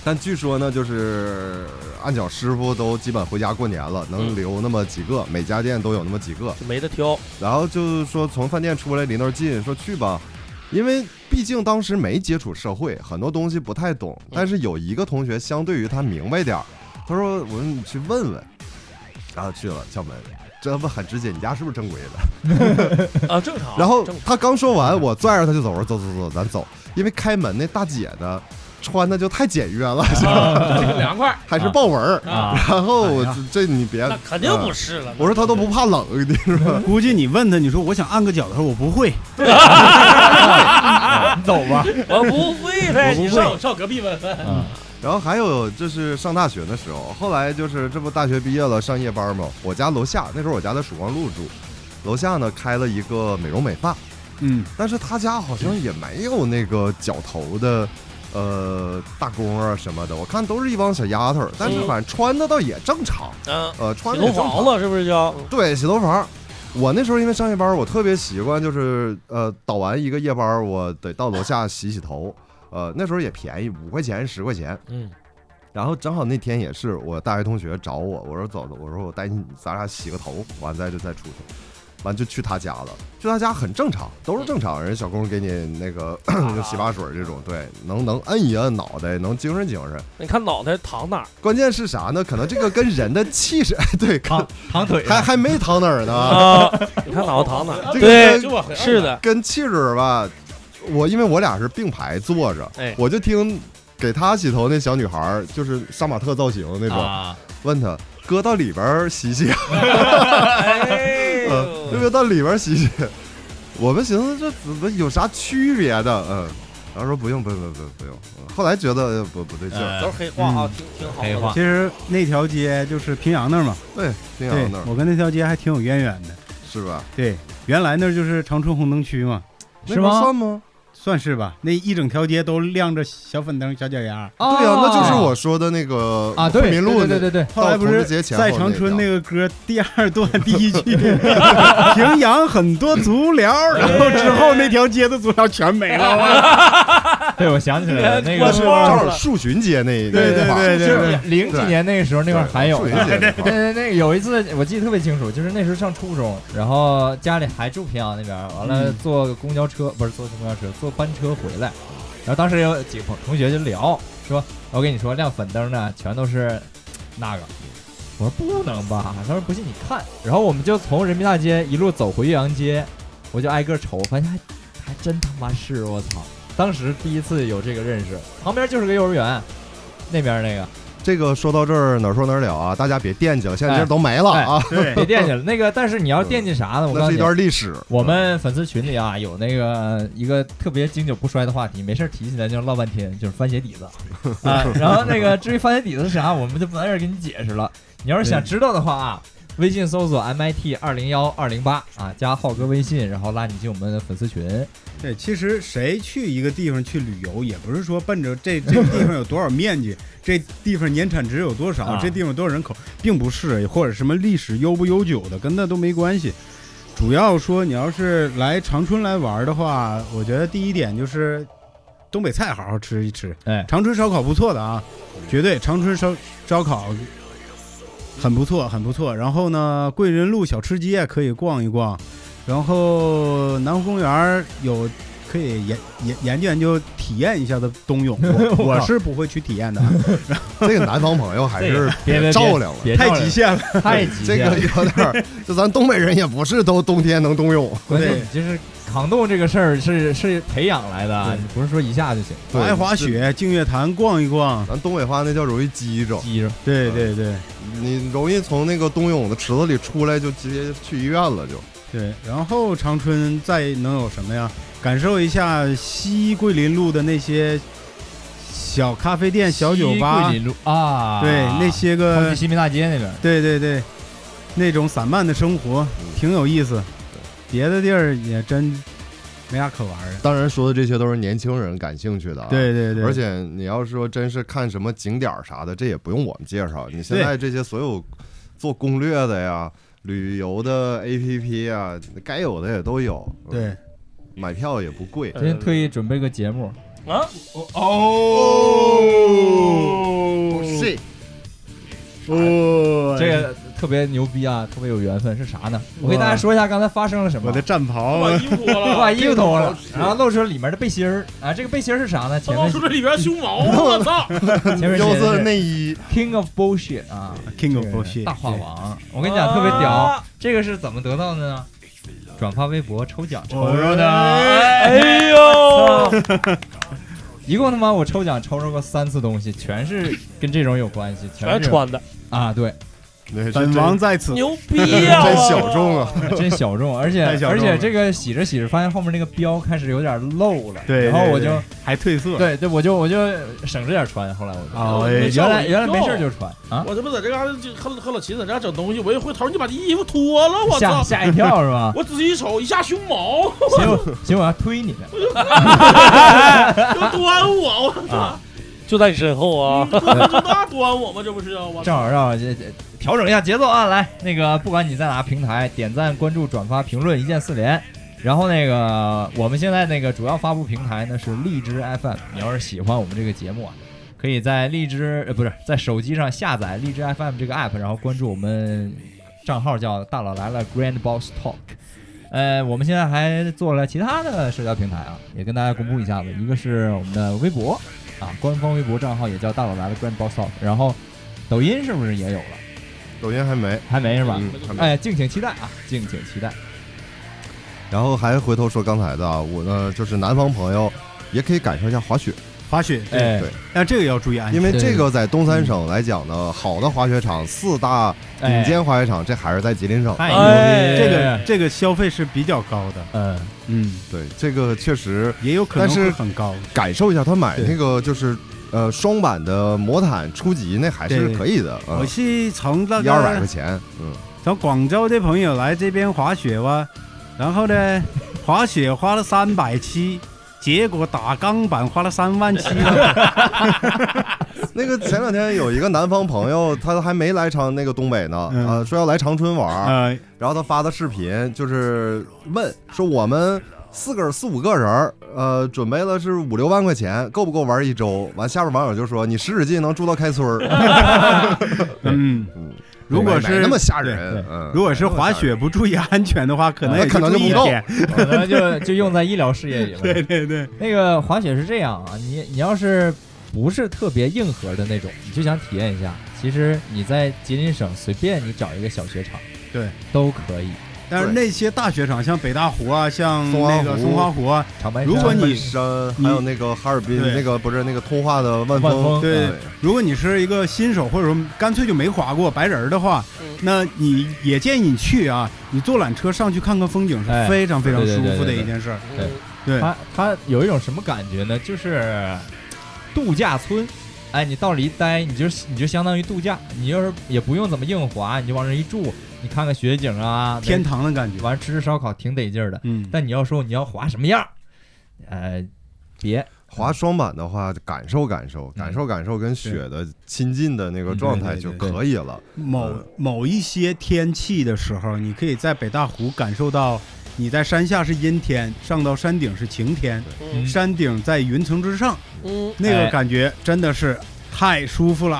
Speaker 1: 但据说呢，就是按脚师傅都基本回家过年了，
Speaker 9: 嗯
Speaker 1: 能留那么几个，每家店都有那么几个。
Speaker 9: 就没得挑，
Speaker 1: 然后就是说从饭店出来离那儿近，说去吧，因为毕竟当时没接触社会，很多东西不太懂。但是有一个同学相对于他明白点儿，他说：“我说你去问问。”然后去了敲门，这不很直接？你家是不是正规的？
Speaker 9: 啊，正常。
Speaker 1: 然后
Speaker 9: 正常
Speaker 1: 他刚说完，我拽着他就走，我说：“走走走，咱走。”因为开门那大姐呢，穿的就太简约
Speaker 9: 啊
Speaker 1: 了，
Speaker 2: 凉快，
Speaker 1: 还是豹纹儿。
Speaker 3: 啊
Speaker 1: 然后我这这你别，
Speaker 9: 哎
Speaker 1: 嗯
Speaker 9: 那肯定不是了。
Speaker 1: 我说他都不怕冷，你说
Speaker 4: 估计你问他，你说我想按个脚，他说我不会。
Speaker 3: 你走 吧。
Speaker 9: 我不会的，你上
Speaker 2: 上上隔壁问问。
Speaker 1: 啊
Speaker 3: 嗯
Speaker 1: 然后还有就是上大学的时候，后来就是这不大学毕业了上夜班嘛，我家楼下那时候我家在曙光路住，楼下呢开了一个美容美发，
Speaker 4: 嗯，
Speaker 1: 但是他家好像也没有那个绞头的呃大工啊什么的，我看都是一帮小丫头儿，但是
Speaker 2: 嗯
Speaker 1: 反正穿的倒也正常，
Speaker 2: 嗯，
Speaker 1: 呃，穿
Speaker 2: 洗
Speaker 1: 的也
Speaker 2: 头
Speaker 1: 正
Speaker 2: 房
Speaker 1: 常。
Speaker 2: 子是不是叫？
Speaker 1: 对，洗头房。我那时候因为上夜班，我特别习惯就是呃倒完一个夜班，我得到楼下洗洗头。呃，那时候也便宜，五块钱十块钱。
Speaker 2: 嗯，
Speaker 1: 然后正好那天也是我大学同学找我，我说走了，我说我带你，咱俩洗个头，完再就再出去，完就去他家了。去他家很正常，都是正常人，小工给你那个就 洗发水这种，对，能能摁一摁脑袋，能精神精神。
Speaker 2: 你看脑袋躺哪儿？
Speaker 1: 关键是啥呢？可能这个跟人的气势， 对，可
Speaker 3: 躺躺腿
Speaker 1: 还
Speaker 3: 上，
Speaker 1: 还没躺哪儿呢，
Speaker 2: 啊，你看脑袋躺哪儿？
Speaker 1: 这个
Speaker 2: 啊对，
Speaker 1: 跟
Speaker 2: 是的，
Speaker 1: 跟气质吧，我因为我俩是并排坐着，
Speaker 2: 哎
Speaker 1: 我就听给她洗头那小女孩儿，就是杀马特造型那种，
Speaker 3: 啊，
Speaker 1: 问她哥到里边儿洗洗，
Speaker 2: 哎
Speaker 1: 嗯，
Speaker 2: 呦
Speaker 1: 对，不对？到里边儿洗洗。我们寻思这怎么有啥区别的？嗯，然后说不用，不用，不用不用，不用。嗯后来觉得呃不不对劲儿，
Speaker 2: 都是黑话啊，
Speaker 1: 嗯
Speaker 2: 挺挺好的。
Speaker 3: 黑话
Speaker 4: 其实那条街就是平阳那儿嘛，
Speaker 1: 对，平
Speaker 4: 对
Speaker 1: 阳那儿
Speaker 4: 我跟那条街还挺有渊源的。
Speaker 1: 是吧？
Speaker 4: 对，原来那儿就是长春红灯区嘛，
Speaker 1: 那
Speaker 3: 是
Speaker 1: 边
Speaker 3: 吗
Speaker 1: 算吗？
Speaker 4: 算是吧。那一整条街都亮着小粉灯、小脚丫儿。
Speaker 1: 对呀，那就是我说的那个
Speaker 3: 哦啊，对
Speaker 1: 惠民路
Speaker 3: 对
Speaker 1: 那
Speaker 3: 对对对，
Speaker 4: 后来
Speaker 1: 到
Speaker 4: 不
Speaker 1: 同
Speaker 4: 是
Speaker 1: 志节前后
Speaker 4: 在长春
Speaker 1: 那
Speaker 4: 那
Speaker 1: 条
Speaker 4: 个歌第二段第 一句，平阳很多足疗，然后之后那条街的足疗全没了。
Speaker 3: 对 我想起来了，那个
Speaker 1: 是
Speaker 2: 是
Speaker 1: 正好树巡街那一个
Speaker 4: 对对
Speaker 1: 地方
Speaker 4: 对对
Speaker 3: 是零几年那个时候，那块儿还有
Speaker 1: 树
Speaker 3: 呢
Speaker 1: 巡。街那块
Speaker 3: 对
Speaker 1: 儿
Speaker 3: 对对，呃有一次我记得特别清楚，就是那时候上初中，然后家里还住平阳那边儿，完了
Speaker 4: 嗯
Speaker 3: 坐公交车不是坐公交车，坐班车回来，然后当时有几个朋同学就聊说，我跟你说亮粉灯的全都是那个，我说不能吧，他说不信你看，然后我们就从人民大街一路走回岳阳街，我就挨个瞅，发现还还真他妈是我操，当时第一次有这个认识，旁边就是个幼儿园，那边儿那个。
Speaker 1: 这个说到这儿哪儿说哪儿了啊！大家别惦记了，现在这都没了啊，
Speaker 4: 对，
Speaker 3: 别惦记了。那个，但是你要惦记啥呢？我告
Speaker 1: 那
Speaker 3: 诉
Speaker 1: 是一
Speaker 3: 你，
Speaker 1: 段历史。
Speaker 3: 我们粉丝群里啊，有那个一个特别经久不衰的话题，没事儿提起来就唠半天，就是番茄底 子啊。然后那个至于番茄底子是啥，我们就不在这儿给你解释了。你要是想知道的话啊，微信搜索 MIT 二零幺二零八啊，加浩哥微信，然后拉你进我们的粉丝群。
Speaker 4: 对，其实谁去一个地方去旅游，也不是说奔着这这个地方有多少面积，这地方年产值有多少，
Speaker 3: 啊
Speaker 4: 这地方多少人口，并不是或者什么历史悠不悠久的，跟那都没关系。主要说你要是来长春来玩的话，我觉得第一点就是东北菜好好吃一吃。
Speaker 3: 哎
Speaker 4: 长春烧烤不错的啊，绝对长春烧烧烤很不错，很不错。然后呢，桂林路小吃街可以逛一逛，然后南湖公园有可以研研研究研究体验一下的冬泳， 我我是不会去体验的，
Speaker 1: 这个南方朋友还是
Speaker 3: 别别别
Speaker 1: 照亮了。
Speaker 3: 别
Speaker 4: 太
Speaker 3: 照
Speaker 4: 极
Speaker 3: 了，
Speaker 4: 限了。
Speaker 3: 太极
Speaker 1: 这
Speaker 3: 限
Speaker 1: 个
Speaker 3: 了。
Speaker 1: 有点儿，就咱东北人也不是都冬天能冬泳。
Speaker 3: 关键
Speaker 4: 对
Speaker 3: 你就是扛冻这个事儿是是培养来的啊，
Speaker 4: 对
Speaker 3: 你不是说一下就行。
Speaker 1: 对
Speaker 4: 爱滑，雪、净月潭逛一逛，
Speaker 1: 咱东北话那叫容易激
Speaker 4: 哦
Speaker 1: 着，
Speaker 3: 记着，
Speaker 4: 对对对
Speaker 1: 你容易从那个冬泳的池子里出来就直接去医院了就。
Speaker 4: 对。然后长春再能有什么呀？感受一下西桂林路的那些小咖啡店、小酒
Speaker 3: 西
Speaker 4: 吧，
Speaker 3: 桂林路啊，
Speaker 4: 对那些
Speaker 3: 靠
Speaker 4: 个
Speaker 3: 近，西民大街那边儿。
Speaker 4: 对对对，那种散漫的生活
Speaker 3: 嗯
Speaker 4: 挺有意思。别的地儿也真没啥可玩儿的。
Speaker 1: 当然说的这些都是年轻人感兴趣的、啊，
Speaker 4: 对对对，
Speaker 1: 而且你要说真是看什么景点儿啥的，这也不用我们介绍。你现在这些所有做攻略的呀、旅游的 APP 啊，该有的也都有。嗯，
Speaker 4: 对，
Speaker 1: 买票也不
Speaker 4: 呃
Speaker 1: 贵。
Speaker 3: 今天特意准备个节目，
Speaker 2: 啊，
Speaker 1: 不是，
Speaker 4: 哦
Speaker 3: 这个特别牛逼啊，特别有缘分。是啥呢？我给大家说一下刚才发生了什么。
Speaker 4: 我的战
Speaker 2: 我
Speaker 4: 袍
Speaker 2: 把
Speaker 4: 啊，
Speaker 2: 衣服脱
Speaker 3: 我
Speaker 2: 了
Speaker 3: 把，衣服脱了，然后露出了里面的背心儿啊！这个背心儿是啥呢？
Speaker 2: 他
Speaker 3: 前
Speaker 2: 露
Speaker 3: 面
Speaker 2: 出了里边胸毛， 我操！
Speaker 3: 前面
Speaker 1: 腰
Speaker 3: 写的
Speaker 1: 子
Speaker 3: 是
Speaker 1: 内衣，
Speaker 3: King of Bullshit 啊
Speaker 4: King of
Speaker 3: 这个
Speaker 4: Bullshit
Speaker 3: 大话王。我跟你讲，特别屌。
Speaker 2: 啊。
Speaker 3: 这个是怎么得到的呢？转发微博抽奖抽
Speaker 4: 我
Speaker 3: 着
Speaker 4: 说
Speaker 3: 的。
Speaker 2: 哎呦，
Speaker 3: 一共他妈我抽奖抽着过三次东西，全是跟这种有关系，全
Speaker 2: 全
Speaker 3: 是
Speaker 2: 穿的，
Speaker 3: 啊，对，
Speaker 1: 那是
Speaker 4: 本
Speaker 1: 真
Speaker 4: 王在 此。
Speaker 2: 牛逼呀！
Speaker 1: 真小众啊！
Speaker 3: 真小众，而且
Speaker 4: 太小众
Speaker 3: 而
Speaker 4: 了
Speaker 3: 且这个洗着洗着发现后面那个标开始有点漏了，
Speaker 4: 对，
Speaker 3: 然后
Speaker 4: 对
Speaker 3: 我
Speaker 4: 对
Speaker 3: 就
Speaker 4: 还 褪色。
Speaker 3: 对对，我就我就省着点穿，后来我就。
Speaker 4: 啊，我
Speaker 2: 没
Speaker 4: 也
Speaker 2: 事
Speaker 3: 原来
Speaker 2: 我
Speaker 3: 原来没事就穿啊，
Speaker 2: 我他妈在这嘎达就和和老秦在这嘎达整东西，我一回头你把这衣服脱了，我
Speaker 3: 吓
Speaker 2: 操！
Speaker 3: 吓一 跳是吧？
Speaker 2: 我仔细一瞅，一下胸毛，
Speaker 3: 行行，我要推你，
Speaker 10: 就端我，我
Speaker 3: 啊
Speaker 10: 操！
Speaker 2: 就在你身后啊，
Speaker 10: 这那端我吗？这不是啊！我
Speaker 3: 正好让我这这调整一下节奏啊！来，那个不管你在哪平台，点赞、关注、转发、评论，一键四连。然后那个我们现在那个主要发布平台呢是荔枝 FM。你要是喜欢我们这个节目啊，可以在荔枝呃不是在手机上下载荔枝 FM 这个 app，然后关注我们账号叫大佬来了 Grand Boss Talk。呃，我们现在还做了其他的社交平台啊，也跟大家公布一下子，一个是我们的微博啊，官方微博账号也叫大佬来了 Grand Boss Talk，然后抖音是不是也有了？
Speaker 1: 抖音还没，
Speaker 3: 还没是吧？
Speaker 1: 嗯，还没。
Speaker 3: 哎，敬请期待啊，敬请期待。
Speaker 1: 然后还回头说刚才的啊，我呢就是南方朋友也可以赶上一下滑雪，
Speaker 4: 滑雪，对，
Speaker 3: 哎
Speaker 1: 对
Speaker 4: 但这个要注意安全
Speaker 1: 因。为
Speaker 3: 对
Speaker 1: 这个在东三省来讲呢，好的滑雪场四大顶尖滑雪场，这还是在吉林省。
Speaker 3: 太牛逼
Speaker 2: 哎
Speaker 3: 了
Speaker 4: 这个这个消费是比较高的，
Speaker 3: 嗯，
Speaker 4: 嗯，
Speaker 1: 对，这个确实
Speaker 4: 也有可能
Speaker 1: 但是
Speaker 4: 会很高。
Speaker 1: 感受一下，他买
Speaker 4: 对
Speaker 1: 那个就是呃双版的魔毯初级，那还是
Speaker 4: 对
Speaker 1: 可以的，嗯
Speaker 4: 我去从那
Speaker 1: 一二百
Speaker 4: 个
Speaker 1: 块钱，嗯，
Speaker 4: 从广州的朋友来这边滑雪哇，然后呢，滑雪花了三百七，结果打钢板花了三万七。
Speaker 1: 那个前两天有一个南方朋友，他还没来长那个东北呢，
Speaker 4: 嗯
Speaker 1: 啊，说要来长春玩儿，
Speaker 4: 呃，
Speaker 1: 然后他发的视频就是问说我们四个四五个人儿，呃，准备了是五六万块钱，够不够玩一周？完，下边网友就说你使使劲能住到开村儿，
Speaker 4: 嗯
Speaker 1: 嗯，
Speaker 4: 如果
Speaker 1: 没
Speaker 4: 是
Speaker 1: 那么吓
Speaker 4: 对
Speaker 1: 人
Speaker 4: 对，
Speaker 1: 嗯，
Speaker 4: 如果是滑雪不注意安全的话，可能
Speaker 1: 那
Speaker 4: 也
Speaker 1: 可能就
Speaker 4: 注意一
Speaker 1: 不够
Speaker 4: 天。
Speaker 3: 可能就 就用在医疗事业里了。
Speaker 4: 对对对，
Speaker 3: 那个滑雪是这样啊，你你要是不是特别硬核的那种，你就想体验一下，其实你在吉林省随便你找一个小雪场，
Speaker 4: 对，
Speaker 3: 都可以。
Speaker 4: 但是那些大雪场，像北大湖啊，像那个松
Speaker 1: 松
Speaker 4: 花
Speaker 1: 花
Speaker 4: 湖啊，
Speaker 3: 长白山，
Speaker 4: 如果你
Speaker 1: 本山还有那个哈尔滨
Speaker 4: 对
Speaker 1: 那个不是那个通化的万
Speaker 3: 万峰
Speaker 1: 哎
Speaker 4: 对如果你是一个新手，或者说干脆就没滑过白人儿的话
Speaker 2: 嗯，
Speaker 4: 那你也建议你去啊，你坐缆车上去看看风景
Speaker 3: 哎
Speaker 4: 是非常非常
Speaker 3: 对对
Speaker 4: 舒
Speaker 3: 对
Speaker 4: 服的
Speaker 3: 对对
Speaker 4: 一件事儿。
Speaker 3: 对
Speaker 2: 嗯
Speaker 4: 对，
Speaker 3: 它它有一种什么感觉呢？就是度假村。哎，你到里一待，你就你就相当于度假，你要是也不用怎么硬滑，你就往那一住，你看看雪景啊，
Speaker 4: 天堂的感觉。
Speaker 3: 完吃吃烧烤挺得劲儿的。
Speaker 4: 嗯，
Speaker 3: 但你要说你要滑什么样儿，呃，别
Speaker 1: 滑双板的话，感受感受，感受感受跟雪的亲近的那个状态
Speaker 4: 嗯对
Speaker 1: 就
Speaker 4: 对对
Speaker 1: 可以了。
Speaker 4: 某
Speaker 1: 嗯
Speaker 4: 某一些天气的时候，你可以在北大湖感受到，你在山下是阴天，上到山顶是晴天，
Speaker 2: 嗯
Speaker 4: 山顶在云层之上，
Speaker 2: 嗯
Speaker 4: 那个
Speaker 3: 哎
Speaker 4: 感觉真的是太舒服了。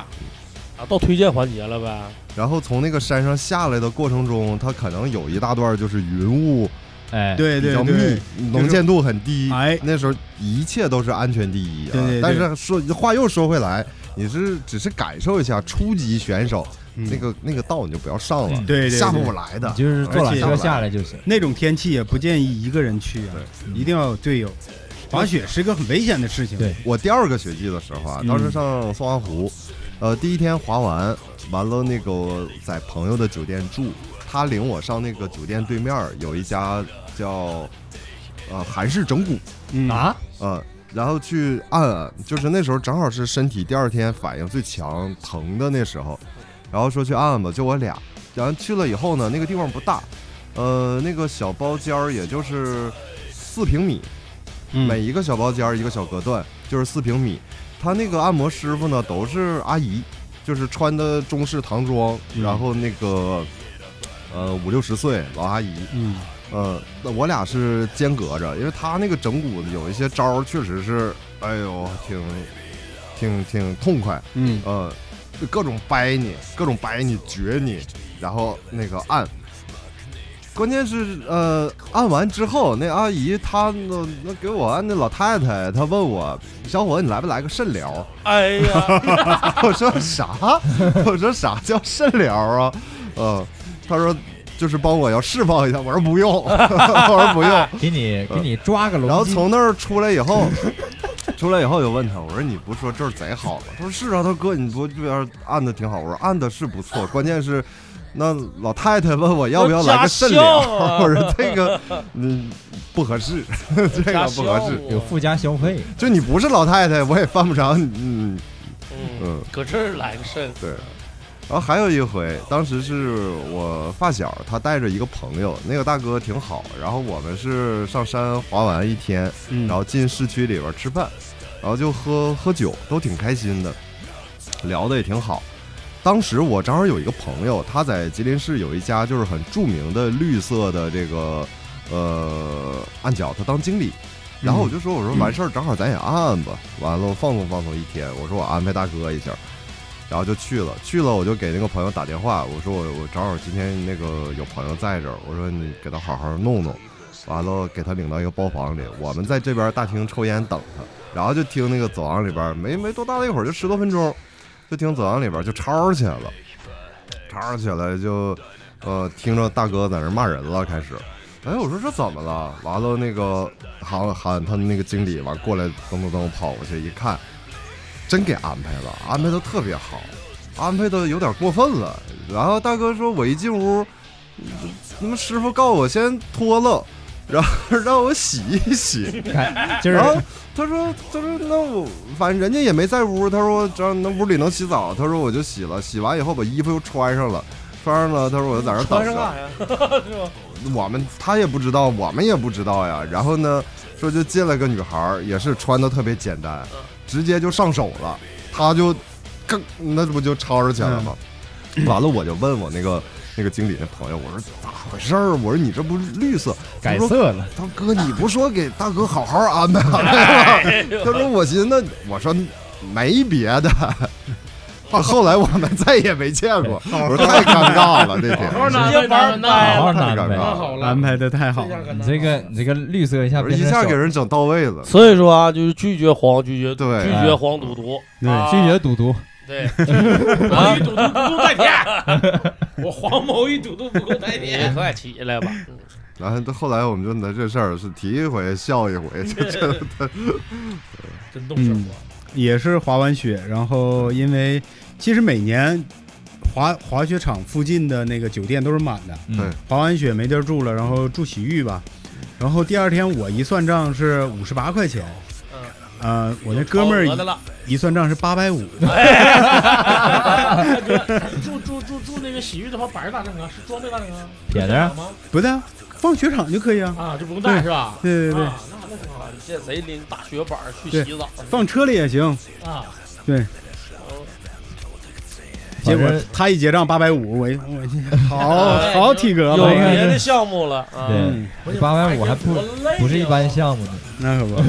Speaker 2: 啊，到推荐环节了呗。
Speaker 1: 然后从那个山上下来的过程中，它可能有一大段就是云雾
Speaker 3: 哎，
Speaker 4: 对
Speaker 1: 比
Speaker 4: 对
Speaker 1: 较密
Speaker 4: 对，，
Speaker 1: 能见度很低。
Speaker 4: 哎
Speaker 1: 那时候一切都是安全第一啊。
Speaker 4: 对对对
Speaker 1: 但是说话又说回来，你是只是感受一下初级选手、
Speaker 4: 嗯
Speaker 1: 那个那个道，你就不要上了，
Speaker 3: 嗯
Speaker 4: 对对对
Speaker 1: 下不来的
Speaker 3: 你。就是坐缆车下来就行。
Speaker 4: 那种天气也不建议一个人去啊，一定要有队友。滑雪是一个很危险的事情。
Speaker 3: 对
Speaker 1: 我第二个雪季的时候啊，
Speaker 4: 嗯
Speaker 1: 当时上松花湖，呃，第一天滑完，完了那个在朋友的酒店住，他领我上那个酒店对面儿有一家叫呃韩式整骨，
Speaker 4: 嗯，
Speaker 3: 啊，
Speaker 1: 呃，然后去按按，就是那时候正好是身体第二天反应最强疼的那时候，然后说去按按吧，就我俩，然后去了以后呢，那个地方不大，呃，那个小包间儿也就是四平米，
Speaker 4: 嗯
Speaker 1: 每一个小包间儿一个小隔断，就是四平米。他那个按摩师傅呢都是阿姨，就是穿的中式唐装，
Speaker 4: 嗯
Speaker 1: 然后那个呃五六十岁老阿姨，
Speaker 4: 嗯，
Speaker 1: 呃，那我俩是间隔着，因为他那个整骨有一些招儿确实是，哎呦，挺挺挺痛快，
Speaker 4: 嗯，
Speaker 1: 呃，就各种掰你，各种掰你，撅你，然后那个按。关键是，呃，按完之后，那阿姨她那那给我按那老太太，她问我，小伙子，你来不来个肾疗？
Speaker 2: 哎呀，
Speaker 1: 我说啥？ 我说啥叫肾疗啊？呃，她说就是帮我要释放一下。我说不用， 我说不用。
Speaker 3: 给你给你抓个
Speaker 1: 呃然
Speaker 3: 龙
Speaker 1: 后
Speaker 3: 筋，
Speaker 1: 从那儿出来以后，出来以后就问他，我说你不说这儿贼好吗？他说是啊，他说哥你不这边按的挺好。我说按的是不错，关键是那老太太问我要不要来个肾疗，
Speaker 2: 家校啊
Speaker 1: 我说这个嗯不合适， 这个不合适。
Speaker 3: 有附加消费。
Speaker 1: 就你不是老太太，我也犯不着你嗯
Speaker 2: 嗯，
Speaker 1: 嗯
Speaker 2: 搁这儿来个肾，
Speaker 1: 对。然后还有一回，当时是我发小，他带着一个朋友，那个大哥挺好。然后我们是上山滑完一天，
Speaker 4: 嗯
Speaker 1: 然后进市区里边吃饭，然后就喝喝酒，都挺开心的，聊得也挺好。当时我正好有一个朋友，他在吉林市有一家就是很著名的绿色的这个呃按脚，他当经理。然后我就说：“我说完事儿，正好咱也按按吧。完了，我放松放松一天。我说我安排大哥一下，然后就去了。去了我就给那个朋友打电话，我说我我正好今天那个有朋友在这儿，我说你给他好好弄弄。完了，给他领到一个包房里，我们在这边大厅抽烟等他。然后就听那个走廊里边没没多大的一会儿，就十多分钟，就听走廊里边就吵起来了，吵起来就呃听着大哥在那骂人了，开始。哎，我说这怎么了？完了，那个喊喊他们那个经理完过来，噔噔噔跑过去一看，真给安排了，安排的特别好，安排的有点过分了。然后大哥说，我一进屋，他妈师傅告我先脱了，然后让我洗一洗。
Speaker 7: 就是
Speaker 1: 哎然后他说，他说那我反正人家也没在屋，他说只要那屋里能洗澡，他说我就洗了，洗完以后把衣服又穿上了，穿上了，他说我就在那儿等
Speaker 2: 穿上
Speaker 1: 着。
Speaker 2: 干啥呀？是吧？
Speaker 1: 我们他也不知道，我们也不知道呀。然后呢，说就进来个女孩儿，也是穿的特别简单，直接就上手了，他就更那不就吵吵起来了吗？
Speaker 7: 嗯
Speaker 1: 完了，我就问我那个那个经理那朋友，我说咋回事儿？我说你这不绿色？他
Speaker 7: 改
Speaker 1: 说
Speaker 7: 色了，
Speaker 1: 他说哥，你不说给大哥好好安排安 排 吗？他说我寻思那，我说没别的。 啊后来我们再也没见 过，我说太尴尬了，这天
Speaker 5: 好
Speaker 2: 直
Speaker 5: 安
Speaker 2: 接
Speaker 5: 排
Speaker 2: 玩哎
Speaker 5: 那
Speaker 2: 掰
Speaker 7: 好
Speaker 2: 了，
Speaker 7: 好
Speaker 1: 太
Speaker 7: 安
Speaker 1: 尴尬
Speaker 7: 排。
Speaker 5: 那
Speaker 1: 了。
Speaker 5: 好了，
Speaker 4: 安排的太好
Speaker 2: 这
Speaker 4: 了。
Speaker 2: 下干
Speaker 7: 你这
Speaker 2: 得好
Speaker 7: 个你这个绿色一下
Speaker 1: 我说
Speaker 7: 变
Speaker 1: 一
Speaker 7: 成
Speaker 1: 下
Speaker 7: 手
Speaker 1: 给人整到位了，
Speaker 2: 所以说啊，就是拒绝黄，拒绝
Speaker 1: 对
Speaker 2: 拒绝黄赌毒，
Speaker 4: 对
Speaker 2: 啊
Speaker 7: 拒绝赌徒，
Speaker 2: 对，
Speaker 5: 我与赌徒不共戴天，我黄毛与赌徒不共戴
Speaker 2: 你
Speaker 5: 天。
Speaker 2: 快起来吧，嗯
Speaker 1: 然后后来我们就拿这事儿是提一回笑一 回， 就这
Speaker 5: 真动
Speaker 2: 嗯
Speaker 7: 嗯
Speaker 5: 手啊！
Speaker 4: 也是滑完雪，然后因为其实每年滑滑雪场附近的那个酒店都是满的，
Speaker 7: 嗯
Speaker 1: 对
Speaker 4: 滑完雪没地儿住了，然后住洗浴吧，然后第二天我一算账是五十八块钱，
Speaker 2: 嗯
Speaker 4: 呃，我那哥们儿
Speaker 2: 有超额 的了，
Speaker 4: 一一算账是八百五，
Speaker 5: 大哥，住住住住那个洗浴的话，板儿大正啊常，是装备大正常，
Speaker 7: 撇着啊
Speaker 5: 吗？
Speaker 4: 不是、啊，放雪场就可以啊，
Speaker 5: 啊，就不用带是吧？
Speaker 4: 对对对，
Speaker 5: 啊那那挺好
Speaker 2: 你见谁拎大雪板儿去洗澡？
Speaker 4: 放车里也行。
Speaker 5: 啊，
Speaker 4: 结果
Speaker 7: 反正
Speaker 4: 他一结账八百五，我一我一好
Speaker 2: 哎
Speaker 4: 好体格
Speaker 2: 有
Speaker 4: 子，
Speaker 7: 哎
Speaker 2: 别的项目了啊？
Speaker 7: 对
Speaker 4: 嗯，
Speaker 7: 八百五还不不是一般项目呢。
Speaker 4: 那可不，
Speaker 5: 这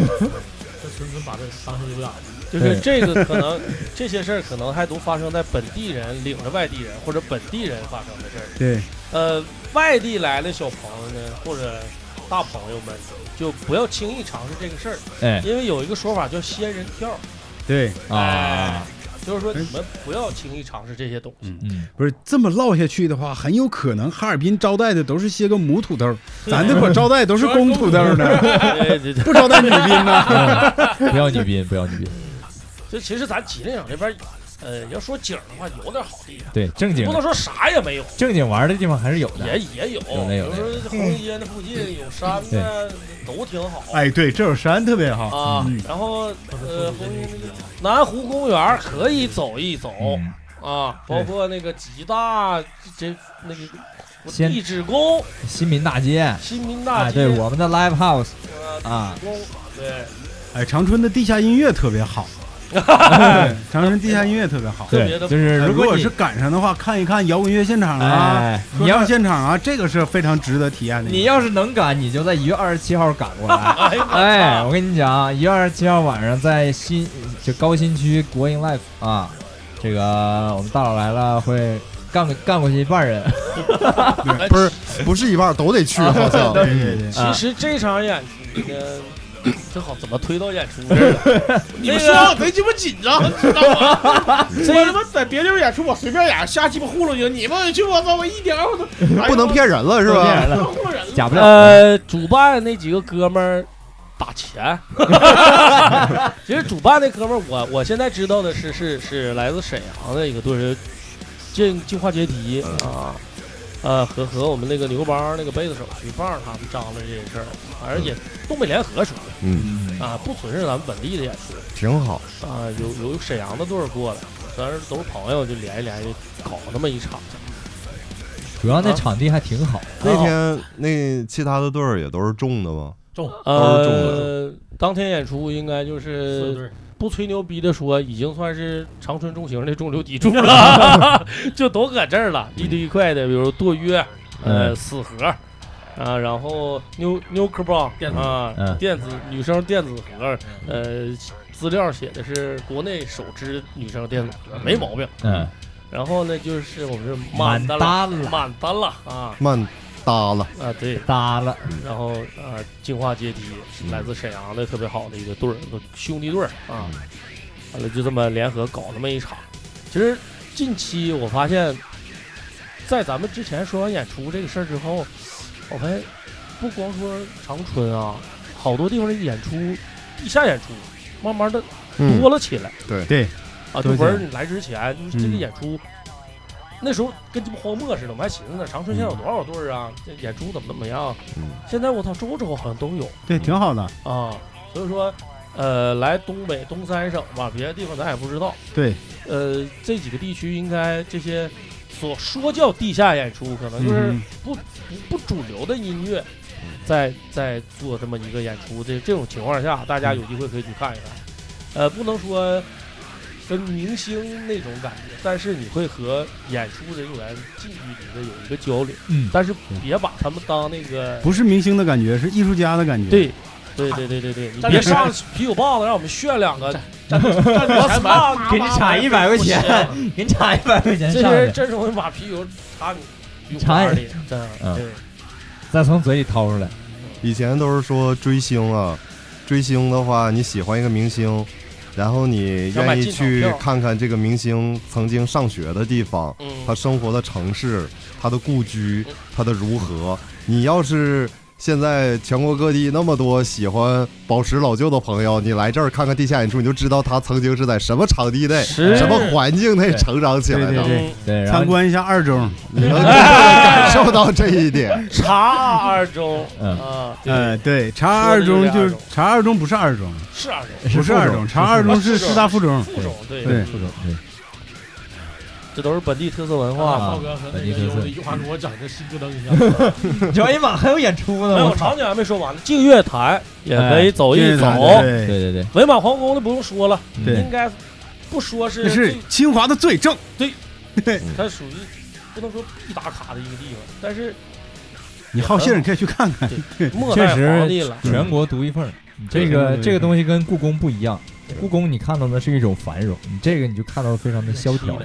Speaker 5: 纯纯把这当成有氧。
Speaker 2: 就是这个可能这些事儿可能还都发生在本地人领着外地人或者本地人发生的事儿。
Speaker 4: 对，
Speaker 2: 呃，外地来的小朋友呢，或者大朋友们，就不要轻易尝试这个事儿，
Speaker 7: 哎
Speaker 2: 因为有一个说法叫仙人跳，哎
Speaker 4: 对，
Speaker 7: 啊，
Speaker 2: 就是说你们不要轻易尝试这些东西。
Speaker 7: 嗯，
Speaker 4: 不是这么唠下去的话，很有可能哈尔滨招待的都是些个母土豆，咱这块招 待都是公土豆
Speaker 7: 嗯
Speaker 4: 呢，
Speaker 2: 对对对，
Speaker 4: 不招待女宾呢。
Speaker 2: 嗯
Speaker 7: 不要女宾，不要女宾，
Speaker 2: 就其实咱吉林省这边儿，呃，要说景儿的话，有点好地方，
Speaker 7: 对正经
Speaker 2: 不能说啥也没有，
Speaker 7: 正经玩的地方还是有的
Speaker 2: 也。也有，
Speaker 7: 有
Speaker 2: 比
Speaker 7: 那有嗯
Speaker 2: 如
Speaker 7: 那
Speaker 2: 说红街那附近有山呢，都挺好。
Speaker 4: 哎，对，这有山特别好，
Speaker 2: 啊
Speaker 4: 嗯，
Speaker 2: 然后呃，红南湖公园儿可以走一走
Speaker 7: 嗯
Speaker 2: 啊，包括那个吉大这那个
Speaker 7: 先
Speaker 2: 地质宫、
Speaker 7: 新民大街，
Speaker 2: 新民大
Speaker 7: 哎，
Speaker 2: 街
Speaker 7: 对，我们的 Live House
Speaker 2: 呃
Speaker 7: 啊，
Speaker 2: 宫，对，
Speaker 4: 哎，长春的地下音乐特别 好，对长春地下音乐特别好。
Speaker 2: 特别
Speaker 7: 对，
Speaker 2: 的
Speaker 7: 就是
Speaker 4: 哎如
Speaker 7: 果
Speaker 4: 果
Speaker 7: 你
Speaker 4: 是赶上的话，看一看摇滚乐现场啊，
Speaker 7: 哎，
Speaker 4: 说
Speaker 7: 你要
Speaker 4: 唱
Speaker 7: 是
Speaker 4: 现场啊，这个是非常值得体验的。
Speaker 7: 你要是能赶，你就在一月二十七号赶过来。
Speaker 2: 哎呀
Speaker 7: 哎，我跟你讲，一月二十七号晚上在新就高新区国营 Live 啊，这个我们大佬来了会干个干过去一半 人，
Speaker 2: 哎
Speaker 1: 不是不是一半儿都得去，好 像。
Speaker 4: 对对对，
Speaker 7: 啊
Speaker 2: 其实这场演出 呢，这好怎么推到演出这儿了？
Speaker 5: 你们
Speaker 2: 那
Speaker 5: 说
Speaker 2: 个
Speaker 7: 啊
Speaker 5: 话我贼鸡巴紧张，你知道吗？我他
Speaker 2: 这
Speaker 5: 妈在别地儿演出，我随便演，瞎鸡巴糊弄你。你们去，我操，我一点儿我都哎呦
Speaker 1: 不能骗人了是
Speaker 7: 是
Speaker 1: 吧？
Speaker 5: 我糊弄人了。
Speaker 7: 假不了。
Speaker 2: 呃，主办那几个哥们儿打钱。 其实主办那哥们儿，我我现在知道的是是是来自沈阳的一个队，是进进化阶梯
Speaker 1: 嗯
Speaker 2: 啊，呃和和我们那个刘邦那个贝斯手徐放他们张罗这件事儿，反正也东北联合出
Speaker 1: 嗯，
Speaker 7: 嗯
Speaker 2: 的啊，不存是咱们本地的演出
Speaker 1: 挺好。
Speaker 2: 啊，有有沈阳的队儿过来，咱是都是朋友，就联系联系，搞那么一场。
Speaker 3: 主要那场地还挺好，
Speaker 1: 那天那其他的队儿也都是中的吗？都是中
Speaker 2: 呃
Speaker 1: 文，
Speaker 2: 当天演出应该就
Speaker 5: 四
Speaker 2: 是
Speaker 5: 对，
Speaker 2: 不吹牛逼的说，已经算是长春中型的中流砥 柱了，就都搁这儿了。一堆一块的，比如剁约，
Speaker 3: 嗯
Speaker 2: 呃，死核，啊，然后 new new c r b
Speaker 5: 电子
Speaker 2: 啊
Speaker 3: 嗯，
Speaker 2: 电子女生电子盒，呃，资料写的是国内首支女生电子盒，没毛病。
Speaker 3: 嗯，
Speaker 2: 然后呢，就是我们是
Speaker 3: 满
Speaker 2: 的了，
Speaker 3: 搭了
Speaker 2: 满单了啊
Speaker 1: 慢搭了，
Speaker 2: 啊，对，
Speaker 3: 搭了，
Speaker 2: 然后呃，进化阶梯是来自沈阳的特别好的一个队儿，一个兄弟队儿啊，完了就这么联合搞那么一场。其实近期我发现，在咱们之前说完演出这个事儿之后，我发现不光说长春啊，好多地方的演出，地下演出慢慢的
Speaker 1: 嗯
Speaker 2: 多了起来。
Speaker 1: 对
Speaker 4: 对，
Speaker 2: 啊，就不
Speaker 4: 多起来
Speaker 2: 是你来之前，就是这个
Speaker 4: 嗯
Speaker 2: 演出，那时候跟鸡巴荒漠似的，我还寻思呢，长春现在有多少队儿啊？这演出怎么怎么样？
Speaker 1: 嗯
Speaker 2: 现在我操，周周好像都有
Speaker 4: 对，挺好的，
Speaker 2: 啊，所以说，呃，来东北东三省吧，别的地方咱也不知道。
Speaker 4: 对，
Speaker 2: 呃，这几个地区应该这些所说叫地下演出，可能就是
Speaker 4: 嗯
Speaker 2: 不不主流的音乐，在在做这么一个演出，这这种情况下，大
Speaker 4: 嗯
Speaker 2: 家有机会可以去看一看。呃，不能说跟明星那种感觉，但是你会和演出人员近距离的有一个交流，
Speaker 3: 嗯
Speaker 2: 但是别把他们当那个
Speaker 4: 不是明星的感觉，是艺术家的感觉。
Speaker 2: 对。对对对对对， 你
Speaker 5: 站
Speaker 2: 别
Speaker 5: 起
Speaker 2: 上啤酒棒子让我们炫两个，
Speaker 5: 我
Speaker 2: 我操，
Speaker 3: 给你差一百块钱
Speaker 2: 不行
Speaker 3: 给你差一百块钱
Speaker 2: 这
Speaker 3: 上
Speaker 2: 些人
Speaker 3: 去，
Speaker 2: 真容易把啤酒插你屁股
Speaker 3: 插
Speaker 2: 眼
Speaker 3: 你
Speaker 2: 里，真的
Speaker 3: 嗯
Speaker 2: 对。
Speaker 3: 再从嘴里掏出来，
Speaker 1: 以前都是说追星啊，追星的话，你喜欢一个明星，然后你
Speaker 2: 想买
Speaker 1: 愿意
Speaker 2: 进场
Speaker 1: 去
Speaker 2: 票
Speaker 1: 看看这个明星曾经上学的地方，
Speaker 2: 嗯，
Speaker 1: 他生活的城市、他的故居
Speaker 2: 嗯、
Speaker 1: 他的如何。你要是现在全国各地那么多喜欢宝石老舅的朋友，你来这儿看看地下演出，你就知道他曾经是在什么场地内、
Speaker 2: 是
Speaker 1: 什么环境内成长起来
Speaker 4: 对
Speaker 1: 的。
Speaker 4: 对
Speaker 2: 嗯
Speaker 3: 对，然
Speaker 4: 参
Speaker 3: 后
Speaker 4: 观一下二中，
Speaker 1: 你能感受到这一点。
Speaker 2: 查二中，
Speaker 3: 嗯
Speaker 2: 啊，
Speaker 4: 呃，
Speaker 2: 对，
Speaker 4: 对，查二
Speaker 2: 说的
Speaker 4: 中
Speaker 2: 就
Speaker 4: 就是是查二中，不是二中，
Speaker 2: 是二中，啊
Speaker 4: 不是二中，查 二中是师大附中。
Speaker 2: 附中，对
Speaker 4: 对
Speaker 2: 附中，
Speaker 3: 对
Speaker 2: 这都是本地特色文
Speaker 5: 哇，
Speaker 2: 化。
Speaker 5: 豹哥和那
Speaker 3: 本
Speaker 5: 个
Speaker 3: 地特色
Speaker 5: 有的一句话给我整的心咯噔一 下，
Speaker 3: 你说哎呀妈，还有演出
Speaker 2: 哎，
Speaker 3: 呢，
Speaker 2: 我
Speaker 3: 操！
Speaker 2: 场景还没说完呢，净月潭也可
Speaker 4: 哎
Speaker 2: 以走一走，
Speaker 3: 对
Speaker 4: 对
Speaker 3: 对对，嗯
Speaker 2: 伪满皇宫的不用说了，
Speaker 4: 对
Speaker 2: 应该不说是
Speaker 4: 这是
Speaker 2: 最，
Speaker 4: 清华的最正。
Speaker 2: 它属于不能说必打卡的一个地方，但是
Speaker 4: 你好信儿，你可以去看看。
Speaker 2: 末
Speaker 3: 确
Speaker 2: 代
Speaker 3: 实
Speaker 2: 皇帝了，
Speaker 3: 全国独一份儿。这个这个东西跟故宫不一样，故宫你看到的是一种繁荣，你这个你就看到非常的萧条。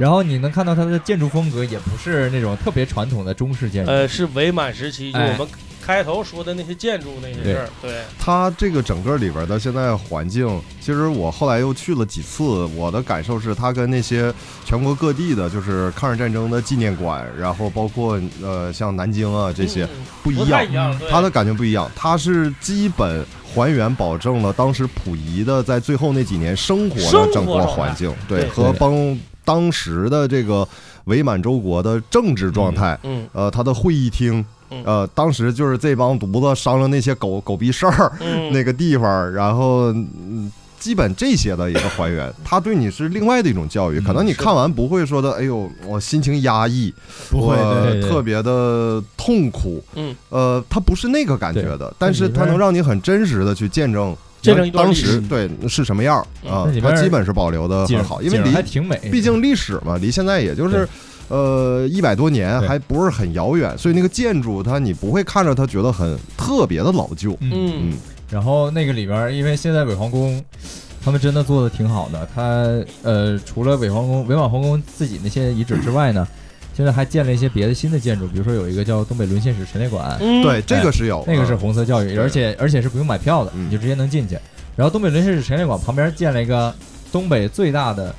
Speaker 3: 然后你能看到它的建筑风格也不是那种特别传统的中式建筑，
Speaker 2: 呃，是伪满时期，就
Speaker 3: 哎
Speaker 2: 我们开头说的那些建筑那些事儿，对，
Speaker 1: 它这个整个里边的现在环境，其实我后来又去了几次，我的感受是，它跟那些全国各地的，就是抗日战争的纪念馆，然后包括呃像南京啊这些
Speaker 2: 嗯，
Speaker 1: 不一
Speaker 2: 不
Speaker 1: 样
Speaker 2: 太。一样，对
Speaker 1: 它的感觉不一样，它是基本还原保证了当时溥仪的在最后那几年生活的整个环境，对
Speaker 2: 对
Speaker 1: 和帮当时的这个伪满洲国的政治状态，
Speaker 2: 嗯
Speaker 1: 呃，它的会议厅
Speaker 2: 嗯。
Speaker 1: 呃，当时就是这帮犊子商量那些狗狗逼事儿，
Speaker 2: 嗯，
Speaker 1: 那个地方，然后嗯，基本这些的一个还原，它对你是另外的一种教育。可能你
Speaker 2: 嗯是的
Speaker 1: 看完不会说的，哎呦，我心情压抑，
Speaker 4: 不会，
Speaker 1: 我
Speaker 4: 对
Speaker 3: 对对
Speaker 1: 特别的痛苦，
Speaker 2: 嗯，
Speaker 1: 呃，它不是那个感觉的，但是它能让你很真实的去见证。
Speaker 2: 见证一段
Speaker 1: 当
Speaker 2: 历史嗯
Speaker 1: 时对是什么样儿啊
Speaker 3: 那里？边
Speaker 1: 它
Speaker 3: 儿
Speaker 1: 基本是保留的
Speaker 3: 景
Speaker 1: 很
Speaker 3: 儿
Speaker 1: 好，因为
Speaker 3: 景儿
Speaker 1: 离
Speaker 3: 还挺美，
Speaker 1: 毕竟历史嘛，离现在也就是
Speaker 3: 对，
Speaker 1: 呃，一百多年
Speaker 3: 对
Speaker 1: 还不是很遥远，所以那个建筑它你不会看着它觉得很特别的老旧，
Speaker 3: 嗯。
Speaker 2: 嗯
Speaker 1: 嗯，
Speaker 3: 然后那个里边儿，因为现在伪皇宫，他们真的做的挺好的。他呃，除了伪皇宫、伪满皇宫自己那些遗址之 外呢，现在还建了一些别的新的建筑，比如说有一个叫东北沦陷史陈列馆，
Speaker 2: 嗯，
Speaker 1: 对，这个是有的，
Speaker 3: 哎那个是红色教育，
Speaker 1: 对
Speaker 3: 而且而且是不用买票的，
Speaker 1: 嗯
Speaker 3: 你就直接能进去。然后东北沦陷史陈列馆旁边建了一个东北最大的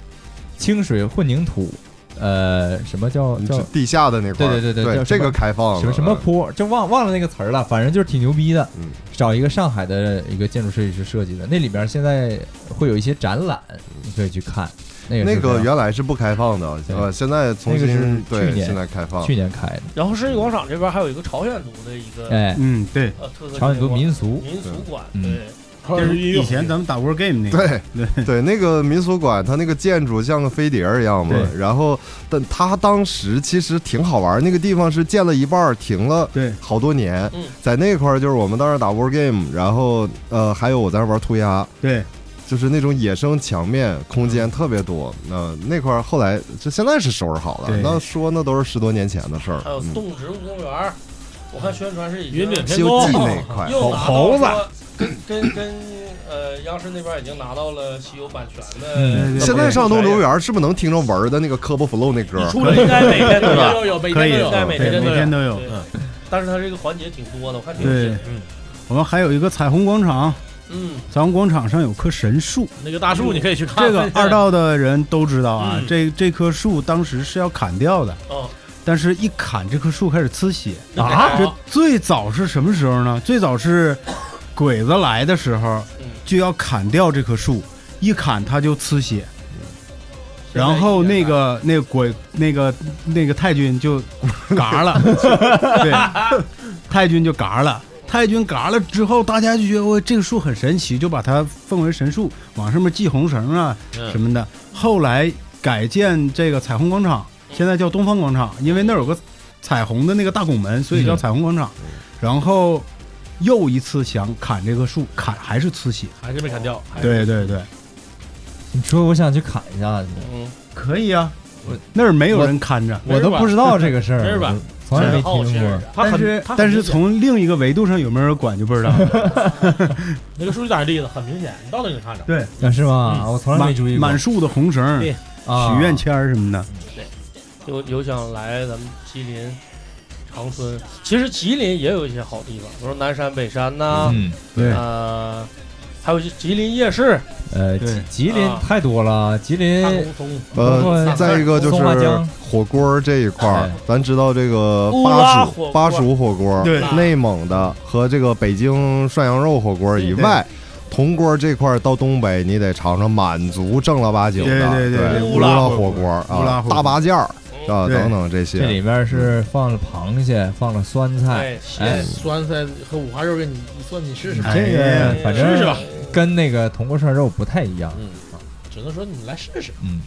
Speaker 3: 清水混凝土，呃，什么叫
Speaker 1: 嗯
Speaker 3: 叫
Speaker 1: 是地下的那块儿，
Speaker 3: 对对对对叫
Speaker 1: 这
Speaker 3: 什么
Speaker 1: 个开放了呃啊
Speaker 3: 什么什么坡，就忘忘了那个词儿了，反正就是挺牛逼的。
Speaker 1: 嗯
Speaker 3: 找一个上海的一个建筑设计师设计的，那里边现在会有一些展览，你可以去看。那个
Speaker 1: 那
Speaker 3: 是非
Speaker 1: 个
Speaker 3: 常
Speaker 1: 原来是不开放的，
Speaker 3: 对
Speaker 1: 呃，现在重
Speaker 3: 那个是
Speaker 1: 新对
Speaker 3: 去年
Speaker 1: 现在开放
Speaker 3: 去，年开的，
Speaker 2: 然后世纪广场这边还有一个朝鲜族的一个
Speaker 3: 哎，
Speaker 4: 嗯，对，
Speaker 2: 呃特色
Speaker 3: 朝鲜族
Speaker 2: 景观
Speaker 3: 民俗，
Speaker 2: 民俗馆，
Speaker 3: 嗯
Speaker 2: 对，
Speaker 11: 还
Speaker 4: 就
Speaker 11: 有
Speaker 4: 是
Speaker 11: 音乐
Speaker 4: 以前咱们打 war game 那个，
Speaker 1: 对对，那个民俗馆，它那个建筑像个飞碟儿一样嘛。
Speaker 4: 对
Speaker 1: 然后，但它当时其实挺好玩儿，那个地方是建了一半儿停了
Speaker 4: 对
Speaker 1: 好多年
Speaker 2: 嗯，
Speaker 1: 在那块儿就是我们当时打 war game，然后呃还有我在那玩涂鸦，
Speaker 4: 对，
Speaker 1: 就是那种野生墙面，空
Speaker 4: 嗯
Speaker 1: 间特别多。那那块儿后来这现在是收拾好了
Speaker 4: 对，
Speaker 1: 那说那都是十多年前的事儿。
Speaker 2: 还有
Speaker 1: 嗯
Speaker 2: 动植物公园儿，我看宣传是已
Speaker 11: 云顶
Speaker 2: 经
Speaker 1: 《西
Speaker 11: 天
Speaker 1: 游
Speaker 11: 宫
Speaker 1: 记》那一块，
Speaker 2: 又拿到
Speaker 11: 猴猴子
Speaker 2: 说跟跟跟呃央视那边已经拿到了稀有版权的，
Speaker 4: 嗯
Speaker 1: 现在上动植物园儿是不是能听着文儿的那个科波弗洛那歌儿？啊
Speaker 2: 出来应该每天都
Speaker 4: 对吧
Speaker 2: 有，有每天都有，
Speaker 4: 可以
Speaker 2: 应该每
Speaker 4: 对每天
Speaker 2: 天
Speaker 4: 都
Speaker 2: 都
Speaker 4: 有嗯
Speaker 2: 有。对但是它这个环节挺多的，我看挺有
Speaker 4: 对
Speaker 2: 趣。嗯
Speaker 4: 我们还有一个彩虹广场，
Speaker 2: 嗯，
Speaker 4: 彩虹广场上有棵 神树，
Speaker 11: 那个大树，你可以去看。
Speaker 4: 这个二道的人都知道啊，
Speaker 11: 嗯
Speaker 4: 这这棵树当时是要砍掉的，
Speaker 2: 哦，
Speaker 4: 但是一砍这棵树开始呲血
Speaker 2: 啊
Speaker 4: 这最早是什么时候呢？最早是鬼子来的时候
Speaker 2: 嗯
Speaker 4: 就要砍掉这棵树，一砍它就呲血，然后那个那个鬼那个那个太君就嘎了，对，太君就嘎了。太君嘎了之后，大家就觉得哇，这个树很神奇，就把它奉为神树，往上面系红绳啊
Speaker 11: 嗯
Speaker 4: 什么的。后来改建这个彩虹广场，现在叫东方广场，因为那儿有个彩虹的那个大拱门，所以叫彩虹广场。然后又一次想砍这棵树，砍还是呲血。
Speaker 11: 还是没砍掉。还是
Speaker 4: 对对对，
Speaker 3: 你说我想去砍一下子，
Speaker 2: 嗯，
Speaker 4: 可以啊
Speaker 3: 我，
Speaker 4: 那儿没有人看着。
Speaker 3: 我都不知道这个事
Speaker 11: 真是
Speaker 3: 儿，
Speaker 11: 吧
Speaker 3: 我从来没
Speaker 2: 很好奇
Speaker 3: 听过。
Speaker 2: 啊
Speaker 11: 他
Speaker 4: 但
Speaker 11: 很
Speaker 4: 是
Speaker 11: 他很
Speaker 4: 但是
Speaker 11: 明显
Speaker 4: 从另一个维度上有没有人管就不知道 了。
Speaker 11: 那个数据打的例子很明显，你到那就看着。
Speaker 4: 对，
Speaker 3: 啊，是吗？我从来没
Speaker 4: 满
Speaker 3: 注意过。
Speaker 4: 满树的红绳、
Speaker 11: 对
Speaker 4: 许
Speaker 3: 啊
Speaker 4: 愿签儿什么的，
Speaker 2: 有有想来咱们吉林。长春，其实吉林也有一些好地方，比如南山、北山呐、
Speaker 3: 嗯，
Speaker 4: 对
Speaker 2: 呃，还有一些吉林夜市、
Speaker 3: 呃，
Speaker 4: 对
Speaker 3: 吉吉林
Speaker 2: 啊
Speaker 3: 太多了，吉
Speaker 11: 大
Speaker 3: 林
Speaker 11: 沟通，
Speaker 3: 包括
Speaker 1: 呃，再一个就
Speaker 3: 松花
Speaker 1: 是
Speaker 3: 江
Speaker 1: 火锅儿这一块儿
Speaker 3: 哎，
Speaker 1: 咱知道这个
Speaker 2: 乌拉
Speaker 1: 巴
Speaker 2: 火
Speaker 1: 蜀
Speaker 2: 锅
Speaker 1: 巴蜀火锅儿，
Speaker 4: 对
Speaker 1: 内蒙的和这个北京涮羊肉火锅儿以外，铜锅儿这块儿到东北你得尝尝满族正儿八经的，
Speaker 4: 对对对对乌
Speaker 1: 乌
Speaker 4: 拉
Speaker 1: 拉
Speaker 4: 火
Speaker 1: 火
Speaker 4: 锅
Speaker 1: 锅儿
Speaker 4: 乌拉
Speaker 1: 啊
Speaker 4: 火，锅
Speaker 1: 大八件儿
Speaker 2: 嗯
Speaker 1: 啊
Speaker 4: 对
Speaker 1: 等等这些，
Speaker 3: 这里面是放了螃蟹，放了酸菜，
Speaker 2: 哎，
Speaker 3: 哎
Speaker 2: 咸
Speaker 11: 酸菜和五花肉给你一算，你试试吧，
Speaker 4: 哎
Speaker 3: 这
Speaker 4: 呀
Speaker 3: 个反正
Speaker 11: 试试吧。
Speaker 3: 跟那个铜锅涮肉不太一样。
Speaker 11: 嗯，只能说你来试试。
Speaker 3: 嗯，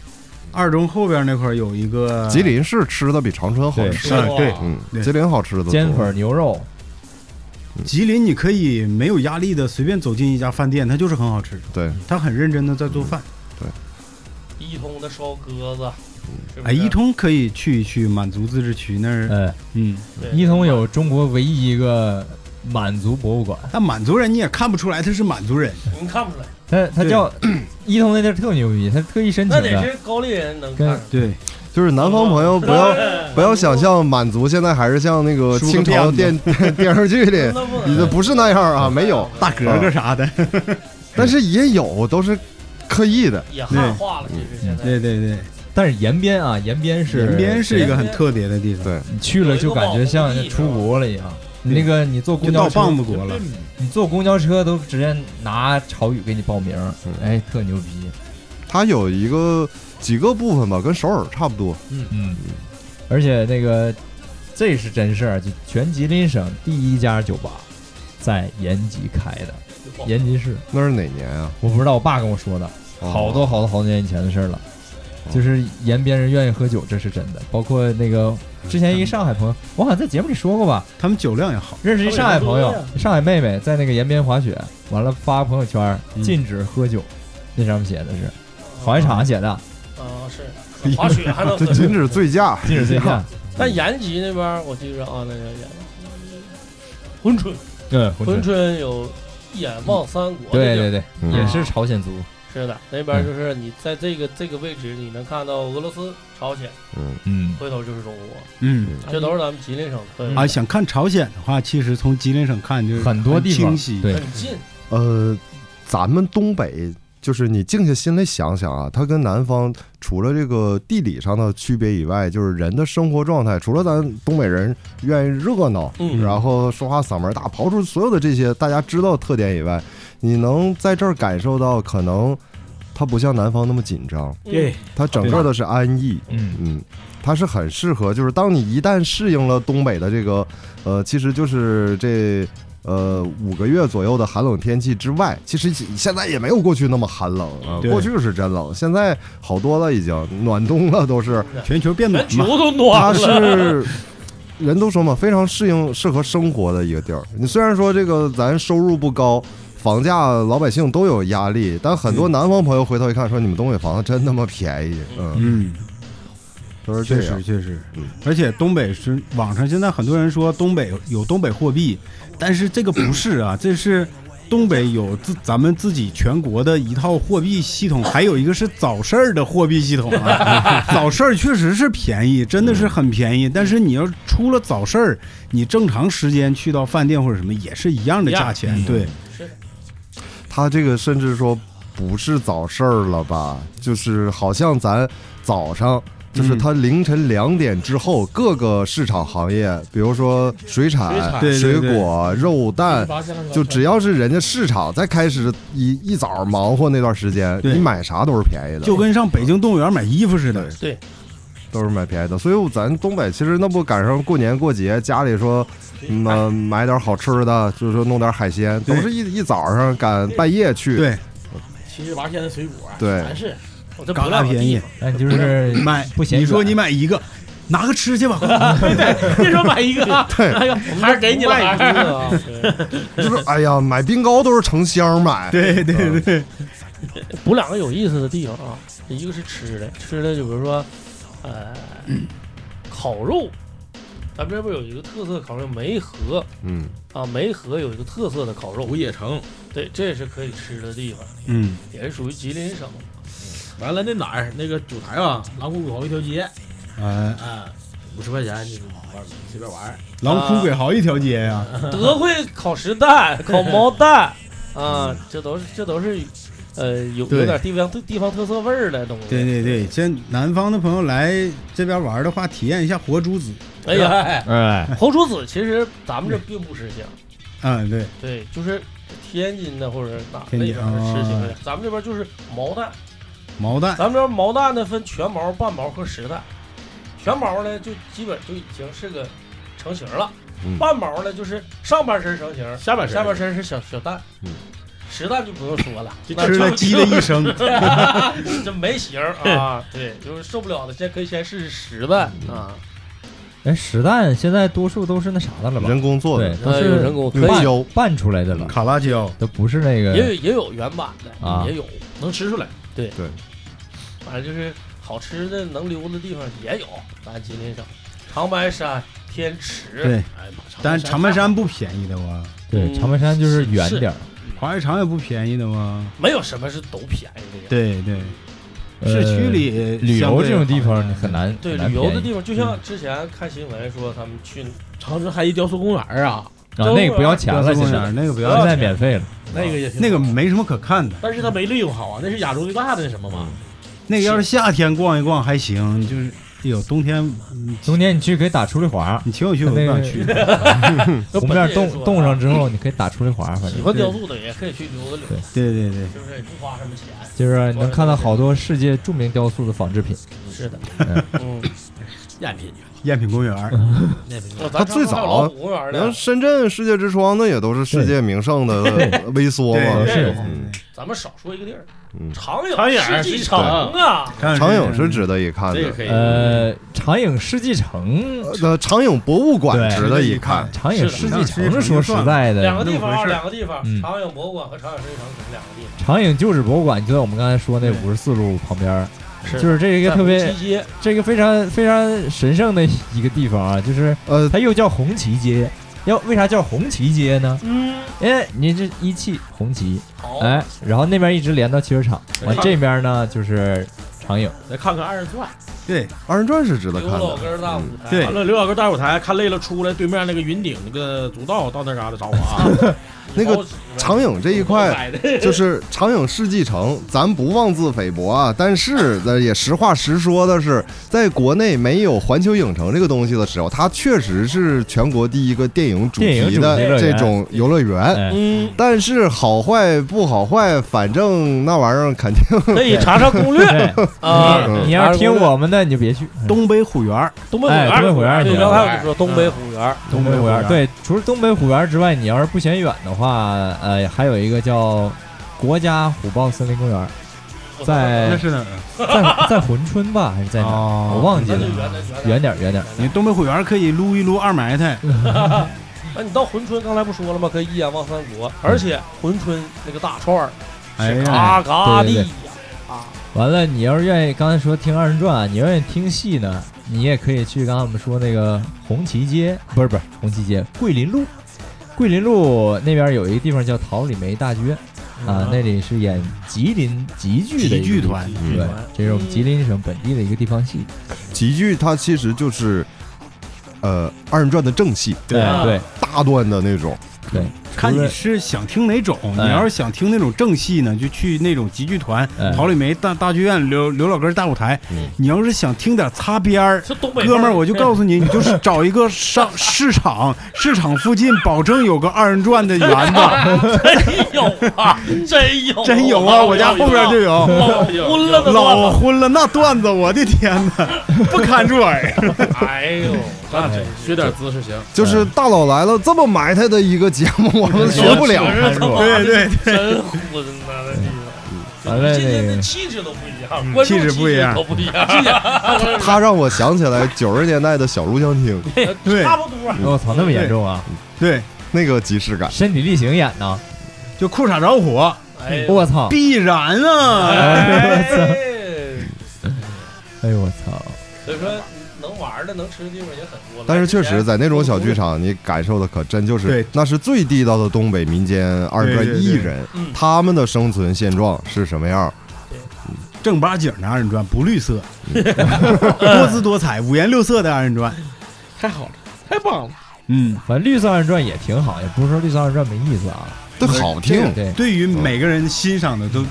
Speaker 4: 二中后边那块儿有一个
Speaker 1: 吉林市吃的比长春好
Speaker 3: 对
Speaker 1: 吃，
Speaker 4: 啊对
Speaker 1: 嗯
Speaker 4: 对，
Speaker 1: 吉林好吃的多
Speaker 3: 煎粉牛肉，
Speaker 4: 吉林，你可以没有压力的随便走进一家饭店，它就是很好吃，
Speaker 1: 对，
Speaker 4: 它很认真的在做饭。
Speaker 2: 一通的烧鸽子，是不
Speaker 4: 哎，
Speaker 2: 是
Speaker 4: 一通可以去一去满族自治区那儿，
Speaker 3: 哎，
Speaker 4: 嗯，
Speaker 2: 对
Speaker 3: 一通有中国唯一一个满族博物馆，
Speaker 4: 但满族人你也看不出来他是满族人，
Speaker 2: 您看不出来，
Speaker 3: 它它叫一通那地儿特牛逼，他特意申
Speaker 2: 那
Speaker 3: 请
Speaker 2: 得
Speaker 3: 的。
Speaker 2: 是高丽人能
Speaker 3: 跟
Speaker 2: 看出
Speaker 4: 对，
Speaker 1: 就是南方朋友不 要不要想象满族现在还是像那个
Speaker 4: 梳个
Speaker 1: 清朝
Speaker 4: 辫
Speaker 1: 电电 视剧
Speaker 2: 来，
Speaker 1: 里，
Speaker 2: 那不
Speaker 1: 你这
Speaker 2: 能
Speaker 1: 不是那样啊，没有，
Speaker 4: 大格格啥的，
Speaker 1: 但是也有，都是刻意的。
Speaker 2: 也汉化了，其实现在
Speaker 4: 对对对，
Speaker 3: 但是延边啊，延边是
Speaker 4: 延边是一个很
Speaker 2: 延边
Speaker 4: 特别的地方，
Speaker 1: 对
Speaker 3: 你去了就感觉像出国了一样。你那个你坐
Speaker 4: 就
Speaker 3: 公
Speaker 4: 到
Speaker 3: 交
Speaker 4: 棒
Speaker 3: 车，
Speaker 4: 子国了，
Speaker 3: 你坐公交车都直接拿朝语给你报名
Speaker 1: 嗯，
Speaker 3: 哎，特牛逼。
Speaker 1: 它有一个几个部分吧，跟首尔差不多。
Speaker 3: 嗯，而且那个这是真事儿，就全吉林省第一家酒吧在延吉开的，
Speaker 4: 哦
Speaker 2: 就
Speaker 3: 延吉市。
Speaker 1: 那是哪年啊？
Speaker 3: 我不知道，我爸跟我说的，
Speaker 1: 哦
Speaker 3: 好多好多好多年以前的事儿了。
Speaker 1: 哦
Speaker 3: 就是延边人愿意喝酒，这是真的。包括那个之前一个上海朋友，我好像在节目里说过吧，
Speaker 4: 他们酒量也好，
Speaker 3: 认识一上海朋
Speaker 2: 他
Speaker 3: 友
Speaker 2: 们有多，
Speaker 3: 上海妹妹在那个延边滑雪，完了发朋友圈
Speaker 4: 嗯
Speaker 3: 禁止喝酒，那上面写的是滑雪场写的
Speaker 2: 嗯啊是滑 雪还能 喝
Speaker 1: 这，禁止醉驾，
Speaker 3: 禁止醉 驾，
Speaker 2: 但延吉那边我记着啊，那个也珲春，
Speaker 3: 嗯，
Speaker 2: 珲春有一眼望三国，
Speaker 3: 对对，对，
Speaker 1: 嗯
Speaker 3: 也是朝鲜族，
Speaker 2: 是的，那边就是你在这个这个位置，你能看到俄罗斯、朝鲜，
Speaker 1: 嗯，
Speaker 3: 嗯，
Speaker 2: 回头就是中国，
Speaker 4: 嗯。
Speaker 2: 这都是咱们吉林省特有
Speaker 4: 啊，想看朝鲜的话，其实从吉林省看就是
Speaker 3: 嗯很多地方
Speaker 4: 清晰，
Speaker 3: 对
Speaker 2: 很哎近，
Speaker 1: 呃，咱们东北就是你静下心来想想啊，它跟南方除了这个地理上的区别以外，就是人的生活状态，除了咱东北人愿意热闹，
Speaker 2: 嗯
Speaker 1: 然后说话嗓门大，刨除所有的这些大家知道的特点以外，你能在这儿感受到可能它不像南方那么紧张，
Speaker 2: 嗯
Speaker 11: 对，
Speaker 1: 它整个的是安逸。
Speaker 3: 嗯，
Speaker 1: 嗯，它是很适合，就是当你一旦适应了东北的这个，呃，其实就是这呃五个月左右的寒冷天气之外，其实现在也没有过去那么寒冷啊。
Speaker 4: 对
Speaker 1: 过去是真冷，现在好多了，已经暖冬了，都是。
Speaker 4: 全球变暖
Speaker 5: 全
Speaker 4: 嘛
Speaker 5: 球，都
Speaker 1: 它
Speaker 5: 暖了，
Speaker 1: 是人都说嘛，非常适应适合生活的一个地儿。你虽然说这个咱收入不高，房价老百姓都有压力，但很多南方朋友回头一看，说你们东北房子真他妈便宜，嗯，
Speaker 4: 嗯，
Speaker 1: 都是
Speaker 4: 确
Speaker 1: 这样
Speaker 4: 实。确实
Speaker 1: 嗯，
Speaker 4: 而且东北是网上现在很多人说东北有东北货币，但是这个不是啊，这是东北有自咱们自己全国的一套货币系统，还有一个是早市儿的货币系统啊。早市儿确实是便宜，真的是很便宜，但是你要出了早市儿，你正常时间去到饭店或者什么也是一样的价钱，对，
Speaker 1: 他这个甚至说不是早市儿了吧，就是好像咱早上。
Speaker 4: 嗯
Speaker 1: 就是它凌晨两点之后，各个市场行业，比如说水产、
Speaker 5: 水产
Speaker 4: 对对对
Speaker 1: 水果、肉蛋，就只要是人家市场在开始一一早忙活那段时间，
Speaker 4: 对
Speaker 1: 你买啥都是便宜的，
Speaker 4: 就跟上北京动物园买衣服似的。
Speaker 1: 都是买便宜的。所以咱东北其实那不赶上过年过节，家里说，嗯，呃买点好吃的，就是说弄点海鲜，都
Speaker 4: 对
Speaker 1: 是一一早上赶半夜去。
Speaker 4: 对，
Speaker 2: 七十八天的水果，啊
Speaker 1: 对
Speaker 2: 全是，我这不
Speaker 4: 嘎
Speaker 2: 赖
Speaker 4: 嘎
Speaker 2: 我
Speaker 4: 便宜
Speaker 2: 弟，
Speaker 3: 但就是
Speaker 4: 买
Speaker 3: 不嫌
Speaker 4: 你说
Speaker 3: 远
Speaker 4: 你买一个，拿个吃去吧，快
Speaker 2: 这时候买一个，
Speaker 1: 对
Speaker 2: 哎呀，
Speaker 5: 还是给你了，还是给你 了。
Speaker 1: 就是哎呀，买冰糕都是成箱买。
Speaker 4: 对对对，
Speaker 2: 补两个有意思的地方啊，一个是吃的，吃的就比如说，呃，烤肉，咱们这边有一个特色烤肉梅河
Speaker 1: 嗯，
Speaker 2: 啊，梅河有一个特色的烤肉，
Speaker 5: 午夜城，
Speaker 2: 对，这也是可以吃的地方，
Speaker 4: 嗯，
Speaker 2: 也是属于吉林省。
Speaker 5: 完了那哪儿那个主台啊，狼谷口一条街，
Speaker 4: 哎。
Speaker 5: 啊，五十块钱你玩随便玩儿，啊
Speaker 4: 狼哭鬼嚎一条街呀、
Speaker 2: 德惠烤实蛋、烤毛蛋啊，这都是这都是，呃，有有
Speaker 4: 嗯对
Speaker 2: 点地方地方特色味儿的东西。
Speaker 4: 对对对，这南方的朋友来这边玩的话，体验一下活猪子。
Speaker 2: 哎呀，
Speaker 5: 哎，
Speaker 3: 哎，
Speaker 2: 红薯子其实咱们这并不吃香，
Speaker 4: 嗯，对，
Speaker 2: 对，就是天津的或者哪那
Speaker 4: 天津
Speaker 2: 边儿吃香的，咱们这边就是毛蛋，
Speaker 4: 毛蛋，
Speaker 2: 咱们这边毛蛋呢分全毛、半毛和实蛋，全毛呢就基本就已经是个成型了，
Speaker 1: 嗯
Speaker 2: 半毛呢就是上半身成型，
Speaker 5: 下半身
Speaker 2: 下半身是小小蛋，
Speaker 1: 嗯
Speaker 2: 实蛋就不用说了，那
Speaker 4: 吃了鸡的一生。
Speaker 2: 这没型儿啊，对，就是受不了的，先可以先试试实蛋啊，
Speaker 3: 哎，实蛋现在多数都是那啥的了吧？
Speaker 1: 人工做
Speaker 3: 对
Speaker 1: 的，，
Speaker 3: 都是
Speaker 2: 有人工可以
Speaker 3: 拌
Speaker 1: 有
Speaker 3: 拌出来的了，
Speaker 4: 卡拉椒，
Speaker 3: 都不是那
Speaker 2: 也有
Speaker 3: 个。
Speaker 2: 也有原版的，
Speaker 3: 啊
Speaker 2: 也有，
Speaker 5: 能吃出来。
Speaker 2: 反正就是好吃的能溜的地方也有，咱吉林省长白山、天池，
Speaker 4: 对，
Speaker 5: 哎呀妈，
Speaker 4: 但
Speaker 5: 山
Speaker 4: 长白山不便宜的哇，
Speaker 3: 对，
Speaker 2: 嗯
Speaker 3: 长白山就是远点儿。
Speaker 4: 滑雪场也不便宜的哇。
Speaker 2: 没有什么是都便宜的呀。
Speaker 4: 对对，
Speaker 3: 呃
Speaker 4: 市区里
Speaker 3: 旅游这种地方你
Speaker 4: 相对好一点
Speaker 3: 很难
Speaker 2: 对，
Speaker 3: 很难
Speaker 2: 旅游的
Speaker 3: 便宜嗯
Speaker 2: 地方，就像之前看新闻说他们去
Speaker 5: 长春还一雕塑公园儿啊，
Speaker 3: 啊，那个不要钱了，
Speaker 4: 高
Speaker 3: 现
Speaker 4: 速公
Speaker 3: 在
Speaker 4: 园那个不
Speaker 2: 不
Speaker 4: 要
Speaker 3: 现
Speaker 2: 要
Speaker 3: 在
Speaker 4: 钱，
Speaker 3: 免费了。
Speaker 5: 那个也挺
Speaker 4: 那个，没什么可看的。
Speaker 5: 但是他没利用好啊，那是亚洲最大的那什么嘛，
Speaker 3: 嗯
Speaker 4: 那个要是夏天逛一逛还行，就是哎呦，冬天嗯
Speaker 3: 冬天你去可以打出溜滑儿，
Speaker 4: 你请我去我
Speaker 3: 那
Speaker 4: 不
Speaker 3: 个
Speaker 4: 想 去。
Speaker 3: 湖面
Speaker 2: 本地
Speaker 3: 冻
Speaker 2: 人说的啊
Speaker 3: 冻
Speaker 5: 啊
Speaker 3: 上之后，你可以打出溜滑儿，反
Speaker 2: 喜
Speaker 3: 正
Speaker 2: 欢雕塑的也可以去溜达溜达，
Speaker 4: 对对对，
Speaker 2: 是不是？也不花什么钱。
Speaker 3: 就是你能看到好多世界著名雕塑的仿制品。
Speaker 2: 是的，
Speaker 3: 嗯
Speaker 2: 嗯，
Speaker 5: 赝品，
Speaker 4: 赝品公园儿，
Speaker 5: 赝品。
Speaker 2: 咱
Speaker 1: 最早
Speaker 2: 长春还有老虎公园
Speaker 1: 你看
Speaker 2: 呢，
Speaker 1: 深圳世界之窗，那也都是世界名胜的微缩嘛。
Speaker 4: 对
Speaker 3: 是
Speaker 4: 对
Speaker 1: 嗯
Speaker 2: 咱们少说一个地儿，
Speaker 1: 嗯
Speaker 2: 长
Speaker 5: 长
Speaker 2: 影
Speaker 5: 影
Speaker 2: 世
Speaker 5: 儿
Speaker 2: 纪
Speaker 5: 是
Speaker 2: 城啊，
Speaker 4: 看
Speaker 1: 长影是值得一看
Speaker 5: 这
Speaker 1: 的
Speaker 5: 个，可以，
Speaker 3: 啊呃，长影世纪城，
Speaker 1: 呃那长影博物馆值得一看。
Speaker 3: 长影
Speaker 2: 是
Speaker 3: 世
Speaker 4: 的
Speaker 3: 纪城是说实在
Speaker 2: 两个
Speaker 3: 的，
Speaker 2: 地方啊，
Speaker 4: 那么回事
Speaker 2: 两个地方，
Speaker 3: 嗯
Speaker 2: 长影博物馆和长影世纪城可能两个地方。
Speaker 3: 长影旧址博物馆就在我们刚才说那
Speaker 4: 对
Speaker 3: 五十四路旁边儿，
Speaker 2: 是
Speaker 3: 就是这一个
Speaker 2: 在
Speaker 3: 特
Speaker 2: 红
Speaker 3: 别
Speaker 2: 旗街，
Speaker 3: 这个非常非常神圣的一个地方啊，就是
Speaker 1: 呃，
Speaker 3: 它又叫红旗街。要为啥叫红旗街呢？
Speaker 2: 嗯，
Speaker 3: 哎，你这一汽红旗，
Speaker 2: 好，
Speaker 3: 哎，然后那边一直连到汽车厂，完这边呢就是长影。
Speaker 5: 再看看二人转。
Speaker 4: 对，
Speaker 1: 二人转是值得
Speaker 2: 刘
Speaker 1: 看
Speaker 2: 老
Speaker 1: 的。
Speaker 2: 根儿大
Speaker 3: 嗯
Speaker 2: 舞台，
Speaker 4: 对
Speaker 5: 完了，刘小哥大舞台看累了，出来对面那个云顶那个足道到那嘎达找我啊，
Speaker 1: 那个长影这一块，就是长影世纪城，咱不妄自菲薄啊，但是呃也实话实说的是，在国内没有环球影城这个东西的时候，它确实是全国第一个电影主
Speaker 3: 电影
Speaker 1: 题
Speaker 3: 主题乐
Speaker 1: 的这
Speaker 3: 园
Speaker 1: 种游乐园。
Speaker 3: 哎，
Speaker 2: 嗯，
Speaker 1: 但是好坏不好坏，反正那玩意儿肯定
Speaker 2: 可以查查攻略
Speaker 3: 嗯对，
Speaker 2: 啊。
Speaker 1: 嗯
Speaker 3: 你要是听我们的，你就别去。嗯
Speaker 4: 东北虎园儿，
Speaker 2: 东北
Speaker 3: 哎东北虎
Speaker 2: 虎园，
Speaker 3: 园
Speaker 2: 对，
Speaker 3: 挺
Speaker 2: 刚
Speaker 3: 好
Speaker 2: 才我就说东北虎园，
Speaker 3: 东北
Speaker 4: 虎
Speaker 3: 虎园
Speaker 4: 园
Speaker 3: 儿，对，除了东北虎园儿之外，你要是不嫌远的话，呃，还有一个叫国家虎豹森林公园儿，
Speaker 4: 那
Speaker 3: 在
Speaker 4: 是哪儿啊？
Speaker 3: 在在珲春吧，还是在哪儿？
Speaker 4: 哦
Speaker 3: 我忘记
Speaker 2: 那就
Speaker 3: 了，远
Speaker 2: 远点
Speaker 3: 点儿远点儿。
Speaker 4: 你东北虎园儿可以撸一撸二埋汰，
Speaker 3: 嗯
Speaker 2: 那你到珲春，刚才不说了吗？可以一眼望三国，而且珲春那个大串儿
Speaker 4: 嗯哎
Speaker 2: 是
Speaker 4: 呀，
Speaker 2: 嘎嘎的
Speaker 3: 对对
Speaker 2: 呀
Speaker 3: 对，
Speaker 2: 啊，
Speaker 3: 完了，你要是愿意，刚才说听二人转，你愿意听戏呢，你也可以去刚才我们说那个红旗街，不是不是红旗街，桂林路，桂林路那边有一个地方叫桃李梅大剧院啊，那里是演吉林吉剧的一
Speaker 4: 集
Speaker 3: 个
Speaker 4: 剧
Speaker 3: 地方
Speaker 4: 团，
Speaker 1: 剧
Speaker 3: 对，这是我们吉林省本地的一个地方戏。
Speaker 1: 喜剧，它其实就是呃二人转的正戏，
Speaker 2: 啊
Speaker 3: 对
Speaker 1: 大段的那种。
Speaker 4: 看你是想听哪种。你
Speaker 3: 哎
Speaker 4: 要是想听那种正戏呢，就去那种集剧团
Speaker 3: 哎，
Speaker 4: 桃李梅大大剧院、刘刘老根大舞台
Speaker 1: 嗯。
Speaker 4: 你要是想听点擦边儿，
Speaker 2: 这东北
Speaker 4: 哥们儿，我就告诉你，你就是找一个商市场，市场附近保证有个二人转的园 子，
Speaker 2: 真有啊，真有，
Speaker 4: 真有啊！我家后边就有。
Speaker 2: 老昏了的
Speaker 4: 老
Speaker 2: 段子，
Speaker 4: 昏了，那段子，我的天哪，不堪入耳。啊
Speaker 12: 哎呦，那真学点姿势行，
Speaker 4: 哎
Speaker 1: 就是大佬来了这么埋汰的一个节目， 我们学不了。
Speaker 2: 是他妈
Speaker 4: 对对
Speaker 2: 对，真昏呐，那地方。
Speaker 3: 完了
Speaker 2: 今天
Speaker 3: 那
Speaker 2: 的
Speaker 3: 个
Speaker 2: 气质都不一样，
Speaker 4: 嗯
Speaker 2: 观众
Speaker 4: 气质不一样
Speaker 2: 都不一样，
Speaker 1: 他让我想起来九十年代的小录像厅
Speaker 4: 对
Speaker 2: 差不多。
Speaker 3: 我哦操，那么严重啊！
Speaker 4: 对，
Speaker 1: 那个即视感。
Speaker 3: 身体力行演呢，
Speaker 4: 就裤衩着火，
Speaker 2: 哎呦，
Speaker 3: 我操！
Speaker 4: 必然啊！
Speaker 2: 哎
Speaker 3: 哎呦我操！
Speaker 2: 所以说能玩的、能吃的地方也很多了，
Speaker 1: 但是确实，在那种小剧场，你感受的可真就是
Speaker 4: 对，
Speaker 1: 那是最地道的东北民间二人转艺人
Speaker 2: 对对嗯对，
Speaker 1: 他们的生存现状是什么样？
Speaker 4: 正八经的二人转，不绿色，多姿多彩、五颜六色的二人转。
Speaker 12: 太好了，太棒了，
Speaker 4: 嗯，
Speaker 3: 反正绿色二人转也挺好，也不是说绿色二人转没意思啊。
Speaker 1: 对，好听。
Speaker 3: 对
Speaker 4: 对于每个人欣赏的都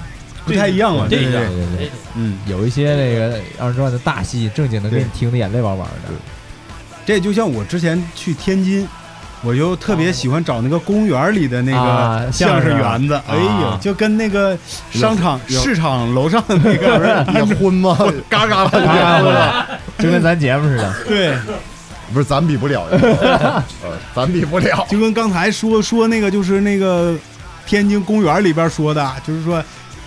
Speaker 4: 不太一样嘛，
Speaker 2: 对
Speaker 4: 对不
Speaker 2: 对
Speaker 4: 对？
Speaker 3: 对对
Speaker 2: 哎，，
Speaker 4: 嗯，
Speaker 3: 有一些那个二人转的大戏，正经的给你听的眼泪汪汪的。
Speaker 4: 这就像我之前去天津，我就特别喜欢找那个公园里的那个
Speaker 3: 啊
Speaker 4: 相声园子，哎
Speaker 3: 相声
Speaker 4: 呦
Speaker 3: 啊，
Speaker 4: 就跟那个商场、
Speaker 1: 有
Speaker 4: 市场楼上的那 个
Speaker 1: 也昏 吗？
Speaker 4: 嘎嘎的，
Speaker 3: 嘎嘎的，就跟咱节目似的。
Speaker 4: 对，
Speaker 1: 不是，咱比不 了，呃咱比不了。
Speaker 4: 就跟刚才说说那个就是那个天津公园里边说的，就是说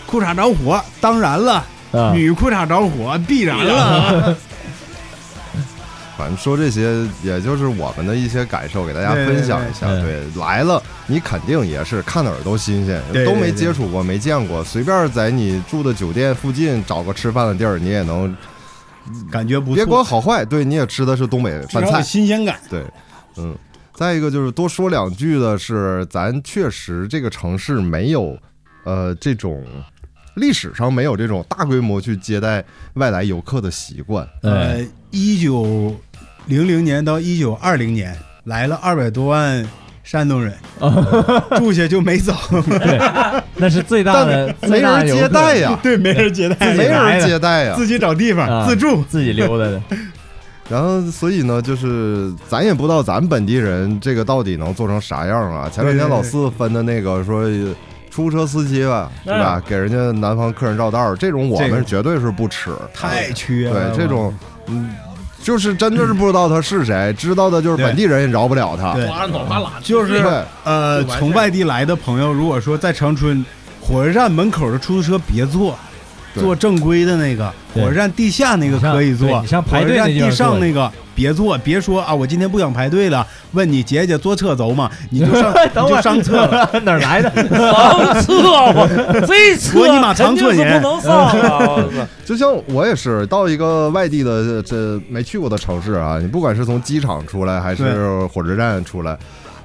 Speaker 4: 裤衩着火，当然了，
Speaker 3: 啊，
Speaker 4: 女裤衩着火必然了，
Speaker 1: 反正说这些，也就是我们的一些感受，给大家分享一下。
Speaker 3: 对对
Speaker 1: 对，来了，你肯定也是看哪儿都新鲜，
Speaker 4: 对对
Speaker 1: 都没
Speaker 4: 对
Speaker 1: 接触过，没见过，随便在你住的酒店附近找个吃饭的地儿，你也能，
Speaker 4: 感觉不
Speaker 1: 别管
Speaker 4: 错，
Speaker 1: 好坏，对你也吃的是东北
Speaker 4: 至
Speaker 1: 饭
Speaker 4: 少有
Speaker 1: 菜。
Speaker 4: 新鲜感。
Speaker 1: 对，嗯。再一个就是多说两句的是，咱确实这个城市没有，呃，这种历史上没有这种大规模去接待外来游客的习惯。
Speaker 3: 哎，
Speaker 4: 呃，一九零零年到一九二零年来了二百多万山东人，
Speaker 3: 哦
Speaker 4: 住下就 没走，
Speaker 3: 那是最大的，
Speaker 1: 但没人接待呀、
Speaker 4: 对，没人 接待，
Speaker 1: 没
Speaker 3: 来
Speaker 1: 人
Speaker 3: 的
Speaker 1: 接待呀、
Speaker 4: 自己找地方
Speaker 3: 啊
Speaker 4: 自助。
Speaker 3: 自己溜达的。
Speaker 1: 然后，所以呢，就是咱也不知道咱本地人这个到底能做成啥样啊。前两天老四分的那个说，呃出租车司机吧，是吧？给人家南方客人绕道儿，这种我
Speaker 4: 啊这个
Speaker 1: 们绝对是不耻。
Speaker 4: 太缺了，
Speaker 1: 对这种，嗯，就是真的是不知道他是谁，知道的就是本地人也饶不了他。
Speaker 4: 对
Speaker 12: 花脑花懒，
Speaker 4: 就是
Speaker 1: 对，
Speaker 4: 呃，
Speaker 12: 就完事儿
Speaker 4: 从外地来的朋友，如果说在长春火车站门口的出租车别坐，
Speaker 1: 对
Speaker 4: 坐正规的那个。火
Speaker 3: 对
Speaker 4: 车站地下那个
Speaker 3: 你像
Speaker 4: 可
Speaker 3: 对
Speaker 4: 以坐，
Speaker 3: 你像排
Speaker 4: 火车
Speaker 3: 队
Speaker 4: 站
Speaker 3: 那地
Speaker 4: 地
Speaker 3: 方
Speaker 4: 上
Speaker 3: 坐
Speaker 4: 那个别坐，别说啊，我今天不想排队了。问你姐姐坐车走吗？你就上 你
Speaker 3: 等会
Speaker 4: 就
Speaker 3: 儿
Speaker 4: 上车了。
Speaker 3: 哪儿来的？
Speaker 2: 长测我这测
Speaker 4: 我尼玛长测
Speaker 2: 肯定
Speaker 4: 你
Speaker 2: 是不能 上啊！
Speaker 1: 就像我也是到一个外地的这没去过的城市啊，你不管是从机场出来还是
Speaker 4: 对
Speaker 1: 火车站出来，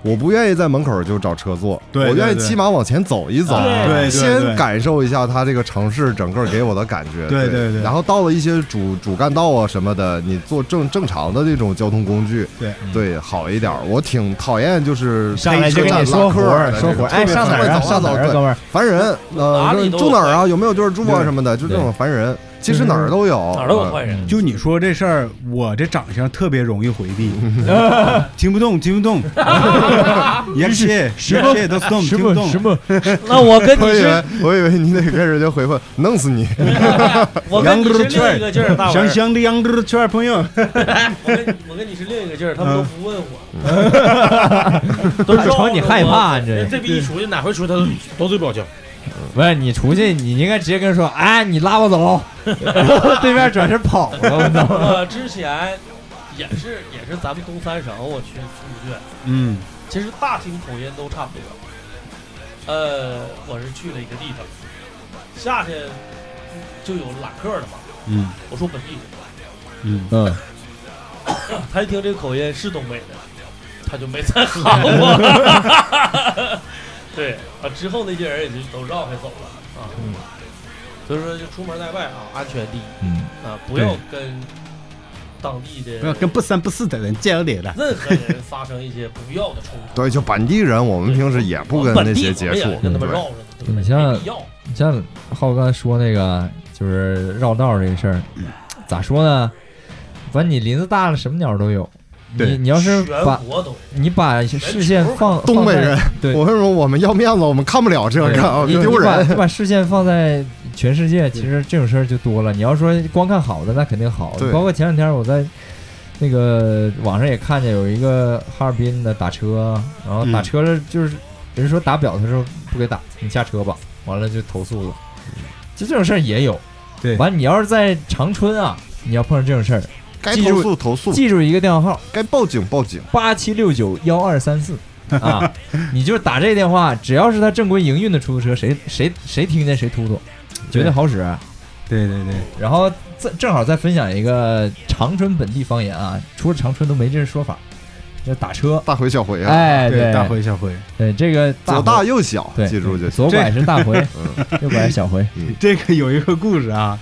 Speaker 1: 我不愿意在门口就找车坐，
Speaker 4: 对对
Speaker 1: 我愿意
Speaker 4: 对
Speaker 1: 起码往前走一走，
Speaker 13: 对
Speaker 4: 对对
Speaker 1: 先
Speaker 4: 对
Speaker 1: 感受一下它这个城市整个给我的感觉。
Speaker 4: 对对对
Speaker 1: 然后到了一些主主干道啊什么的，你坐正正常的那种交通工具，
Speaker 4: 对
Speaker 1: 对好一点。我挺讨厌就是
Speaker 3: 上来
Speaker 1: 黑
Speaker 3: 就
Speaker 1: 车
Speaker 3: 跟
Speaker 1: 站
Speaker 3: 你说
Speaker 1: 拉
Speaker 3: 活
Speaker 1: 客
Speaker 3: 儿
Speaker 1: 的这
Speaker 3: 说活
Speaker 1: 种
Speaker 3: 儿，哎，
Speaker 1: 特别
Speaker 3: 上哪儿啊？
Speaker 1: 烦
Speaker 3: 上哪儿
Speaker 1: 对
Speaker 3: 啊，哥们儿？
Speaker 1: 烦人，呃
Speaker 2: 哪，
Speaker 1: 说
Speaker 2: 里都
Speaker 1: 住
Speaker 2: 有
Speaker 1: 哪儿
Speaker 2: 坏
Speaker 1: 啊？有没有地儿住啊？
Speaker 3: 对
Speaker 1: 什么的，就这种烦人。其实哪儿都有，
Speaker 2: 哪儿都有
Speaker 1: 嗯
Speaker 2: 坏人。
Speaker 4: 就你说这事儿，我这长相特别容易回 避，听不懂，听不 懂，也是，
Speaker 3: 什
Speaker 4: 什
Speaker 3: 么
Speaker 4: 么都懂，
Speaker 3: 什
Speaker 4: 听不
Speaker 3: 么
Speaker 4: 懂
Speaker 3: 什， 么？
Speaker 2: 那我跟你
Speaker 1: 我以
Speaker 2: 是
Speaker 1: 为，我以为你得开始就回复，弄死你！
Speaker 2: 我跟你是另一个劲儿，大
Speaker 4: 香
Speaker 2: 文。
Speaker 4: 香的羊肉圈儿朋友，
Speaker 2: 我跟我跟你是另一个劲儿，他们都不问我，
Speaker 1: 嗯
Speaker 2: 都
Speaker 3: 他瞅你害怕，你
Speaker 13: 这
Speaker 3: 这
Speaker 13: 这逼一出去，哪回出去他都都这表情，
Speaker 3: 不是你出去，你应该直接跟他说，哎，你拉我走， 然后对面转身跑了，我 操！
Speaker 2: 我呃之前也是也是咱们东三省，我去出去，
Speaker 4: 嗯
Speaker 2: 其实大厅口音都差不多。呃，我是去了一个地方，下去就有揽客的嘛，
Speaker 4: 嗯
Speaker 2: 我说本地人，
Speaker 4: 嗯，
Speaker 3: 嗯，
Speaker 2: 他一听这个口音是东北的，他就没再 喊我。对啊，之后那些人也就都绕开走了啊。
Speaker 3: 嗯
Speaker 2: 所以说，就出门在外啊，安全第一
Speaker 3: 嗯，
Speaker 2: 啊，不要跟当地的
Speaker 4: 不要跟不三不四的人交流了。
Speaker 2: 任何人发生一些不要的冲突。
Speaker 1: 对，就本地人，我们平时也 不跟那些接触
Speaker 2: 本地我们也。跟他们
Speaker 1: 对
Speaker 2: 绕着，对
Speaker 3: 你像
Speaker 2: 没必要。
Speaker 3: 你像浩哥说那个就是绕道儿这个事儿，咋说呢？反正你林子大了，什么鸟都有。
Speaker 1: 对
Speaker 3: 你你要是
Speaker 2: 全
Speaker 3: 把
Speaker 2: 国都
Speaker 3: 你把视线放
Speaker 1: 东北人，
Speaker 3: 对
Speaker 1: 我为什么我们要面子，我们看不了这
Speaker 3: 对
Speaker 1: 个，啊
Speaker 3: 放在你
Speaker 1: 丢
Speaker 3: 你把你
Speaker 1: 人。
Speaker 3: 把视线放在全世界，其实这种事儿就多了。你要说光看好的，那肯定好
Speaker 1: 对。
Speaker 3: 包括前两天我在那个网上也看见有一个哈尔滨的打车，然后打
Speaker 4: 嗯
Speaker 3: 车了就是人说打表的时候不给打，你下车吧，完了就投诉了。就这种事儿也有。
Speaker 4: 对
Speaker 3: 完你要是在长春啊，你要碰上这种事儿，
Speaker 1: 该
Speaker 3: 记住
Speaker 1: 投诉投诉，
Speaker 3: 记住一个电话号
Speaker 1: 该报警报警。
Speaker 3: 八七六九幺二三四。 啊，你就是打这电话，只要是他正规营运的出租车，谁谁谁听见谁突突，绝对好使。啊
Speaker 4: 对对对，
Speaker 3: 然后再正好再分享一个长春本地方言啊，除了长春都没这说法，就打车。
Speaker 1: 大回小回啊，
Speaker 3: 哎，
Speaker 4: 对，
Speaker 3: 对，
Speaker 4: 大回小回，
Speaker 3: 对这个
Speaker 1: 左
Speaker 3: 回
Speaker 1: 大右小，
Speaker 3: 对，
Speaker 1: 记住就行。
Speaker 3: 左拐是大回，
Speaker 1: 嗯
Speaker 3: 右拐是小回。
Speaker 4: 这个有一个故事啊，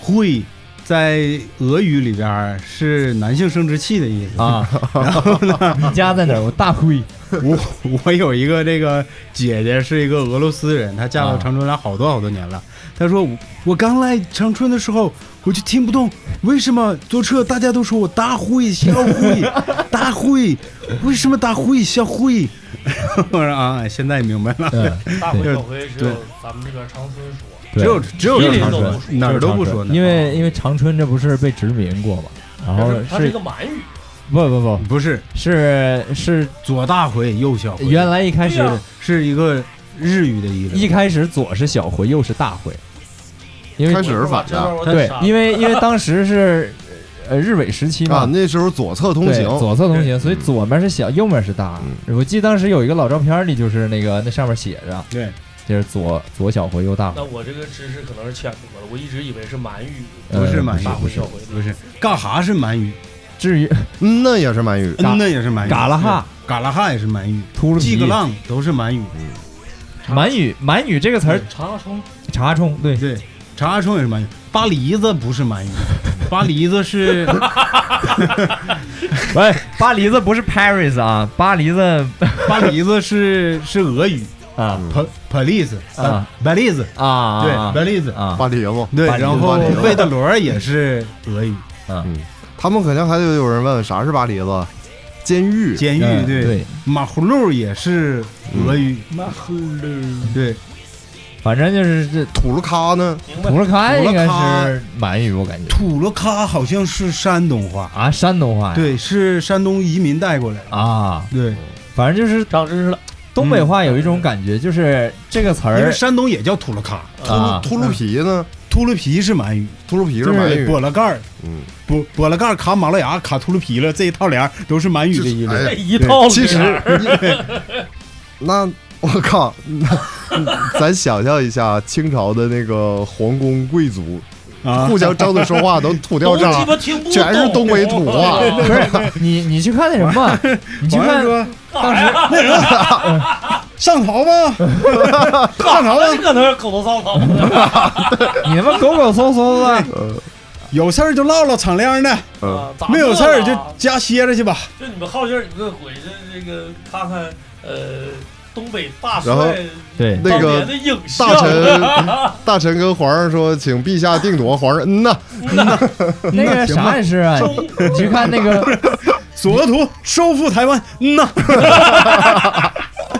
Speaker 4: 会在俄语里边儿是男性生殖器的意思。
Speaker 3: 啊，然后呢？你家在哪儿？我大 灰
Speaker 4: 我我有一个这个姐姐是一个俄罗斯人，她
Speaker 3: 啊
Speaker 4: 嫁到长春来好多好多年了。她说我我刚来长春的时候，我就听不懂为什么坐车大家都说我大灰小 灰大灰，为什么大灰小灰？ 我说啊，现在明白了，
Speaker 3: 嗯，
Speaker 2: 大回
Speaker 4: 对
Speaker 2: 小回只有咱们这边长春说，
Speaker 3: 对
Speaker 4: 只有只有
Speaker 2: 吉林
Speaker 4: 长
Speaker 2: 都
Speaker 4: 春
Speaker 2: 不说
Speaker 4: 哪儿都不说呢，啊
Speaker 3: 因为因为长春这不是被殖民过嘛，然后
Speaker 2: 它是一个满语。
Speaker 3: 不不不
Speaker 4: 不是
Speaker 3: 是是
Speaker 4: 左大回右小回，
Speaker 3: 原来一开始
Speaker 2: 对呀
Speaker 4: 是一个日语的一个
Speaker 3: 一开始左是小回，右是大回，因为
Speaker 1: 开始是反的
Speaker 3: 对，因
Speaker 2: 为
Speaker 3: 为因为当时是呃日伪时期
Speaker 1: 啊
Speaker 3: 嘛，，
Speaker 1: 那时候左侧通
Speaker 3: 对
Speaker 1: 行，
Speaker 3: 左侧通行，所以左面是小，右面是大。我记得当时有一个老照片里，就是那个那上面写着，
Speaker 4: 对，
Speaker 3: 就是左左小回，右大回
Speaker 2: 那，我这个知识可能是浅薄了，我一直以为是满语，
Speaker 4: 不是满语
Speaker 2: 大
Speaker 3: 呃
Speaker 2: 回小回
Speaker 4: 不是干哈是满语，
Speaker 3: 至于
Speaker 1: 嗯，那也是满语。
Speaker 4: 嗯，那也是满语，
Speaker 3: 嘎啦哈、
Speaker 4: 嘎啦哈也是满语，
Speaker 3: 秃噜
Speaker 4: 几个
Speaker 3: 皮、
Speaker 4: 浪都是满语。
Speaker 3: 满语满语这个词儿，
Speaker 13: 尝尝冲
Speaker 3: 查冲对，
Speaker 4: 对，长沙冲也是鳗鱼，巴黎子不是鳗鱼，巴黎子是
Speaker 3: 喂，巴黎子不是 Paris 啊，巴黎子
Speaker 4: 巴黎子是是俄语
Speaker 3: 啊
Speaker 4: ，po- police
Speaker 3: 啊
Speaker 4: 啊，police
Speaker 3: 啊啊
Speaker 4: 嗯对
Speaker 3: 啊
Speaker 4: police
Speaker 3: 啊，
Speaker 1: 巴黎嘛，
Speaker 4: 对，
Speaker 3: 巴黎
Speaker 4: 然
Speaker 1: 巴
Speaker 4: 后
Speaker 1: 黎子
Speaker 4: 费德罗也是俄语，
Speaker 3: 啊
Speaker 1: 他们肯定还得有人问啥是巴黎子，监狱。
Speaker 4: 监
Speaker 3: 嗯
Speaker 4: 狱对，
Speaker 3: 对，
Speaker 4: 马葫芦也是俄语，
Speaker 13: 马葫芦，
Speaker 4: 对，
Speaker 3: 反正就是这
Speaker 1: 吐鲁卡呢？
Speaker 2: 明白
Speaker 3: 土？了开应该
Speaker 4: 土了
Speaker 3: 是满语，我感觉
Speaker 4: 土了咖好像是山东话，
Speaker 3: 啊，山东话呀
Speaker 4: 对，是山东移民带过来的，
Speaker 3: 啊，
Speaker 4: 对，
Speaker 3: 反正就是
Speaker 2: 长知识了，
Speaker 3: 东北话有一种感觉，就是这个词
Speaker 4: 因为
Speaker 3: 儿
Speaker 4: 山东也叫土了咖，
Speaker 3: 啊，
Speaker 1: 秃噜皮呢？
Speaker 4: 秃噜皮是满语，
Speaker 1: 秃噜皮是
Speaker 4: 就
Speaker 1: 满语
Speaker 4: 是。拨了盖儿。
Speaker 1: 嗯，
Speaker 4: 补补了盖儿卡马路牙卡秃噜皮了，这一套帘儿都是满语的音
Speaker 1: 哎
Speaker 4: 了。
Speaker 2: 这一套
Speaker 1: 其
Speaker 2: 里边
Speaker 1: 实
Speaker 2: 儿，
Speaker 1: 那我 靠，那咱想象一下清朝的那个皇宫贵族，
Speaker 4: 啊
Speaker 1: 互相张嘴说话能吐掉
Speaker 2: 都
Speaker 1: 渣
Speaker 2: 鸡，巴听不懂，
Speaker 1: 全是东北土 话
Speaker 2: 啊
Speaker 3: 不是你，你去看那什么，你去
Speaker 4: 完了
Speaker 3: 看
Speaker 4: 说上逃吧，上逃吧，
Speaker 2: 那可能是口头上头
Speaker 1: 嗯
Speaker 2: 的，啊
Speaker 3: 你们狗狗嗖嗖的，
Speaker 4: 有事儿就唠唠敞亮的，
Speaker 1: 嗯，
Speaker 2: 啊咋
Speaker 4: 没有事
Speaker 2: 乐
Speaker 4: 儿
Speaker 2: 了
Speaker 4: 就家歇着去吧。
Speaker 2: 就你们好奇儿，你们回去这个看看呃东北大帅
Speaker 1: 然后
Speaker 3: 对
Speaker 1: 那
Speaker 2: 当
Speaker 1: 个
Speaker 2: 年的影
Speaker 3: 哦
Speaker 2: 像，啊
Speaker 1: 大 臣大臣跟皇上说，请陛下定夺。皇上嗯呐，
Speaker 3: 那个啥也是啊，
Speaker 2: 中
Speaker 3: 你去看那个，
Speaker 4: 索额图收复台湾，嗯呐，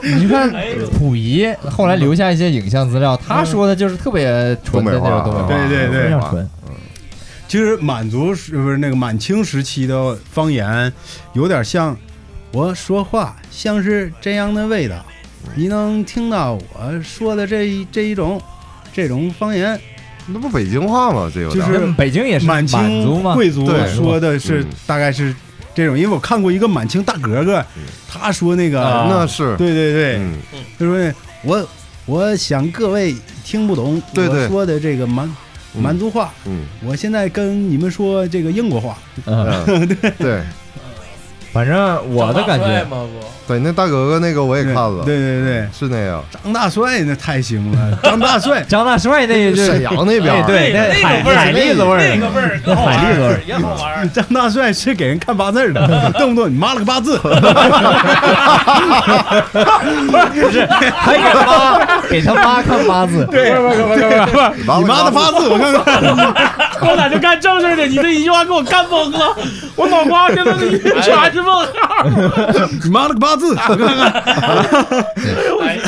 Speaker 3: 你去看
Speaker 2: 哎呦
Speaker 3: 溥仪后来留下一些影像资料，他说的就是特别纯的那种 东
Speaker 1: 东北话
Speaker 3: 北话，
Speaker 4: 对对对
Speaker 3: 非常纯。
Speaker 4: 其实满族是不是那个满清时期的方言，有点像我说话像是这样的味道，你能听到我说的这一这一种这种方言，
Speaker 1: 那不北京话吗？这有点
Speaker 4: 就
Speaker 1: 儿
Speaker 4: 是
Speaker 3: 那北京也是
Speaker 4: 满
Speaker 3: 族
Speaker 4: 清
Speaker 3: 嘛，
Speaker 4: 贵族
Speaker 1: 对
Speaker 4: 说的是
Speaker 1: 嗯
Speaker 4: 大概是这种，因为我看过一个满清大格格
Speaker 1: 嗯，
Speaker 4: 他说那个，
Speaker 3: 啊
Speaker 1: 那是，
Speaker 4: 对对对，
Speaker 1: 嗯，
Speaker 4: 他说我我想各位听不懂
Speaker 1: 对对
Speaker 4: 我说的这个满
Speaker 1: 嗯
Speaker 4: 满族话，
Speaker 1: 嗯，
Speaker 4: 我现在跟你们说这个英国话，
Speaker 3: 嗯，
Speaker 1: 嗯对
Speaker 3: 反正我的感
Speaker 2: 长大帅
Speaker 3: 觉，
Speaker 2: 嘛不。
Speaker 1: 对，那大哥哥那个我也看了，嗯
Speaker 4: 对对对，
Speaker 1: 是那样，
Speaker 4: 张大帅那太行了， 张大帅
Speaker 3: 张大帅那就
Speaker 1: 沈阳那边
Speaker 3: 哎
Speaker 1: 儿，
Speaker 3: 对
Speaker 2: 那
Speaker 3: 那海
Speaker 2: 个味儿，
Speaker 3: 海蛎子味儿
Speaker 2: 那个味儿可好玩儿，也好玩儿。
Speaker 4: 张大帅是给人看八字儿的， 动不动你妈了个八字，
Speaker 3: 还给他妈哎给他妈看八字，
Speaker 4: 对，
Speaker 1: 你
Speaker 4: 你妈的八字，我看看，
Speaker 5: 我咋就干正事儿了？你这一句话给我干懵 了，我脑瓜现在一全是问号。
Speaker 4: 你妈了个八字，我看看，
Speaker 2: 哎，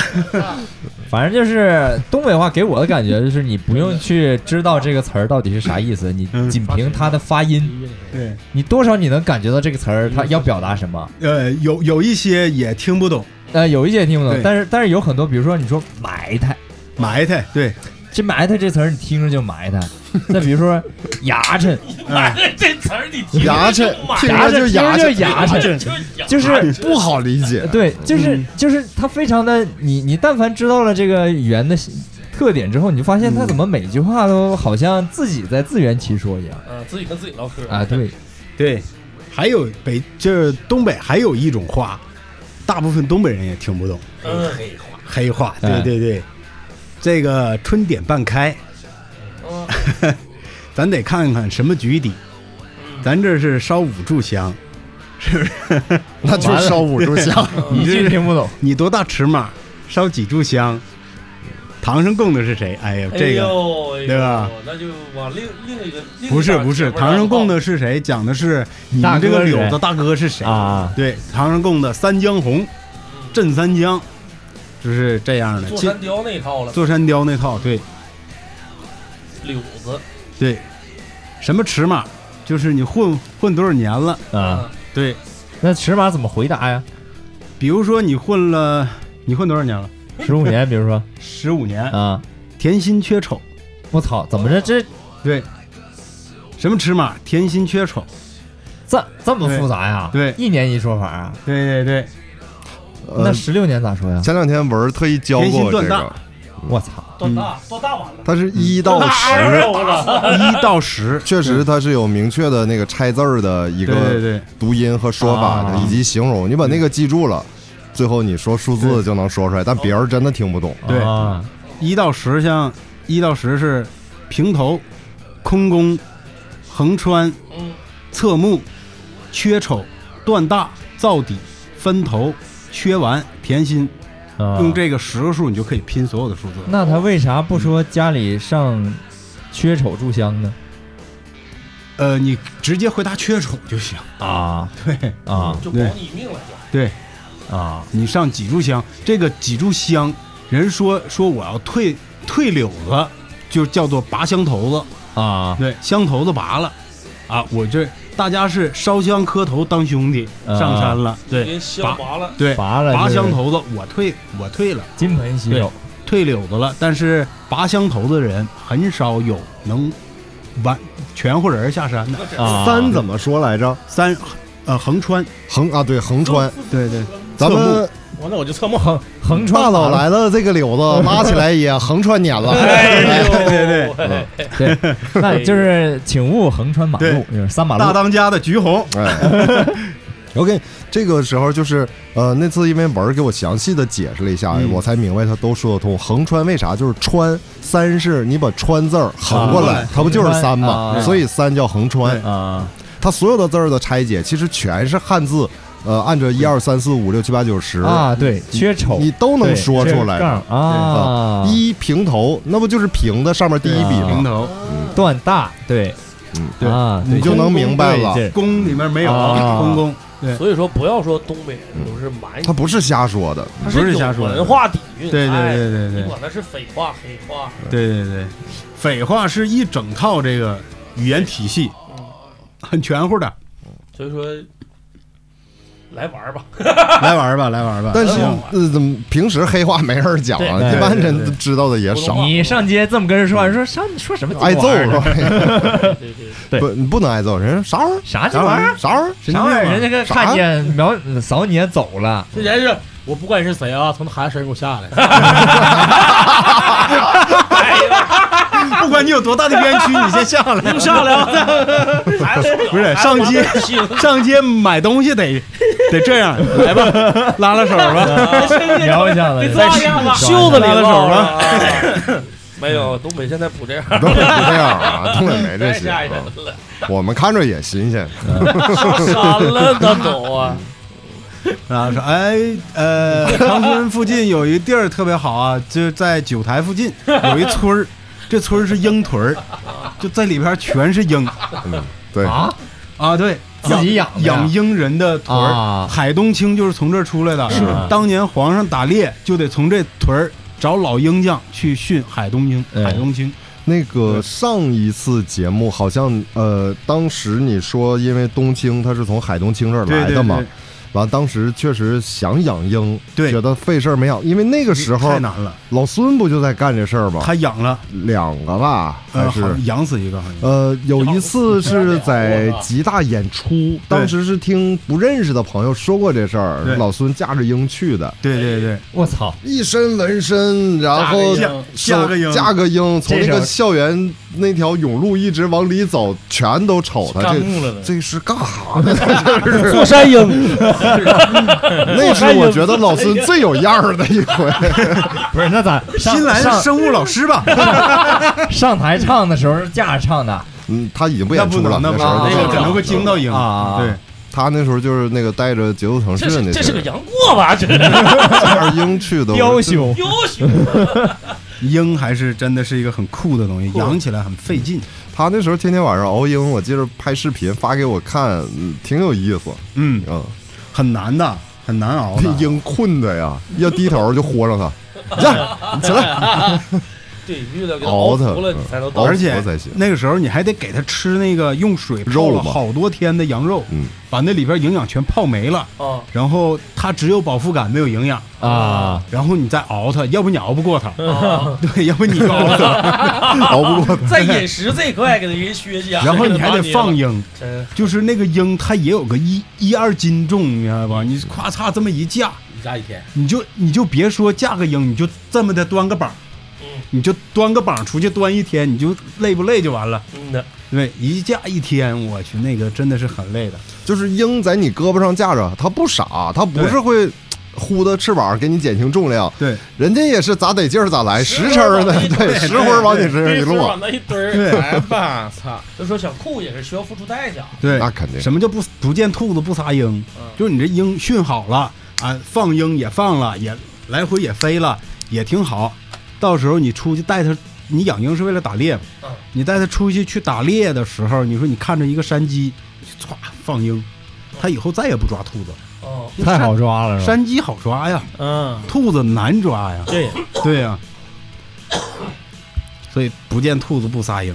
Speaker 3: 反正就是东北话给我的感觉就是你不用去知道这个词儿到底是啥意思，你
Speaker 4: 嗯
Speaker 3: 仅凭它的发音，
Speaker 4: 对，
Speaker 3: 你多少你能感觉到这个词儿它要表达什么。
Speaker 4: 呃，有有一些也听不懂，
Speaker 3: 呃，有一些也听不懂，
Speaker 4: 对
Speaker 3: 但是但是有很多，比如说你说埋汰，
Speaker 4: 埋汰，对，
Speaker 3: 这埋汰这词儿你听着就埋汰。再比如说牙碜，
Speaker 2: 妈
Speaker 4: 啊
Speaker 2: 的，哎这词儿你听着
Speaker 1: 牙碜
Speaker 2: 就麻
Speaker 1: 听
Speaker 2: 呀
Speaker 1: 着就
Speaker 3: 碜 听
Speaker 1: 牙
Speaker 3: 着就
Speaker 1: 碜，
Speaker 3: 牙碜，
Speaker 2: 就牙
Speaker 3: 就是
Speaker 1: 不好理解，
Speaker 3: 呃对，就是就是它非常的，你你但凡知道了这个语言的特点之后，你就发现它怎么每句话都好像自己在自圆其说一样
Speaker 2: 嗯，自己跟自己唠嗑
Speaker 3: 啊！， 对，
Speaker 4: 对，还有北这东北还有一种话，大部分东北人也听不懂，
Speaker 2: 嗯，
Speaker 4: 黑话。
Speaker 3: 哎
Speaker 4: 对对对，这个春点半开，
Speaker 2: 嗯
Speaker 4: 咱得看看什么局底。咱这是烧五炷香，
Speaker 1: 那就烧五炷 香，
Speaker 2: 哦
Speaker 3: 一句听不懂。
Speaker 4: 你多大尺码？烧几炷香？堂上供的是谁？哎呀，这
Speaker 2: 哎
Speaker 4: 个
Speaker 2: 呦哎呦
Speaker 4: 对吧
Speaker 2: 那就往另另一个另一
Speaker 4: 不 是
Speaker 2: 档
Speaker 4: 不是，
Speaker 2: 节目
Speaker 4: 堂上供
Speaker 2: 唠
Speaker 4: 的是谁？讲的是你
Speaker 3: 大
Speaker 4: 们这
Speaker 3: 哥
Speaker 4: 个
Speaker 3: 是谁
Speaker 4: 柳子大哥是谁
Speaker 3: 啊？
Speaker 4: 对，堂上供的三江红，镇三江，就是这样的。
Speaker 2: 坐
Speaker 4: 这
Speaker 2: 山雕那一套了，
Speaker 4: 坐山雕那套，对
Speaker 2: 柳子
Speaker 4: 对，什么尺码，就是你混混多少年了，
Speaker 3: 啊，
Speaker 4: 对，
Speaker 3: 那尺码怎么回答呀？
Speaker 4: 比如说你混了，你混多少年了？
Speaker 3: 十五年，比 如说
Speaker 4: 十五年，
Speaker 3: 啊，
Speaker 4: 甜心缺丑，
Speaker 3: 我操，怎么着这
Speaker 4: 对，什么尺码？甜心缺丑，
Speaker 3: 这这么复杂呀？
Speaker 4: 对
Speaker 3: 一年一说法啊，
Speaker 4: 对对对，
Speaker 3: 那
Speaker 1: 呃
Speaker 3: 十六年咋说呀？
Speaker 1: 前两天文儿特意教
Speaker 4: 天心
Speaker 1: 过这
Speaker 4: 断大
Speaker 1: 个，
Speaker 3: 我操，
Speaker 2: 多大多大完了，
Speaker 1: 它是一到十，
Speaker 4: 一到十，
Speaker 1: 确实它是有明确的那个拆字儿的一
Speaker 4: 对对
Speaker 1: 个
Speaker 4: 对，
Speaker 1: 读音和说法的，
Speaker 3: 啊
Speaker 1: 以及形容，你把那个记住了。最后你说数字就能说出来，但别人真的听不懂。
Speaker 4: 对
Speaker 3: 啊，
Speaker 4: 一到十，像一到十是平头、空宫、横穿、
Speaker 2: 嗯，
Speaker 4: 侧目、缺丑、断大、造底、分头、缺完、甜心，
Speaker 3: 啊
Speaker 4: 用这个十个数，你就可以拼所有的数字。
Speaker 3: 那他为啥不说家里上缺丑炷香呢？
Speaker 4: 呃，你直接回答缺丑就行。
Speaker 3: 啊，
Speaker 4: 对
Speaker 3: 啊
Speaker 2: 就保
Speaker 4: 对
Speaker 2: 你命了就，
Speaker 4: 对，
Speaker 3: 啊，
Speaker 4: 你上几炷香，这个几炷香，人说说我要退退柳子，就叫做拔香头子。
Speaker 3: 啊，
Speaker 4: 对，香头子拔了，啊，我这大家是烧香磕头当兄弟，
Speaker 3: 啊
Speaker 4: 上山了。对
Speaker 2: 人消麻了，
Speaker 4: 对，
Speaker 3: 拔了
Speaker 4: 拔
Speaker 3: 就是
Speaker 4: 香头子，我退我退了，
Speaker 3: 金盆洗手
Speaker 4: 退柳子了。但是拔香头子的人很少有能完全乎人下山的。
Speaker 2: 那这
Speaker 3: 啊
Speaker 1: 三怎么说来着？
Speaker 4: 三，呃，横穿，
Speaker 1: 横啊，对，横穿。
Speaker 4: 对对，
Speaker 1: 咱们
Speaker 2: 哦
Speaker 5: 完了我就侧目，
Speaker 3: 横横
Speaker 1: 大
Speaker 3: 穿
Speaker 1: 佬
Speaker 3: 完了
Speaker 1: 来了，这个柳子拉起来也横穿撵了。
Speaker 2: 哎呦，
Speaker 4: 对对
Speaker 2: 对，
Speaker 3: 那就是请勿横穿马路，就是三马
Speaker 4: 大
Speaker 3: 路。
Speaker 4: 当家的橘红，
Speaker 1: 哎 ，OK，这个时候就是呃，那次因为文儿给我详细的解释了一下，
Speaker 4: 嗯
Speaker 1: 我才明白他都说得通。横穿为啥就是穿三是你把穿字儿横过来，
Speaker 3: 啊
Speaker 1: 它不就是三吗？
Speaker 3: 啊
Speaker 1: 所以三叫横穿。
Speaker 3: 啊，
Speaker 1: 它所有的字儿的拆解其实全是汉字，呃，按照一二三四五六七八九十
Speaker 3: 啊，对，缺丑
Speaker 1: 你都能说出
Speaker 3: 对缺
Speaker 1: 来。
Speaker 3: 杠啊，
Speaker 1: 一平头，那不就是平的上面第一笔吗
Speaker 3: 啊
Speaker 4: 平？头，
Speaker 3: 段大，对，
Speaker 1: 嗯
Speaker 4: 对
Speaker 3: 啊，对
Speaker 1: 你就能明白了
Speaker 3: 对劲儿
Speaker 4: 宫里面没有
Speaker 3: 啊
Speaker 4: 公公，
Speaker 2: 所以说不要说东北人都是
Speaker 4: 嗯
Speaker 2: 蛮
Speaker 1: 他不是瞎说
Speaker 3: 啊
Speaker 1: 的，
Speaker 2: 他
Speaker 4: 不是
Speaker 2: 有
Speaker 4: 瞎说的
Speaker 2: 文化底蕴，
Speaker 4: 对对
Speaker 2: 哎
Speaker 4: 对对对
Speaker 2: 你管他是匪话黑话，
Speaker 4: 对对对，匪话是一整套这个语言体系，很全乎的，
Speaker 2: 所以说来玩儿吧，
Speaker 4: 来玩儿吧，来玩儿吧。
Speaker 3: 哎
Speaker 1: 但是
Speaker 2: 嗯
Speaker 1: 呃，怎么平时黑话没人讲啊？
Speaker 2: 对
Speaker 1: 一般
Speaker 4: 对对
Speaker 1: 人
Speaker 4: 对对
Speaker 1: 知道的也少，
Speaker 3: 你上街这么跟人说话，说上你说什么鸡巴
Speaker 1: 挨揍啊
Speaker 3: 玩意儿
Speaker 1: 是
Speaker 3: 呢？
Speaker 1: 吧？
Speaker 2: 对对
Speaker 3: 对
Speaker 2: 对，
Speaker 1: 不，你不能挨揍，人啥玩意儿？
Speaker 3: 啥鸡
Speaker 1: 啥
Speaker 3: 巴
Speaker 1: 玩
Speaker 3: 玩
Speaker 1: 意
Speaker 3: 意
Speaker 1: 儿？
Speaker 3: 儿？
Speaker 1: 啥玩意儿？
Speaker 3: 啥玩
Speaker 4: 神经病
Speaker 3: 意儿？
Speaker 4: 吧
Speaker 3: 人家看
Speaker 1: 啥
Speaker 3: 看见瞄扫你也走了，
Speaker 5: 这人是我不管你是谁啊，从他孩子身上给我下来。
Speaker 4: 不管你有多大的冤屈，你先下来。 哎
Speaker 2: 又下来了，孩子
Speaker 4: 不是上街，上街买东西得 得这样，来吧， 拉拉手 吧。
Speaker 3: 啊瞄一下子，
Speaker 2: 抓一下子，
Speaker 3: 袖子
Speaker 2: 里
Speaker 4: 拉了手了
Speaker 2: 了。 没有，东北现在不这样，
Speaker 1: 东北不这样啊，东北没这
Speaker 2: 太
Speaker 1: 些
Speaker 2: 吓
Speaker 1: 啊
Speaker 2: 人。 了，
Speaker 1: 我们看着也新鲜，
Speaker 2: 删了那 都啊，
Speaker 4: 啊，说哎呃，长春附近有一地儿特别好啊，就在九台附近有一村儿，这村儿是鹰屯儿，就在里边全是鹰
Speaker 1: 对，
Speaker 3: 啊，
Speaker 4: 啊，对，
Speaker 3: 自己养的呀
Speaker 4: 养鹰人的屯儿。
Speaker 3: 啊
Speaker 4: 海东青就是从这儿出来的，
Speaker 3: 是
Speaker 4: 当年皇上打猎就得从这屯儿找老鹰将去训海东鹰、
Speaker 3: 嗯
Speaker 4: 海东青。
Speaker 1: 那个上一次节目好像呃，当时你说因为东青他是从海东青这儿来的嘛，完当时确实想养鹰，
Speaker 4: 对
Speaker 1: 觉得费事儿没养，因为那个时候
Speaker 4: 太难了，
Speaker 1: 老孙不就在干这事儿吗？
Speaker 4: 他养了，
Speaker 1: 两个吧，还
Speaker 4: 呃，
Speaker 1: 啊是、
Speaker 4: 好像养死一个好像。
Speaker 1: 呃，有一次是在吉大演出，当时是听不认识的朋友说过这事儿
Speaker 4: 对，
Speaker 1: 老孙驾着鹰去的，
Speaker 4: 对对对，
Speaker 3: 我操，
Speaker 1: 一身纹身，然后
Speaker 4: 架架个鹰
Speaker 1: 架个鹰，从那
Speaker 3: 这
Speaker 1: 个
Speaker 3: 事儿
Speaker 1: 校园那条甬路一直往里走，全都瞅他
Speaker 5: 干
Speaker 1: 这。
Speaker 5: 木了
Speaker 1: 这是干啥呢？
Speaker 2: 坐山鹰，
Speaker 1: 那是我觉得老孙最有样儿的一回。
Speaker 3: 不是那咋上
Speaker 4: 新来的
Speaker 3: 上
Speaker 4: 生物老师吧？
Speaker 3: 上台唱的时候是架着唱的
Speaker 1: 嗯，他已经 不
Speaker 4: 那
Speaker 1: 演
Speaker 4: 不
Speaker 1: 出了，
Speaker 4: 能，那
Speaker 1: 时
Speaker 4: 不
Speaker 1: 候
Speaker 4: 能，
Speaker 1: 就
Speaker 4: 那
Speaker 1: 是
Speaker 4: 个可能会惊到鹰
Speaker 3: 啊
Speaker 4: 对，
Speaker 1: 他那时候就是那个带着节奏腾势
Speaker 2: 这
Speaker 1: 那
Speaker 2: 是这是
Speaker 1: 些
Speaker 2: 个
Speaker 1: 人，
Speaker 2: 杨过吧？ 这是
Speaker 1: 驾着鹰去的。我
Speaker 3: 雕
Speaker 1: 真
Speaker 3: 修，
Speaker 2: 优秀，
Speaker 4: 鹰还是真的是一个很酷的东西，养起来很费劲。
Speaker 1: 他那时候天天晚上熬鹰，我记得拍视频发给我看，嗯挺有意思。
Speaker 4: 嗯，
Speaker 1: 嗯，
Speaker 4: 很难的，很难熬
Speaker 1: 那
Speaker 4: 的。
Speaker 1: 鹰困的呀，要低头就豁上它，呀，你起来，
Speaker 2: 对，你必须得给
Speaker 1: 熬它
Speaker 2: 服了，你才能
Speaker 1: 熬
Speaker 2: 到
Speaker 4: 而且
Speaker 1: 活才行
Speaker 4: 那个时候你还得给它吃那个用水泡
Speaker 1: 肉
Speaker 4: 了
Speaker 1: 嘛
Speaker 4: 好多天的羊肉，
Speaker 1: 嗯
Speaker 4: 把那里边营养全泡没了，
Speaker 2: 啊。
Speaker 4: 然后它只有饱腹感没有营养，
Speaker 3: 啊，
Speaker 4: 然后你再熬它，要不你熬不过它，
Speaker 2: 啊
Speaker 4: 对，要不你就熬死了，
Speaker 1: 熬不 过。
Speaker 2: 在饮食这一块给人削去啊，
Speaker 4: 然后你还得放鹰，
Speaker 2: 真
Speaker 4: 就是那个鹰它也有个一一二斤重，你明白
Speaker 1: 嗯
Speaker 4: 吧？你咔嚓这么一架，
Speaker 5: 一家一天，
Speaker 4: 你就你就别说架个鹰，你就这么的端个膀
Speaker 2: 嗯，
Speaker 4: 你就端个膀出去端一天，你就累不累就完了。
Speaker 2: 嗯的，
Speaker 4: 对，一架一天，我去，那个真的是很累的。
Speaker 1: 就是鹰在你胳膊上架着，它不傻，它不是会呼的翅膀给你减轻重量，
Speaker 4: 对
Speaker 1: 人家也是咋得劲儿咋来，
Speaker 2: 实
Speaker 1: 实
Speaker 2: 惠
Speaker 1: 诚儿的
Speaker 2: 往那一，堆
Speaker 1: 对，
Speaker 2: 对
Speaker 1: 实魂往你身上一
Speaker 5: 一堆
Speaker 1: 落
Speaker 5: 往，那一堆儿来吧，操！
Speaker 2: 就说想酷也是需要付出代价，
Speaker 4: 对，
Speaker 1: 那肯定。
Speaker 4: 什么叫不不见兔子不撒鹰？就是你这鹰训好了啊，放鹰也放了，也来回也飞了，也挺好。到时候你出去带它，你养鹰是为了打猎嘛
Speaker 2: 嗯
Speaker 4: 你带它出去去打猎的时候，你说你看着一个山鸡，歘放鹰，它以后再也不抓兔子了。
Speaker 2: 哦，
Speaker 3: 太好抓了是吧？
Speaker 4: 山鸡好抓呀，
Speaker 5: 嗯，
Speaker 4: 兔子难抓呀。
Speaker 5: 对，
Speaker 4: 对呀、所以不见兔子不撒鹰。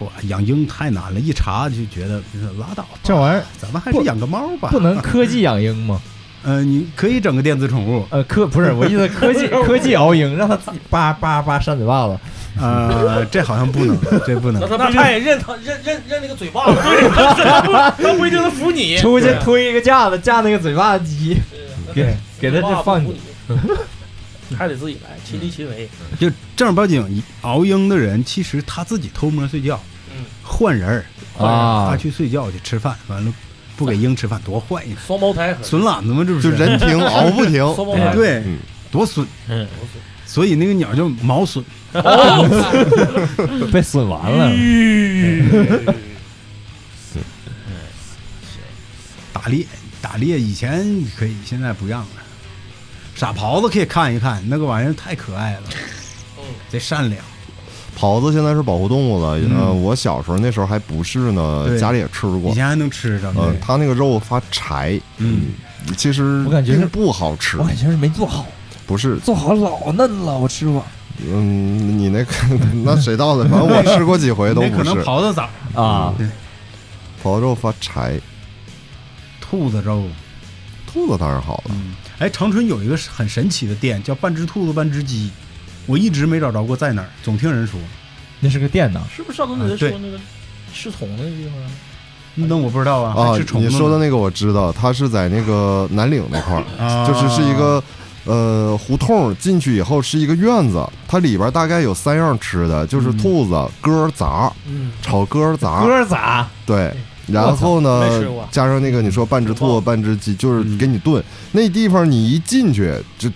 Speaker 4: 哇，养鹰太难了，一查就觉得拉倒吧，
Speaker 3: 这玩意儿
Speaker 4: 咱们还是养个猫 吧。
Speaker 3: 不能科技养鹰吗？
Speaker 4: 呃，你可以整个电子宠物，
Speaker 3: 呃，科不是我意思， 科技科技熬鹰，让它自己叭叭叭扇嘴巴子。
Speaker 4: 呃，这好像不能，这不能
Speaker 2: 那。他那他也认他认认认那个嘴巴子，他不一定能服你，
Speaker 3: 出去推一个架子，架那个嘴巴子鸡，给给它这放
Speaker 2: 你，还得自己来，亲力亲为。
Speaker 4: 就正儿八经熬鹰的人，其实他自己偷摸睡觉，
Speaker 2: 嗯，
Speaker 4: 换人儿，
Speaker 3: 啊
Speaker 4: 他去睡觉去吃饭，完了不给鹰吃饭，多坏呀！
Speaker 2: 双胞胎很
Speaker 4: 损懒子嘛，这不？
Speaker 1: 就是人 停熬不停，
Speaker 2: 双胞胎，
Speaker 4: 对
Speaker 1: 嗯，
Speaker 4: 多损。
Speaker 5: 嗯，
Speaker 4: 所以那个鸟叫毛隼，
Speaker 3: 被损完了。
Speaker 4: 打猎，打猎以前可以，现在不让了。傻狍子可以看一看，那个玩意儿太可爱了，贼善良。
Speaker 1: 狍子现在是保护动物了。呃，我小时候那时候还不是呢，
Speaker 4: 嗯对
Speaker 1: 家里也吃
Speaker 4: 以
Speaker 1: 过。
Speaker 4: 前还能吃着
Speaker 1: 呃
Speaker 4: 呢，。
Speaker 1: 它那个肉发柴，
Speaker 4: 嗯，
Speaker 1: 其实
Speaker 3: 我感觉是
Speaker 1: 并不好吃
Speaker 3: 我，感觉是没做好，
Speaker 1: 不是。
Speaker 3: 做好老嫩了，我吃过
Speaker 1: 嗯，你那个 那谁道 的？反正我吃过几回都
Speaker 4: 那
Speaker 1: 不
Speaker 4: 可
Speaker 1: 是
Speaker 4: 能。狍子早，
Speaker 3: 啊。
Speaker 1: 狍子肉发柴，
Speaker 4: 兔子肉。
Speaker 1: 兔子当然好了。
Speaker 4: 嗯，哎，长春有一个很神奇的店，叫半只兔子半只鸡，我一直没找着过在哪儿，总听人说。
Speaker 3: 那是个店呢，
Speaker 5: 是不是上次
Speaker 4: 啊
Speaker 5: 那人说
Speaker 4: 对
Speaker 5: 那个吃虫的那地方啊？
Speaker 4: 那我不知道啊，
Speaker 1: 啊
Speaker 4: 还是，虫
Speaker 1: 你
Speaker 4: 子呢
Speaker 1: 说的那个我知道，它是在那个南岭那块儿，
Speaker 4: 啊
Speaker 1: 就是是一个呃胡同，进去以后是一个院子，它里边大概有三样吃的，就是
Speaker 4: 嗯
Speaker 1: 兔子、鸽杂、
Speaker 5: 嗯，
Speaker 1: 炒鸽杂，
Speaker 3: 哥啊咋？
Speaker 1: 对。然后呢
Speaker 2: 没吃过，
Speaker 1: 加上那个你说半只兔
Speaker 2: 我
Speaker 1: 子半只鸡，就是
Speaker 4: 嗯
Speaker 1: 给你炖。那地方你一进去就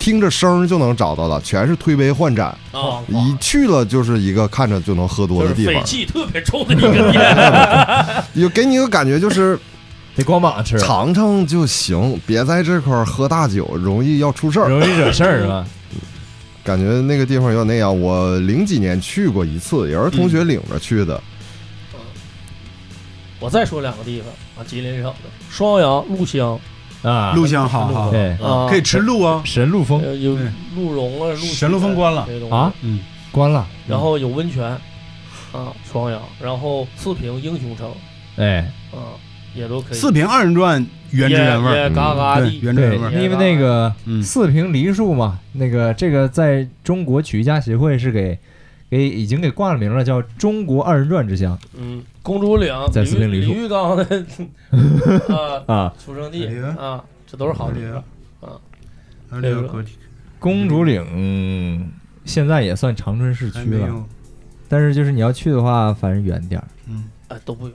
Speaker 1: 听着声儿就能找到了，全是推杯换盏，
Speaker 2: 啊，
Speaker 1: 一去了就是一个看着就能喝多
Speaker 2: 就
Speaker 1: 的
Speaker 2: 是
Speaker 1: 地
Speaker 2: 匪
Speaker 1: 方，
Speaker 2: 气特别重的一个店。
Speaker 1: 有给你一个感觉就是
Speaker 3: 得光膀吃，
Speaker 1: 尝尝就行，别在这块儿喝大酒，容易要出事儿。
Speaker 3: 容易惹事儿是吧？
Speaker 1: 感觉那个地方有点那样，我零几年去过一次，也是同
Speaker 2: 嗯
Speaker 1: 学领着去的。
Speaker 2: 我再说两个地方啊，吉林省的双阳鹿乡
Speaker 3: 啊，
Speaker 4: 鹿香好好，
Speaker 3: 对，
Speaker 2: 啊，
Speaker 4: 可以吃鹿啊，
Speaker 3: 神鹿峰
Speaker 2: 呃有
Speaker 4: 对
Speaker 2: 鹿茸啊，鹿
Speaker 4: 神鹿峰关了
Speaker 2: 这些东西
Speaker 3: 啊，
Speaker 4: 嗯，
Speaker 3: 关了，
Speaker 2: 然后有温泉
Speaker 5: 嗯
Speaker 2: 啊，双阳，然后四平英雄城
Speaker 3: 哎，
Speaker 2: 啊，也都可以。
Speaker 4: 四平二人转原汁原味
Speaker 2: 也
Speaker 4: 儿，嗯
Speaker 2: 也嘎嘎
Speaker 4: 对，
Speaker 2: 地，
Speaker 4: 原汁
Speaker 3: 对
Speaker 4: 原味儿，
Speaker 3: 因为那个
Speaker 4: 嗯，
Speaker 3: 四平梨树嘛，那个这个在中国曲艺家协会是给给已经给挂了名了，叫中国二人转之乡
Speaker 2: 嗯，公主岭
Speaker 3: 在四平
Speaker 2: 李
Speaker 3: 梨
Speaker 2: 玉
Speaker 3: 树
Speaker 2: 李玉刚的啊
Speaker 3: 啊。
Speaker 2: 出生地
Speaker 4: 哎呀哎
Speaker 2: 啊，这都是好地方。
Speaker 3: 嗯
Speaker 4: 那个可体
Speaker 3: 公主岭嗯现在也算长春市
Speaker 4: 还
Speaker 3: 区
Speaker 4: 没
Speaker 3: 了，
Speaker 4: 有，
Speaker 3: 但是就是你要去的话，反正远点儿。
Speaker 4: 嗯，
Speaker 2: 哎，都不远。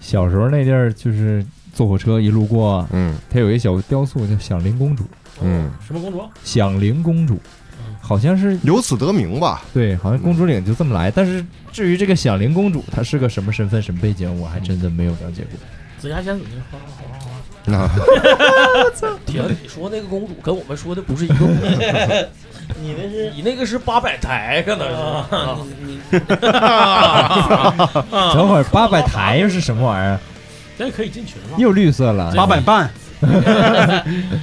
Speaker 3: 小时候那地儿就是坐火车一路过，
Speaker 1: 嗯
Speaker 3: 它有一小雕塑叫响铃公主，
Speaker 1: 嗯，
Speaker 5: 什么公主？
Speaker 3: 响铃公主，
Speaker 4: 嗯
Speaker 3: 好像是
Speaker 1: 由此得名吧。
Speaker 3: 对，好像公主岭就这么来。但是至于这个响铃公主，她是个什么身份、什么背景，我还真的没有了解过。
Speaker 5: 紫霞仙子那花花花花，
Speaker 1: 那
Speaker 2: 铁子，你说那个公主跟我们说的不是一个公主，
Speaker 5: 你那是
Speaker 2: 你那个是八百台，可能是啊。
Speaker 5: 你
Speaker 3: 等会儿八百台又是什么玩意儿？
Speaker 5: 这可以进群了，
Speaker 3: 又绿色了，
Speaker 4: 八百半，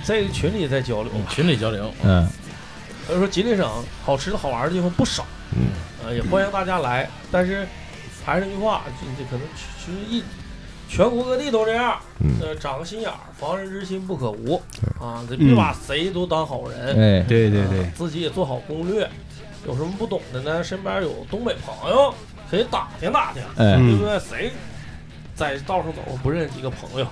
Speaker 2: 在群里在交流嘛。
Speaker 5: 群里交流。
Speaker 3: 嗯，
Speaker 2: 所以说吉林省好吃的好玩的地方不少，
Speaker 1: 嗯，
Speaker 2: 呃，也欢迎大家来。但是还是那句话，就这可能其实一全国各地都这样，
Speaker 1: 嗯
Speaker 2: 呃，长个心眼儿，防人之心不可无啊，这别把谁都当好人，
Speaker 3: 嗯哎，
Speaker 4: 对对
Speaker 2: 啊，自己也做好攻略。有什么不懂的呢？身边有东北朋友，可以打听打听，
Speaker 3: 哎，
Speaker 2: 对不
Speaker 4: 嗯，
Speaker 2: 对？谁在道上走不认识一个朋友，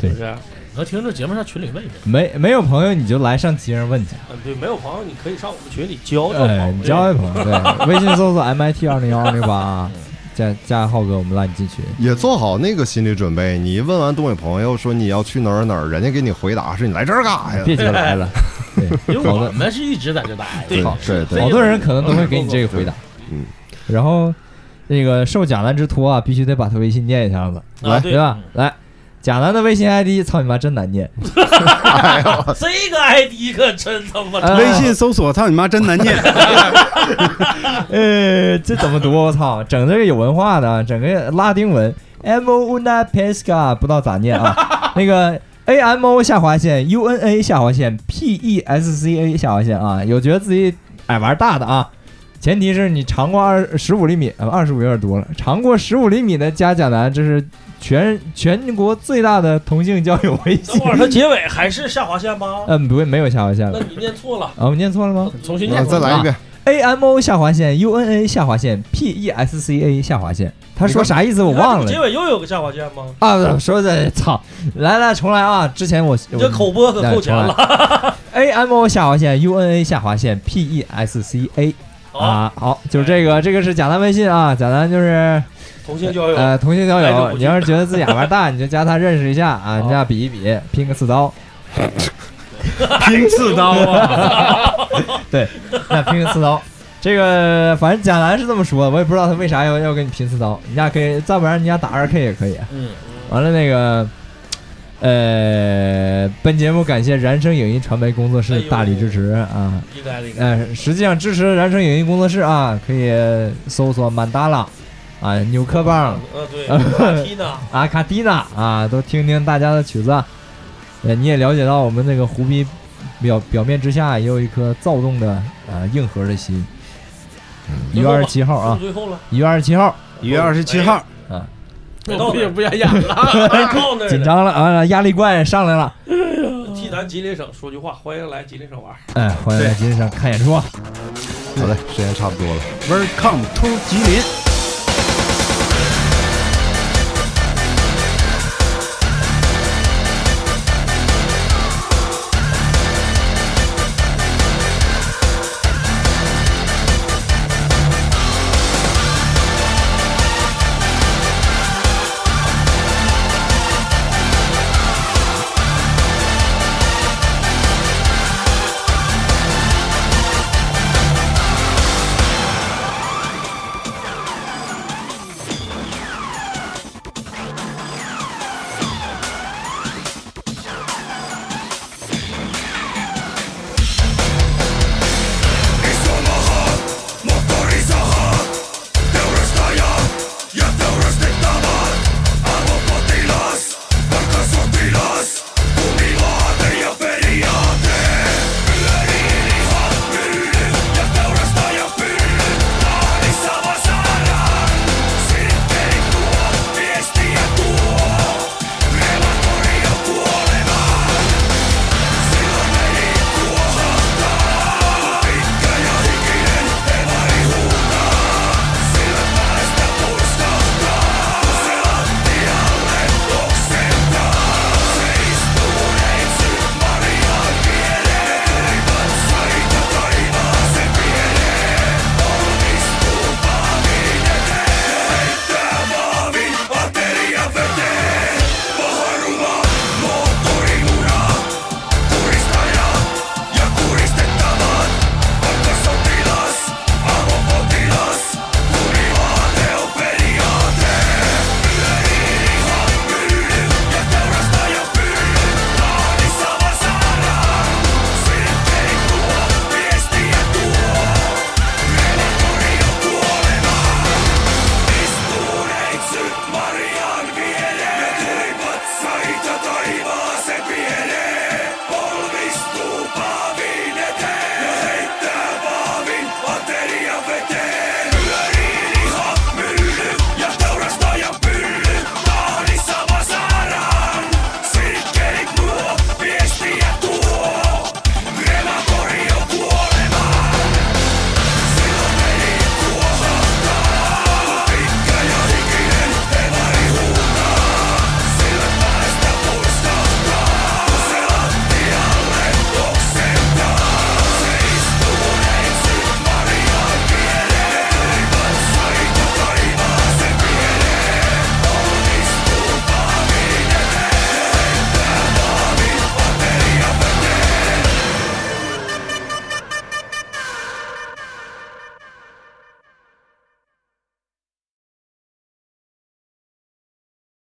Speaker 3: 对
Speaker 2: 是不是？
Speaker 5: 能听着节目上群里问一问，
Speaker 3: 没没有朋友你就来上齐人问去，
Speaker 2: 嗯，对，没有朋友你可以上我们群里交交
Speaker 3: 哎，
Speaker 2: 朋
Speaker 3: 你
Speaker 2: 友，
Speaker 3: 交一朋友，对，微信搜索 MIT 二零幺二零八，加加浩哥，我们拉你进群。
Speaker 1: 也做好那个心理准备。你一问完东北朋友说你要去哪儿哪儿，人家给你回答是你来这儿干哎啥呀？
Speaker 3: 别急了来了，
Speaker 5: 因为
Speaker 3: 好
Speaker 5: 我
Speaker 3: 的
Speaker 5: 们是一直在这待着。
Speaker 1: 对对对，
Speaker 3: 好多人可能都会给你这个回答，
Speaker 1: 嗯，
Speaker 3: 然后那个受贾南之托啊，必须得把他微信念一下子，
Speaker 2: 啊，
Speaker 3: 对吧？来，贾南的微信 ID，操你妈真难念，
Speaker 2: 这个 ID 可真他妈
Speaker 3: 哎
Speaker 4: 呃微信搜索“操你妈真难念
Speaker 3: 呃，这怎么读？我操，整这个有文化的，整个拉丁文，mo una pesca 不知道咋念啊，那个 a m o 下划线，u n a 下划线，p e s c a 下划线啊，有觉得自己哎玩大的啊，前提是你长过二十五厘米，呃二十五有点多了，长过十五厘米的加贾南，这是全全国最大的同性交友微
Speaker 2: 等
Speaker 3: 信
Speaker 2: 会。儿它结尾还是下划线吗？
Speaker 3: 嗯，不会，没有下划线
Speaker 2: 那
Speaker 3: 了。
Speaker 2: 你念错了，
Speaker 3: 啊，我念错了吗
Speaker 5: 重新
Speaker 1: 啊
Speaker 5: 念，
Speaker 1: 再来一遍。
Speaker 3: A M O 下划线 U N A 下划线 P E S C A 下划线。他说啥意思我
Speaker 2: 你看这
Speaker 3: 忘
Speaker 2: 不
Speaker 3: 了
Speaker 2: 结尾又有个下划线吗？
Speaker 3: 啊！说的操，来来重来啊！之前我
Speaker 2: 你这口播可扣钱了。
Speaker 3: A M O 下划线 U N A 下划线 P E S C A
Speaker 2: 好，
Speaker 3: 啊，好，就是这个，这个是贾丹微信啊，贾丹就是
Speaker 2: 同性交友，
Speaker 3: 呃同性交
Speaker 2: 来者
Speaker 3: 友，
Speaker 2: 不拒
Speaker 3: 你要是觉得 自己眼玩大，你就加他认识一下
Speaker 2: 哦
Speaker 3: 啊，你俩比一比，拼个刺刀，
Speaker 4: 拼刺刀啊！
Speaker 3: 那拼个刺刀。这个反正贾楠是这么说的，我也不知道他为啥要要跟你拼刺刀。你俩可以，再不然你俩打二 K 也可以。
Speaker 5: 嗯，
Speaker 3: 完了那个，呃，本节目感谢燃声影音传媒工作
Speaker 2: 哎
Speaker 3: 室
Speaker 2: 呦
Speaker 3: 大力支持啊。
Speaker 2: 应该的，应该的。
Speaker 3: 呃，实际上支持燃声影音工作室啊，可以搜索曼达拉啊、纽科棒、
Speaker 2: 呃，对，大 T 呢？
Speaker 3: 阿卡蒂娜啊，都听听大家的曲子。呃，你也了解到我们那个胡逼表表面之下也有一颗躁动的呃硬核的心。
Speaker 2: 嗯
Speaker 3: 一月二十七号啊，
Speaker 2: 最后了，
Speaker 3: 一月二十七号，
Speaker 4: 一月二十七号，
Speaker 2: 没到那
Speaker 5: 也
Speaker 2: 儿，
Speaker 5: 不想 演了。
Speaker 2: 没到啊 那
Speaker 3: 紧
Speaker 2: 儿呢。
Speaker 3: 张了啊，压力怪上来了。
Speaker 2: 替咱吉林省说句话，欢迎来吉林省玩儿。
Speaker 3: 哎，欢迎来金山看演出啊。
Speaker 1: 好嘞，时间差不多了。
Speaker 4: Welcome to 吉林。